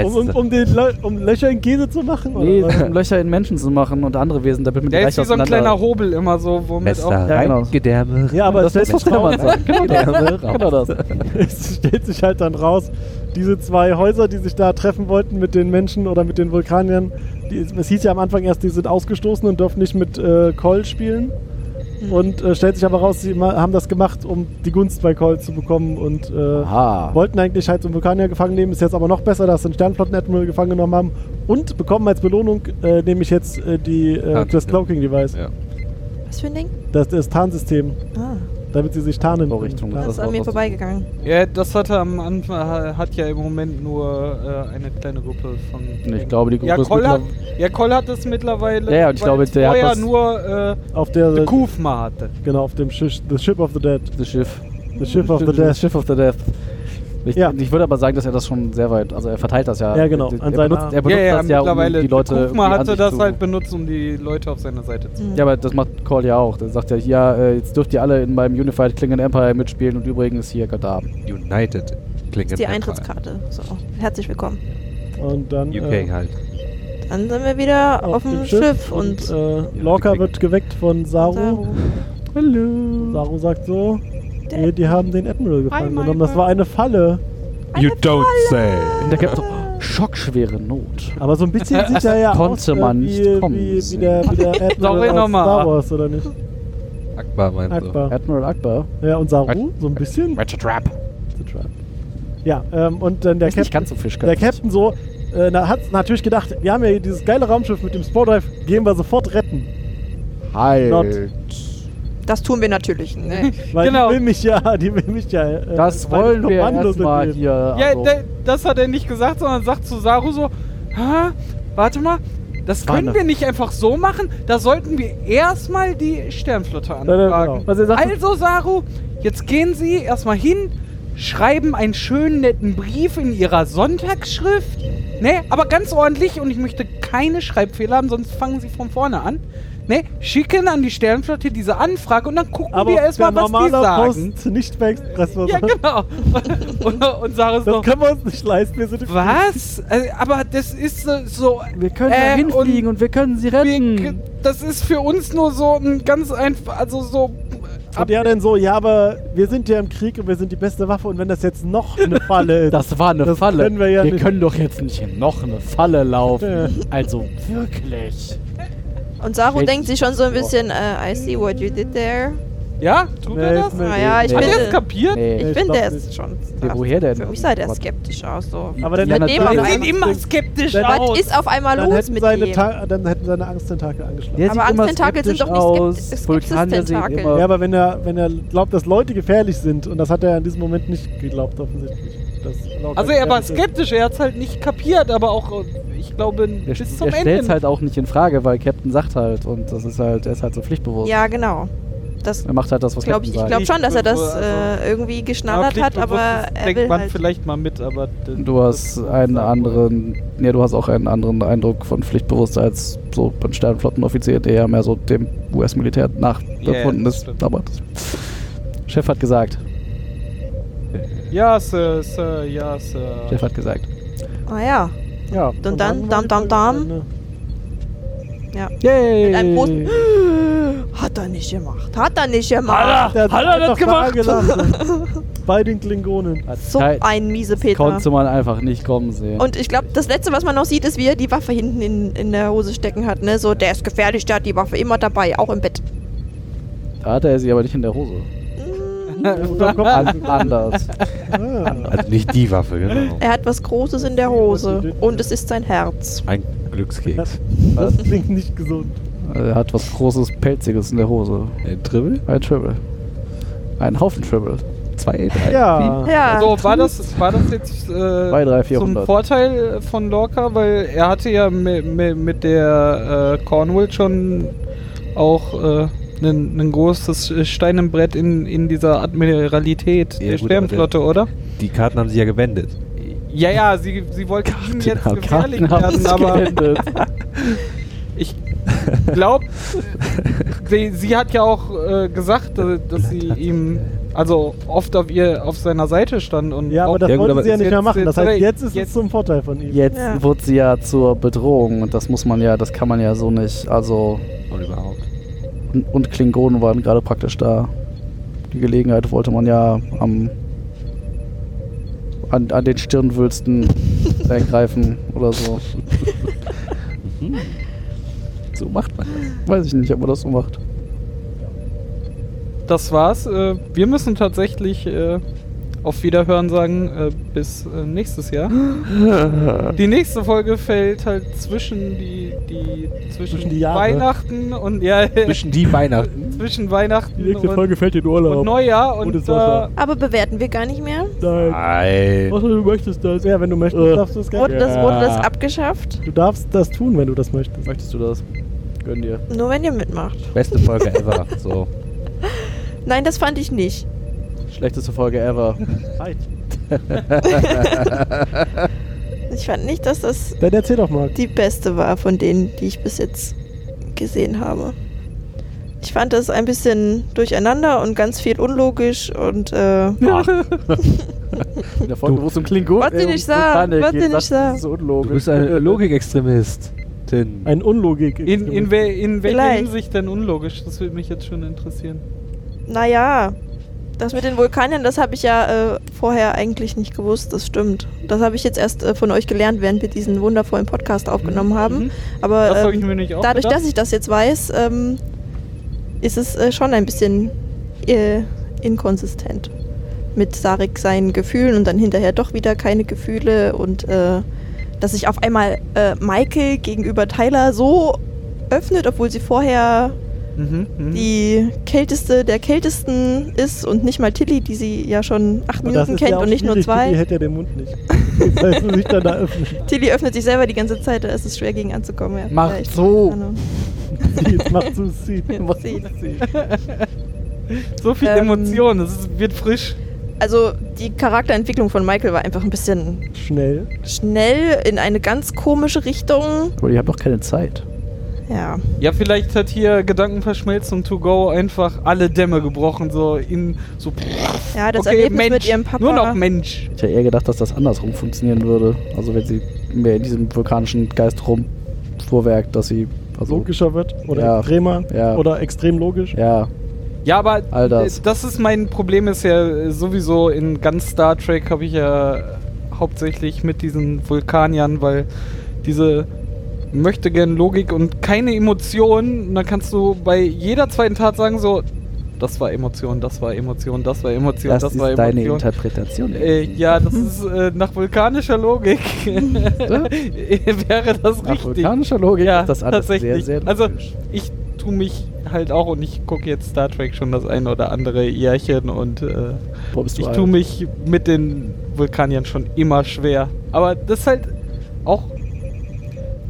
Um, um, um, den Lö um Löcher in Käse zu machen?
Nee,
oder?
um Löcher in Menschen zu machen und andere Wesen, damit man die
Der
leicht
ist wie so ein kleiner
auseinander...
Hobel immer so, womit
Messer
auch.
ja,
Ja, genau.
reingedärme.
Ja, aber es
das
stellt,
muss
sich
man
raus,
sagen. Genau das. genau das.
(laughs) es stellt sich halt dann raus, diese zwei Häuser, die sich da treffen wollten mit den Menschen oder mit den Vulkaniern, die, es hieß ja am Anfang erst, die sind ausgestoßen und dürfen nicht mit äh, Call spielen. Und äh, stellt sich aber raus, sie ma- haben das gemacht, um die Gunst bei Call zu bekommen und äh,
Ah.
wollten eigentlich halt so einen Vulkanier gefangen nehmen. Ist jetzt aber noch besser, dass sie einen Sternflotten-Admiral gefangen genommen haben und bekommen als Belohnung äh, nämlich jetzt äh, die, äh,
Tarnsystem.
das Cloaking-Device.
Ja.
Was für ein Ding?
Das, das Tarnsystem,
Ah,
damit sie sich tarnen.
Oh,
können.
Richtung.
das
Das
ist an
war
mir
was-
vorbeigegangen.
Ja, das hat er am Anfang, hat ja im Moment nur äh, eine kleine Gruppe von.
Ich glaube, die Gruppe
ja,
ist
Koll hat,
mittlerweile-
ja, Koll hat das mittlerweile.
Ja, ja, und ich
weil
glaube, der hat
vorher
das- Also-
nur äh,
Auf der
The Kufma hatte.
Genau, auf dem Schiff, The Ship of the Dead.
Das Schiff.
The Ship of the
Das
Dead.
Schiff of the Death. Ich,
Ja.
ich würde aber sagen, dass er das schon sehr weit, also er verteilt das ja.
Ja, genau,
Er,
an
er
seinen
benutzt, er
Ja,
benutzt
ja,
das ja, um
mittlerweile.
die Leute
Kufma
irgendwie an
hatte
sich
das
zu,
halt benutzt, um die Leute auf seiner Seite
Hm.
zu.
Ja, aber das macht Call ja auch. Der sagt ja, hier, äh, jetzt dürft ihr alle in meinem Unified Klingon Empire mitspielen und übrigens hier Gaddafi.
United klingen.
ist die Eintrittskarte. So, herzlich willkommen.
Und dann
UK
äh,
halt.
Dann sind wir wieder auf, dem Schiff, und,
äh, Lorca wird geweckt von Saru.
Saru.
Hallo.
Saru sagt so,
Der-
nee, die haben den Admiral gefangen
mein
genommen. Das
Gott.
war eine Falle.
You don't say.
Und der gibt so
Ah.
schockschwere Not.
Aber so ein
(laughs)
bisschen sieht er ja
Konnte
aus, äh,
man
wie,
nicht kommen
wie, wie
sehen.
der, wie
(laughs)
der
Sorry,
Admiral aus
nochmal.
Star Wars, oder nicht?
Akbar meint
Also,
so.
Akbar.
Admiral Akbar.
Ja, und Saru, so ein bisschen.
Ratchet Trap.
Ja, ähm, und dann der
Ist nicht
Captain,
ganz so
der
fischköpfig.
Captain so, äh, na, hat natürlich gedacht, wir haben ja hier dieses geile Raumschiff mit dem Spore-Dive, gehen wir sofort retten.
Halt.
Das tun wir natürlich. Ne?
Weil
Genau.
die will mich ja, die will mich ja. Äh,
Das
meine
wollen wir
Kommandos
erstmal
entnehmen.
hier.
Ja,
also.
der, das hat er nicht gesagt, sondern sagt zu Saru so, Hä? warte mal, das können
Weine.
wir nicht einfach so machen, da sollten wir erstmal die Sternflotte
Ja, ja,
anfragen.
genau.
Was er sagt,
Also Saru, jetzt gehen Sie erstmal hin, schreiben einen schönen netten Brief in Ihrer Sonntagsschrift, ne, aber ganz ordentlich und ich möchte keine Schreibfehler haben, sonst fangen Sie von vorne an. Ne, schicken an die Sternflotte diese Anfrage und dann gucken
Aber
wir erstmal,
per
was die
normaler
sagen.
Post nicht bei Express.
Ja, genau. (laughs) und, und Saru so,
Das können wir uns nicht leisten. Wir sind
was? Also, aber das ist so. so
wir können
äh,
da hinfliegen Ähm, und, wir können sie
wir,
retten.
das ist für uns nur so ein ganz einfach. Also so.
Und der dann so, ja, aber wir sind ja im Krieg und wir sind die beste Waffe und wenn das jetzt noch eine
(laughs)
Falle ist.
Das war eine
Das
Falle.
können wir ja nicht.
können doch jetzt nicht in noch eine Falle laufen. Also wirklich.
(laughs) Und Saru
Stellt
denkt
sich
sich schon so ein
vor.
bisschen, äh, I see what you did there.
Ja, tut
Nee,
er das? Ah,
nee.
Naja, ich
nee.
Hat er das
finde,
kapiert?
Nee.
ich
ich
finde,
glaub
der ist
nicht.
schon.
Ja, woher denn?
Für mich sah der skeptisch aus. So.
aber dann
Ja,
Mit dem auf
natürlich.
Sieht
einmal.
immer skeptisch
Was
aus.
ist auf einmal
dann,
los
hätten
mit
seine
dem?
Ta dann hätten seine Angsttentakel angeschlagen.
Der
Aber
sieht immer
Angsttentakel sind
skeptisch
doch nicht
aus.
skeptisch- skeptisch-
Vulkanier sehen
Tentakel.
immer.
Ja, aber wenn er, wenn er glaubt, dass Leute gefährlich sind, und das hat er in diesem Moment nicht geglaubt, offensichtlich. dass Lorca
also er war
gefährlich ist.
skeptisch, er hat es halt nicht kapiert, aber auch, äh, ich glaube,
er
bis zum
er stellt
Ende.
es halt auch nicht in Frage, weil Captain sagt halt und das ist halt, er ist halt so pflichtbewusst.
Ja, genau. Das
Er macht halt das, was
glaube ich.
Captain
Ich glaube
sagt.
schon, dass er das
Also-
äh, irgendwie
Ja,
geschnallert hat,
Pflichtbewusst
aber
ist-
er
denkt
will
man
halt.
vielleicht mal mit, aber d-
Du hast
das-
einen anderen, ja, du hast auch einen anderen Eindruck von Pflichtbewusstsein als so ein Sternflottenoffizier, der ja mehr so dem US-Militär nachbefunden
Ja, das
ist.
stimmt.
Aber das Chef hat gesagt.
Ja, Sir, Sir, ja, Sir.
Chef hat gesagt.
Ah ja.
Ja.
Dun, dun, dun, dun,
halt
dun.
Yay!
Mit einem großen. (gasps) Hat er nicht gemacht. Hat er nicht gemacht.
Der
Hat er das
einfach
gemacht?
gelassen. Bei den Klingonen.
So
Kein-
ein miese Peter.
Konnte man einfach nicht kommen sehen.
Und ich glaube, das Letzte, was man noch sieht, ist, wie er die Waffe hinten in, in der Hose stecken hat. Ne? So, der ist gefährlich, der hat die Waffe immer dabei, auch im Bett.
da hatte er sie aber nicht in der Hose.
Unterm Kopf.
(laughs)
An anders.
Ah.
Also nicht die Waffe, genau.
Er hat was Großes in der Hose und es ist sein Herz.
Ein Glückskeks.
Das klingt nicht gesund.
Äh, Er hat was Großes, Pelziges in der Hose.
Ein Dribble?
Ein Tribble. Ein Haufen Tribble.
Zwei, drei.
Ja.
Ja.
So, Also war das, war das jetzt äh,
Zwei, drei,
zum
400.
Vorteil äh, von Lorca? Weil er hatte ja mit, mit der äh, Cornwall schon auch ein äh, großes äh, Stein im Brett in, in dieser Admiralität
Ja,
der
gut, aber
Sternflotte, oder?
Die Karten haben sie ja gewendet.
Ja, ja, sie, sie wollte ihm jetzt
haben-
gefährlich
Karten
werden,
haben's
aber
geändert.
ich glaube, sie, sie hat ja auch äh, gesagt, äh, dass sie ihm also oft auf ihr auf seiner Seite stand und
Ja,
auch
aber das
Ja, gut,
wollten
aber
sie ja
jetzt-
nicht mehr machen. Das
jetzt-
heißt, jetzt ist es
jetzt-
zum Vorteil von ihm.
Jetzt
Ja.
wird sie ja zur Bedrohung und das muss man ja, das kann man ja so nicht. Also
Und überhaupt.
und, und Klingonen waren gerade praktisch da. Die Gelegenheit wollte man ja am an, an den Stirnwülsten ergreifen oder so.
So macht man das.
Weiß ich nicht, ob man das so macht.
das war's. Äh, wir müssen tatsächlich äh, auf Wiederhören sagen, äh, bis äh, nächstes
(laughs)
Jahr. Die nächste Folge fällt halt zwischen die, die zwischen,
Zwischen die Jahre.
Weihnachten und ja (laughs)
Zwischen die Weihnachten.
zwischen Weihnachten
Die nächste
und,
Folge fällt in
und
Urlaub.
Neujahr und
Gutes
äh,
Wasser.
Aber bewerten wir gar nicht mehr?
Nein.
Nein.
Außer du möchtest das. Ja, wenn du möchtest,
Äh.
darfst du es gerne.
Wurde, das, wurde das abgeschafft?
Du darfst das tun, wenn du das möchtest.
Möchtest du das? Gönn dir.
Nur wenn ihr mitmacht.
Beste Folge ever. So.
Nein, das fand ich nicht.
Schlechteste Folge ever.
Zeit.
Ich fand nicht, dass das
Dann erzähl doch mal.
die beste war von denen, die ich bis jetzt gesehen habe. Ich fand das ein bisschen durcheinander und ganz viel unlogisch und äh,
In der Folge, wo es um Klingonen
Was sie
äh, um
nicht sagen,
Vulkanik
was
geht,
sie nicht
das
sagen.
ist so unlogisch.
Du bist ein Logikextremist. Tin.
Ein Unlogik.
äh, in, in, wel, in welcher
Vielleicht.
Hinsicht denn unlogisch? Das würde mich jetzt schon interessieren.
naja, das mit den Vulkanen, das habe ich ja äh, vorher eigentlich nicht gewusst, das stimmt. Das habe ich jetzt erst äh, von euch gelernt, während wir diesen wundervollen Podcast aufgenommen haben.
Mhm.
Aber
Das hab
ähm,
ich mir nicht auch
dadurch,
gedacht.
dass ich das jetzt weiß, ähm, ist es äh, schon ein bisschen äh, inkonsistent mit Sarek seinen Gefühlen und dann hinterher doch wieder keine Gefühle und äh, dass sich auf einmal äh, Michael gegenüber Tyler so öffnet, obwohl sie vorher
Mhm, mhm.
die kälteste der kältesten ist und nicht mal Tilly, die sie ja schon acht
Aber das
Minuten
ist
kennt
ja auch
und nicht nur
schwierig, Die
zwei.
hält ja den Mund nicht. (laughs) Das heißt, sie sich dann da öffnen. (laughs)
Tilly öffnet sich selber die ganze Zeit, da ist es schwer gegen anzukommen. Ja,
Mach
vielleicht.
so.
(laughs)
Keine Ahnung.
Sie jetzt macht zu sie.
(laughs) Ja, sie.
so viel
ähm,
Emotion, es ist- wird frisch.
Also die Charakterentwicklung von Michael war einfach ein bisschen
Schnell.
schnell in eine ganz komische Richtung.
Aber die haben doch keine Zeit.
Ja.
Ja, vielleicht hat hier Gedankenverschmelzung to go einfach alle Dämme gebrochen, so in so pff,
Ja, das Erlebnis mit ihrem Papa.
Nur noch Mensch.
Ich hätte eher gedacht, dass das andersrum funktionieren würde. Also wenn sie mehr in diesem vulkanischen Geist rumfuhrwerkt, dass sie... Also,
Logischer wird. Oder
Ja.
extremer.
Ja.
Oder extrem logisch.
Ja,
Ja, aber
All das.
äh, das ist mein Problem ist ja äh, sowieso in ganz Star Trek habe ich ja hauptsächlich mit diesen Vulkaniern, weil diese möchte gern Logik und keine Emotionen, und dann kannst du bei jeder zweiten Tat sagen so das war Emotion, das war Emotion, das war Emotion, das,
das,
war
ist deine
Emotion.
Interpretation.
Äh, ja, das ist äh, nach vulkanischer Logik (laughs)
(laughs)
wäre das
Nach
richtig.
vulkanischer Logik
ja,
ist das alles sehr,
tatsächlich.
sehr
also
logisch.
ich tue mich halt auch und ich gucke jetzt Star Trek schon das ein oder andere Jährchen und äh,
Boah, bist du
ich
alt.
tue mich mit den Vulkaniern schon immer schwer. Aber das ist halt auch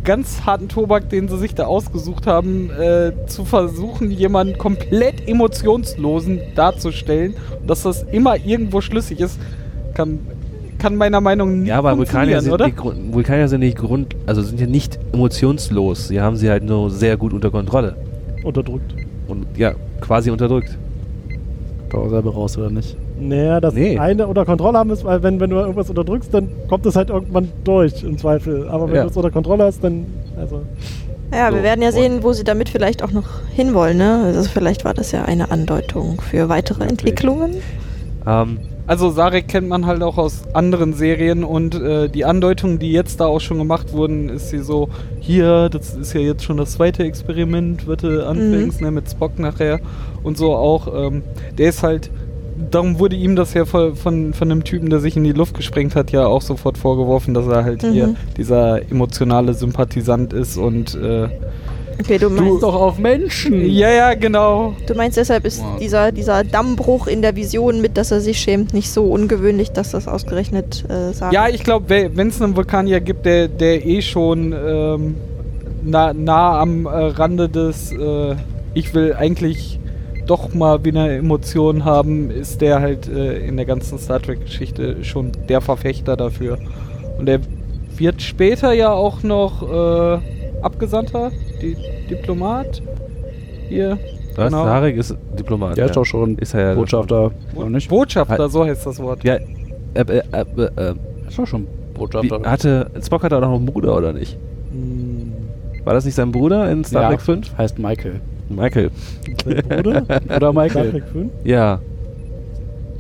ganz harten Tobak, den sie sich da ausgesucht haben, äh, zu versuchen, jemanden komplett emotionslosen darzustellen, dass das immer irgendwo schlüssig ist, kann, kann meiner Meinung nach nicht
Ja, aber Vulkanier
funktionieren,
sind,
oder?
nicht Grund, Vulkanier sind nicht Grund, also sind ja nicht emotionslos. Sie haben sie halt nur sehr gut unter Kontrolle
Unterdrückt.
und ja, quasi unterdrückt.
Bau selber raus, oder nicht?
Naja, das
Nee.
eine unter Kontrolle haben ist, weil wenn, wenn du irgendwas unterdrückst, dann kommt es halt irgendwann durch, im Zweifel. Aber wenn
Ja.
du es unter Kontrolle hast, dann. Also,
Ja,
So,
wir werden ja
und-
sehen, wo sie damit vielleicht auch noch hinwollen. Ne? Also vielleicht war das ja eine Andeutung für weitere
Möglich.
Entwicklungen.
Ähm,
Also Sarek kennt man halt auch aus anderen Serien und äh, die Andeutungen, die jetzt da auch schon gemacht wurden, ist sie so, hier, das ist ja jetzt schon das zweite Experiment, was du anfängst, ne, mit Spock nachher und so auch, ähm, der ist halt, darum wurde ihm das ja von, von, von einem Typen, der sich in die Luft gesprengt hat, ja auch sofort vorgeworfen, dass er halt
Mhm.
hier dieser emotionale Sympathisant ist und äh,
Okay, du
Du
meinst,
doch auf
Mhm.
Menschen.
Ja, ja, genau.
du meinst deshalb ist dieser, dieser Dammbruch in der Vision mit, dass er sich schämt, nicht so ungewöhnlich, dass das ausgerechnet äh, sagt.
Ja, ich glaube, wenn es einen Vulkanier gibt, der, der eh schon ähm, nah, nah am äh, Rande des, äh, ich will eigentlich doch mal wieder Emotionen haben, ist der halt äh, in der ganzen Star Trek-Geschichte schon der Verfechter dafür. Und er wird später ja auch noch äh, Abgesandter, Di Diplomat. Hier.
Was?
Genau.
Tarek ist Diplomat.
Der ist doch schon
Ist er ja-
Botschafter. Oder nicht?
Botschafter, so heißt das Wort.
Halt. Ja, äh, äh, äh, äh,
Ist doch schon
wie,
Botschafter.
hatte, Spock hatte auch noch einen Bruder, oder nicht?
Hm,
War das nicht sein Bruder in Star Trek 5?
Heißt Michael.
Michael.
sein Bruder?
Oder
Star
Michael.
Trek 5?
Ja,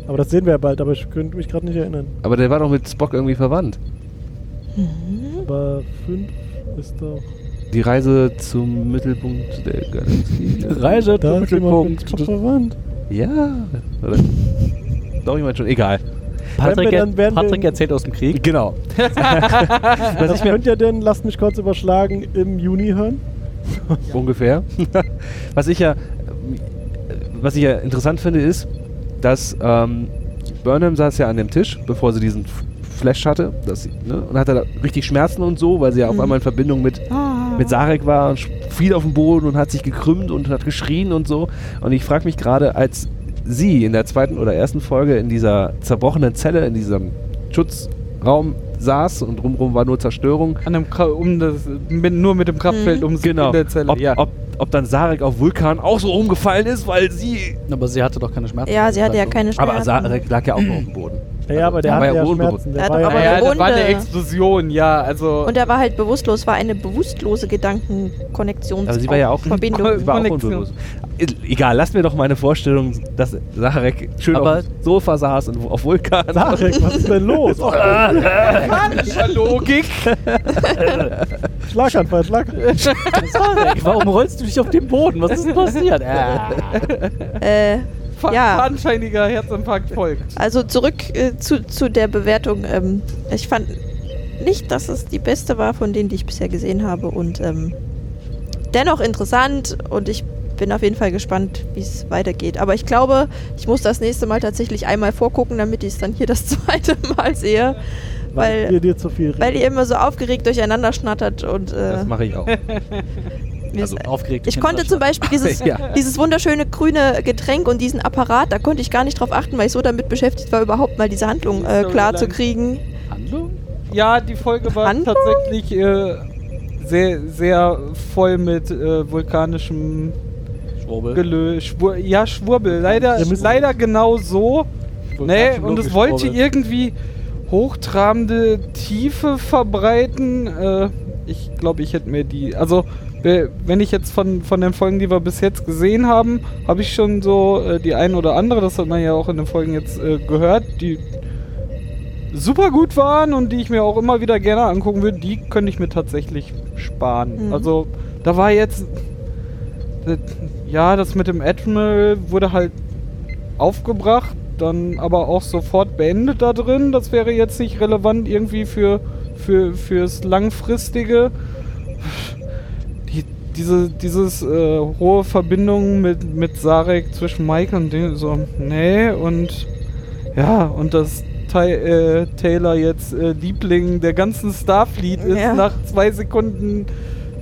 Aber das sehen wir ja bald, aber ich könnte mich gerade nicht erinnern.
aber der war doch mit Spock irgendwie verwandt.
Aber 5 ist doch.
Die Reise zum Mittelpunkt der
(laughs)
Galaxie.
Reise
Da
zum
ist jemand
Mittelpunkt.
mit Kopf verwandt.
Ja. Oder? Doch, ich meine schon, egal.
Wenn
Patrick,
wir dann werden
Patrick
wir-
erzählt aus dem Krieg.
Genau.
Das könnt ihr denn, lasst mich kurz überschlagen, im Juni hören?
Ungefähr. (laughs) was ich ja, äh, was ich ja interessant finde, ist, dass ähm, Burnham saß ja an dem Tisch, bevor sie diesen F- Flash hatte, dass sie, ne, und hatte da richtig Schmerzen und so, weil sie ja auf
Mhm.
einmal in Verbindung mit mit Sarek war und sch- fiel auf den Boden und hat sich gekrümmt und hat geschrien und so. Und ich frage mich gerade, als sie in der zweiten oder ersten Folge in dieser zerbrochenen Zelle, in diesem Schutzraum saß und rumrum war nur Zerstörung,
An dem, Kra- um das, mit, nur mit dem Kraftfeld um sie
Genau.
in der Zelle.
ob, ob, ob dann Sarek auf Vulkan auch so umgefallen ist, weil sie.
Aber sie hatte doch keine Schmerzen. Also
Ja, sie hatte ja keine Schmerzen.
Aber Sarek lag ja auch noch auf dem Boden.
Ja, ja aber
der
der
war
hat
ja
ja
wohlbewusst.
Schmerzen. Der
Der hat
war
doch
ja,
aber
ja, ja,
eine
das war eine
Wunde.
Explosion, ja. Also
Und er war halt bewusstlos, war eine bewusstlose Gedankenkonnektion.
Aber Also sie war ja auch (laughs)
Verbindung.
Kon-
War auch
Konnexion.
unbewusst. E- Egal, lasst mir doch meine Vorstellung, dass Sarek schön
Aber-
auf dem Sofa saß und auf Vulkan.
Sarek, was ist denn los? Oh,
mechanischer Logik.
Schlaganfall, Schlaganfall.
Sarek, warum rollst du dich auf den Boden? Was ist denn passiert? Ah.
Äh,
Fa-
Ja.
Fadenscheiniger Herzinfarkt folgt.
also zurück äh, zu, zu der Bewertung. Ähm, ich fand nicht, dass es die beste war von denen, die ich bisher gesehen habe. Und ähm, dennoch interessant und ich bin auf jeden Fall gespannt, wie es weitergeht. Aber ich glaube, ich muss das nächste Mal tatsächlich einmal vorgucken, damit ich es dann hier das (laughs) zweite Mal sehe.
ihr
Weil,
dir zu viel
weil ihr immer so aufgeregt durcheinander schnattert und äh,
Das mache (laughs) ich auch.
mir
also
also
ist-
aufgeregt.
Ich konnte zum Beispiel dieses,
Ja.
dieses wunderschöne grüne Getränk und diesen Apparat, da konnte ich gar nicht drauf achten, weil ich so damit beschäftigt war, überhaupt mal diese Handlung äh, klar zu kriegen.
Handlung?
Ja, die Folge war
Handlung?
tatsächlich äh, sehr, sehr voll mit äh, vulkanischem
Schwurbel.
Gelö Schwur ja, Schwurbel. Leider,
Wir müssen-
leider genau so. Nee, und es wollte
Schwurbel.
irgendwie hochtrabende Tiefe verbreiten. Äh, ich glaube, ich hätte mir die. Also, we- wenn ich jetzt von, von den Folgen, die wir bis jetzt gesehen haben, habe ich schon so äh, die ein oder andere, das hat man ja auch in den Folgen jetzt äh, gehört, die super gut waren und die ich mir auch immer wieder gerne angucken würde, die könnte ich mir tatsächlich sparen.
Mhm.
Also, da war jetzt. das- Ja, das mit dem Admiral wurde halt aufgebracht, dann aber auch sofort beendet da drin. Das wäre jetzt nicht relevant irgendwie für, für fürs langfristige. Die, diese dieses äh, hohe Verbindung mit mit Sarek zwischen Mike und dem so nee und ja und das äh, Taylor jetzt äh, Liebling der ganzen Starfleet ist
Ja.
nach zwei Sekunden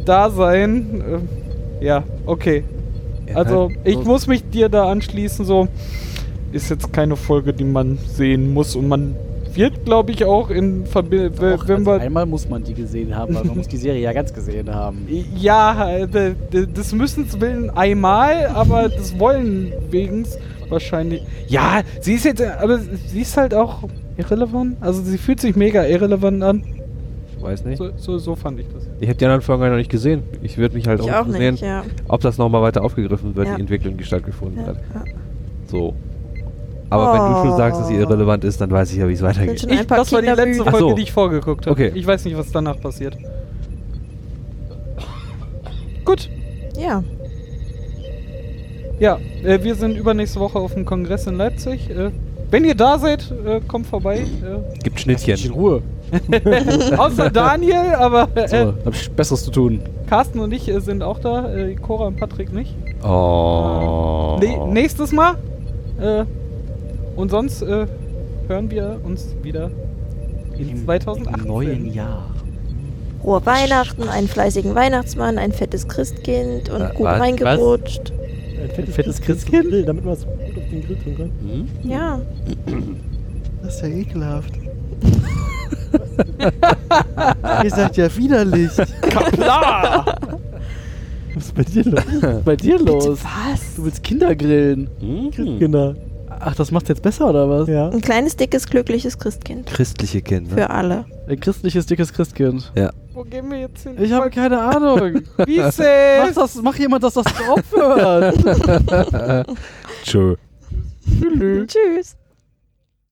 Dasein. Äh, ja, okay. Also ich muss mich dir da anschließen, so ist jetzt keine Folge, die man sehen muss und man wird, glaube ich, auch in Verbindung,
Doch,
wenn
also
wir...
einmal muss man die gesehen haben, weil man muss die Serie ja ganz gesehen haben.
Ja, äh, de- de- des Müssens willen einmal, aber des Wollen wegen wahrscheinlich... Ja, sie ist jetzt, äh, aber sie ist halt auch irrelevant, also sie fühlt sich mega irrelevant an.
Ich weiß nicht.
So, so, so fand ich das.
Ich habe die anderen Folgen ja noch nicht gesehen. Ich würde mich halt
Ich
auch
auch
interessieren,
nicht, ja.
ob das nochmal weiter aufgegriffen wird,
Ja.
die Entwicklung, die stattgefunden
ja.
hat.
ja.
So. Aber wenn du schon
Oh.
sagst, dass sie irrelevant ist, dann weiß ich ja, wie es
Sind
weitergeht.
schon
Ich,
ein paar
das war die letzte
Kinderbücher.
Ach
Folge,
so.
die ich vorgeguckt habe.
Okay.
Ich weiß nicht, was danach passiert. Gut.
Ja,
Ja, äh, wir sind übernächste Woche auf dem Kongress in Leipzig. Äh, Wenn ihr da seid, äh, kommt vorbei. Äh,
Gibt
In
Schnittchen.
Ruhe.
(laughs)
außer Daniel, aber
So,
äh,
Also,
hab ich Besseres zu tun.
Carsten und ich äh, sind auch da. Äh, Cora und Patrick nicht.
Oh.
Ne nächstes Mal. Äh, und sonst äh, hören wir uns wieder in 2018.
Jahr.
Frohe Weihnachten, einen fleißigen Weihnachtsmann, ein fettes Christkind und
Äh,
gut
was?
reingerutscht.
Ein fettes,
fettes
Christkind zum Grill, damit man es gut auf den Grill tun
Hm.
kann.
Ja.
Das ist ja ekelhaft. Ihr seid ja widerlich.
Was ist bei dir los?
Was ist bei dir los?
Was?
Du willst Kinder grillen.
Christkinder.
Ach, das macht's jetzt besser, oder was?
Ja.
Ein kleines, dickes, glückliches Christkind.
Christliche Kinder.
Für alle.
Ein christliches, dickes Christkind.
Wo gehen wir jetzt hin?
Ich habe keine Ahnung.
Wie
Mach,
ist
das, mach jemand, dass das aufhört.
Tschö.
Tschüss.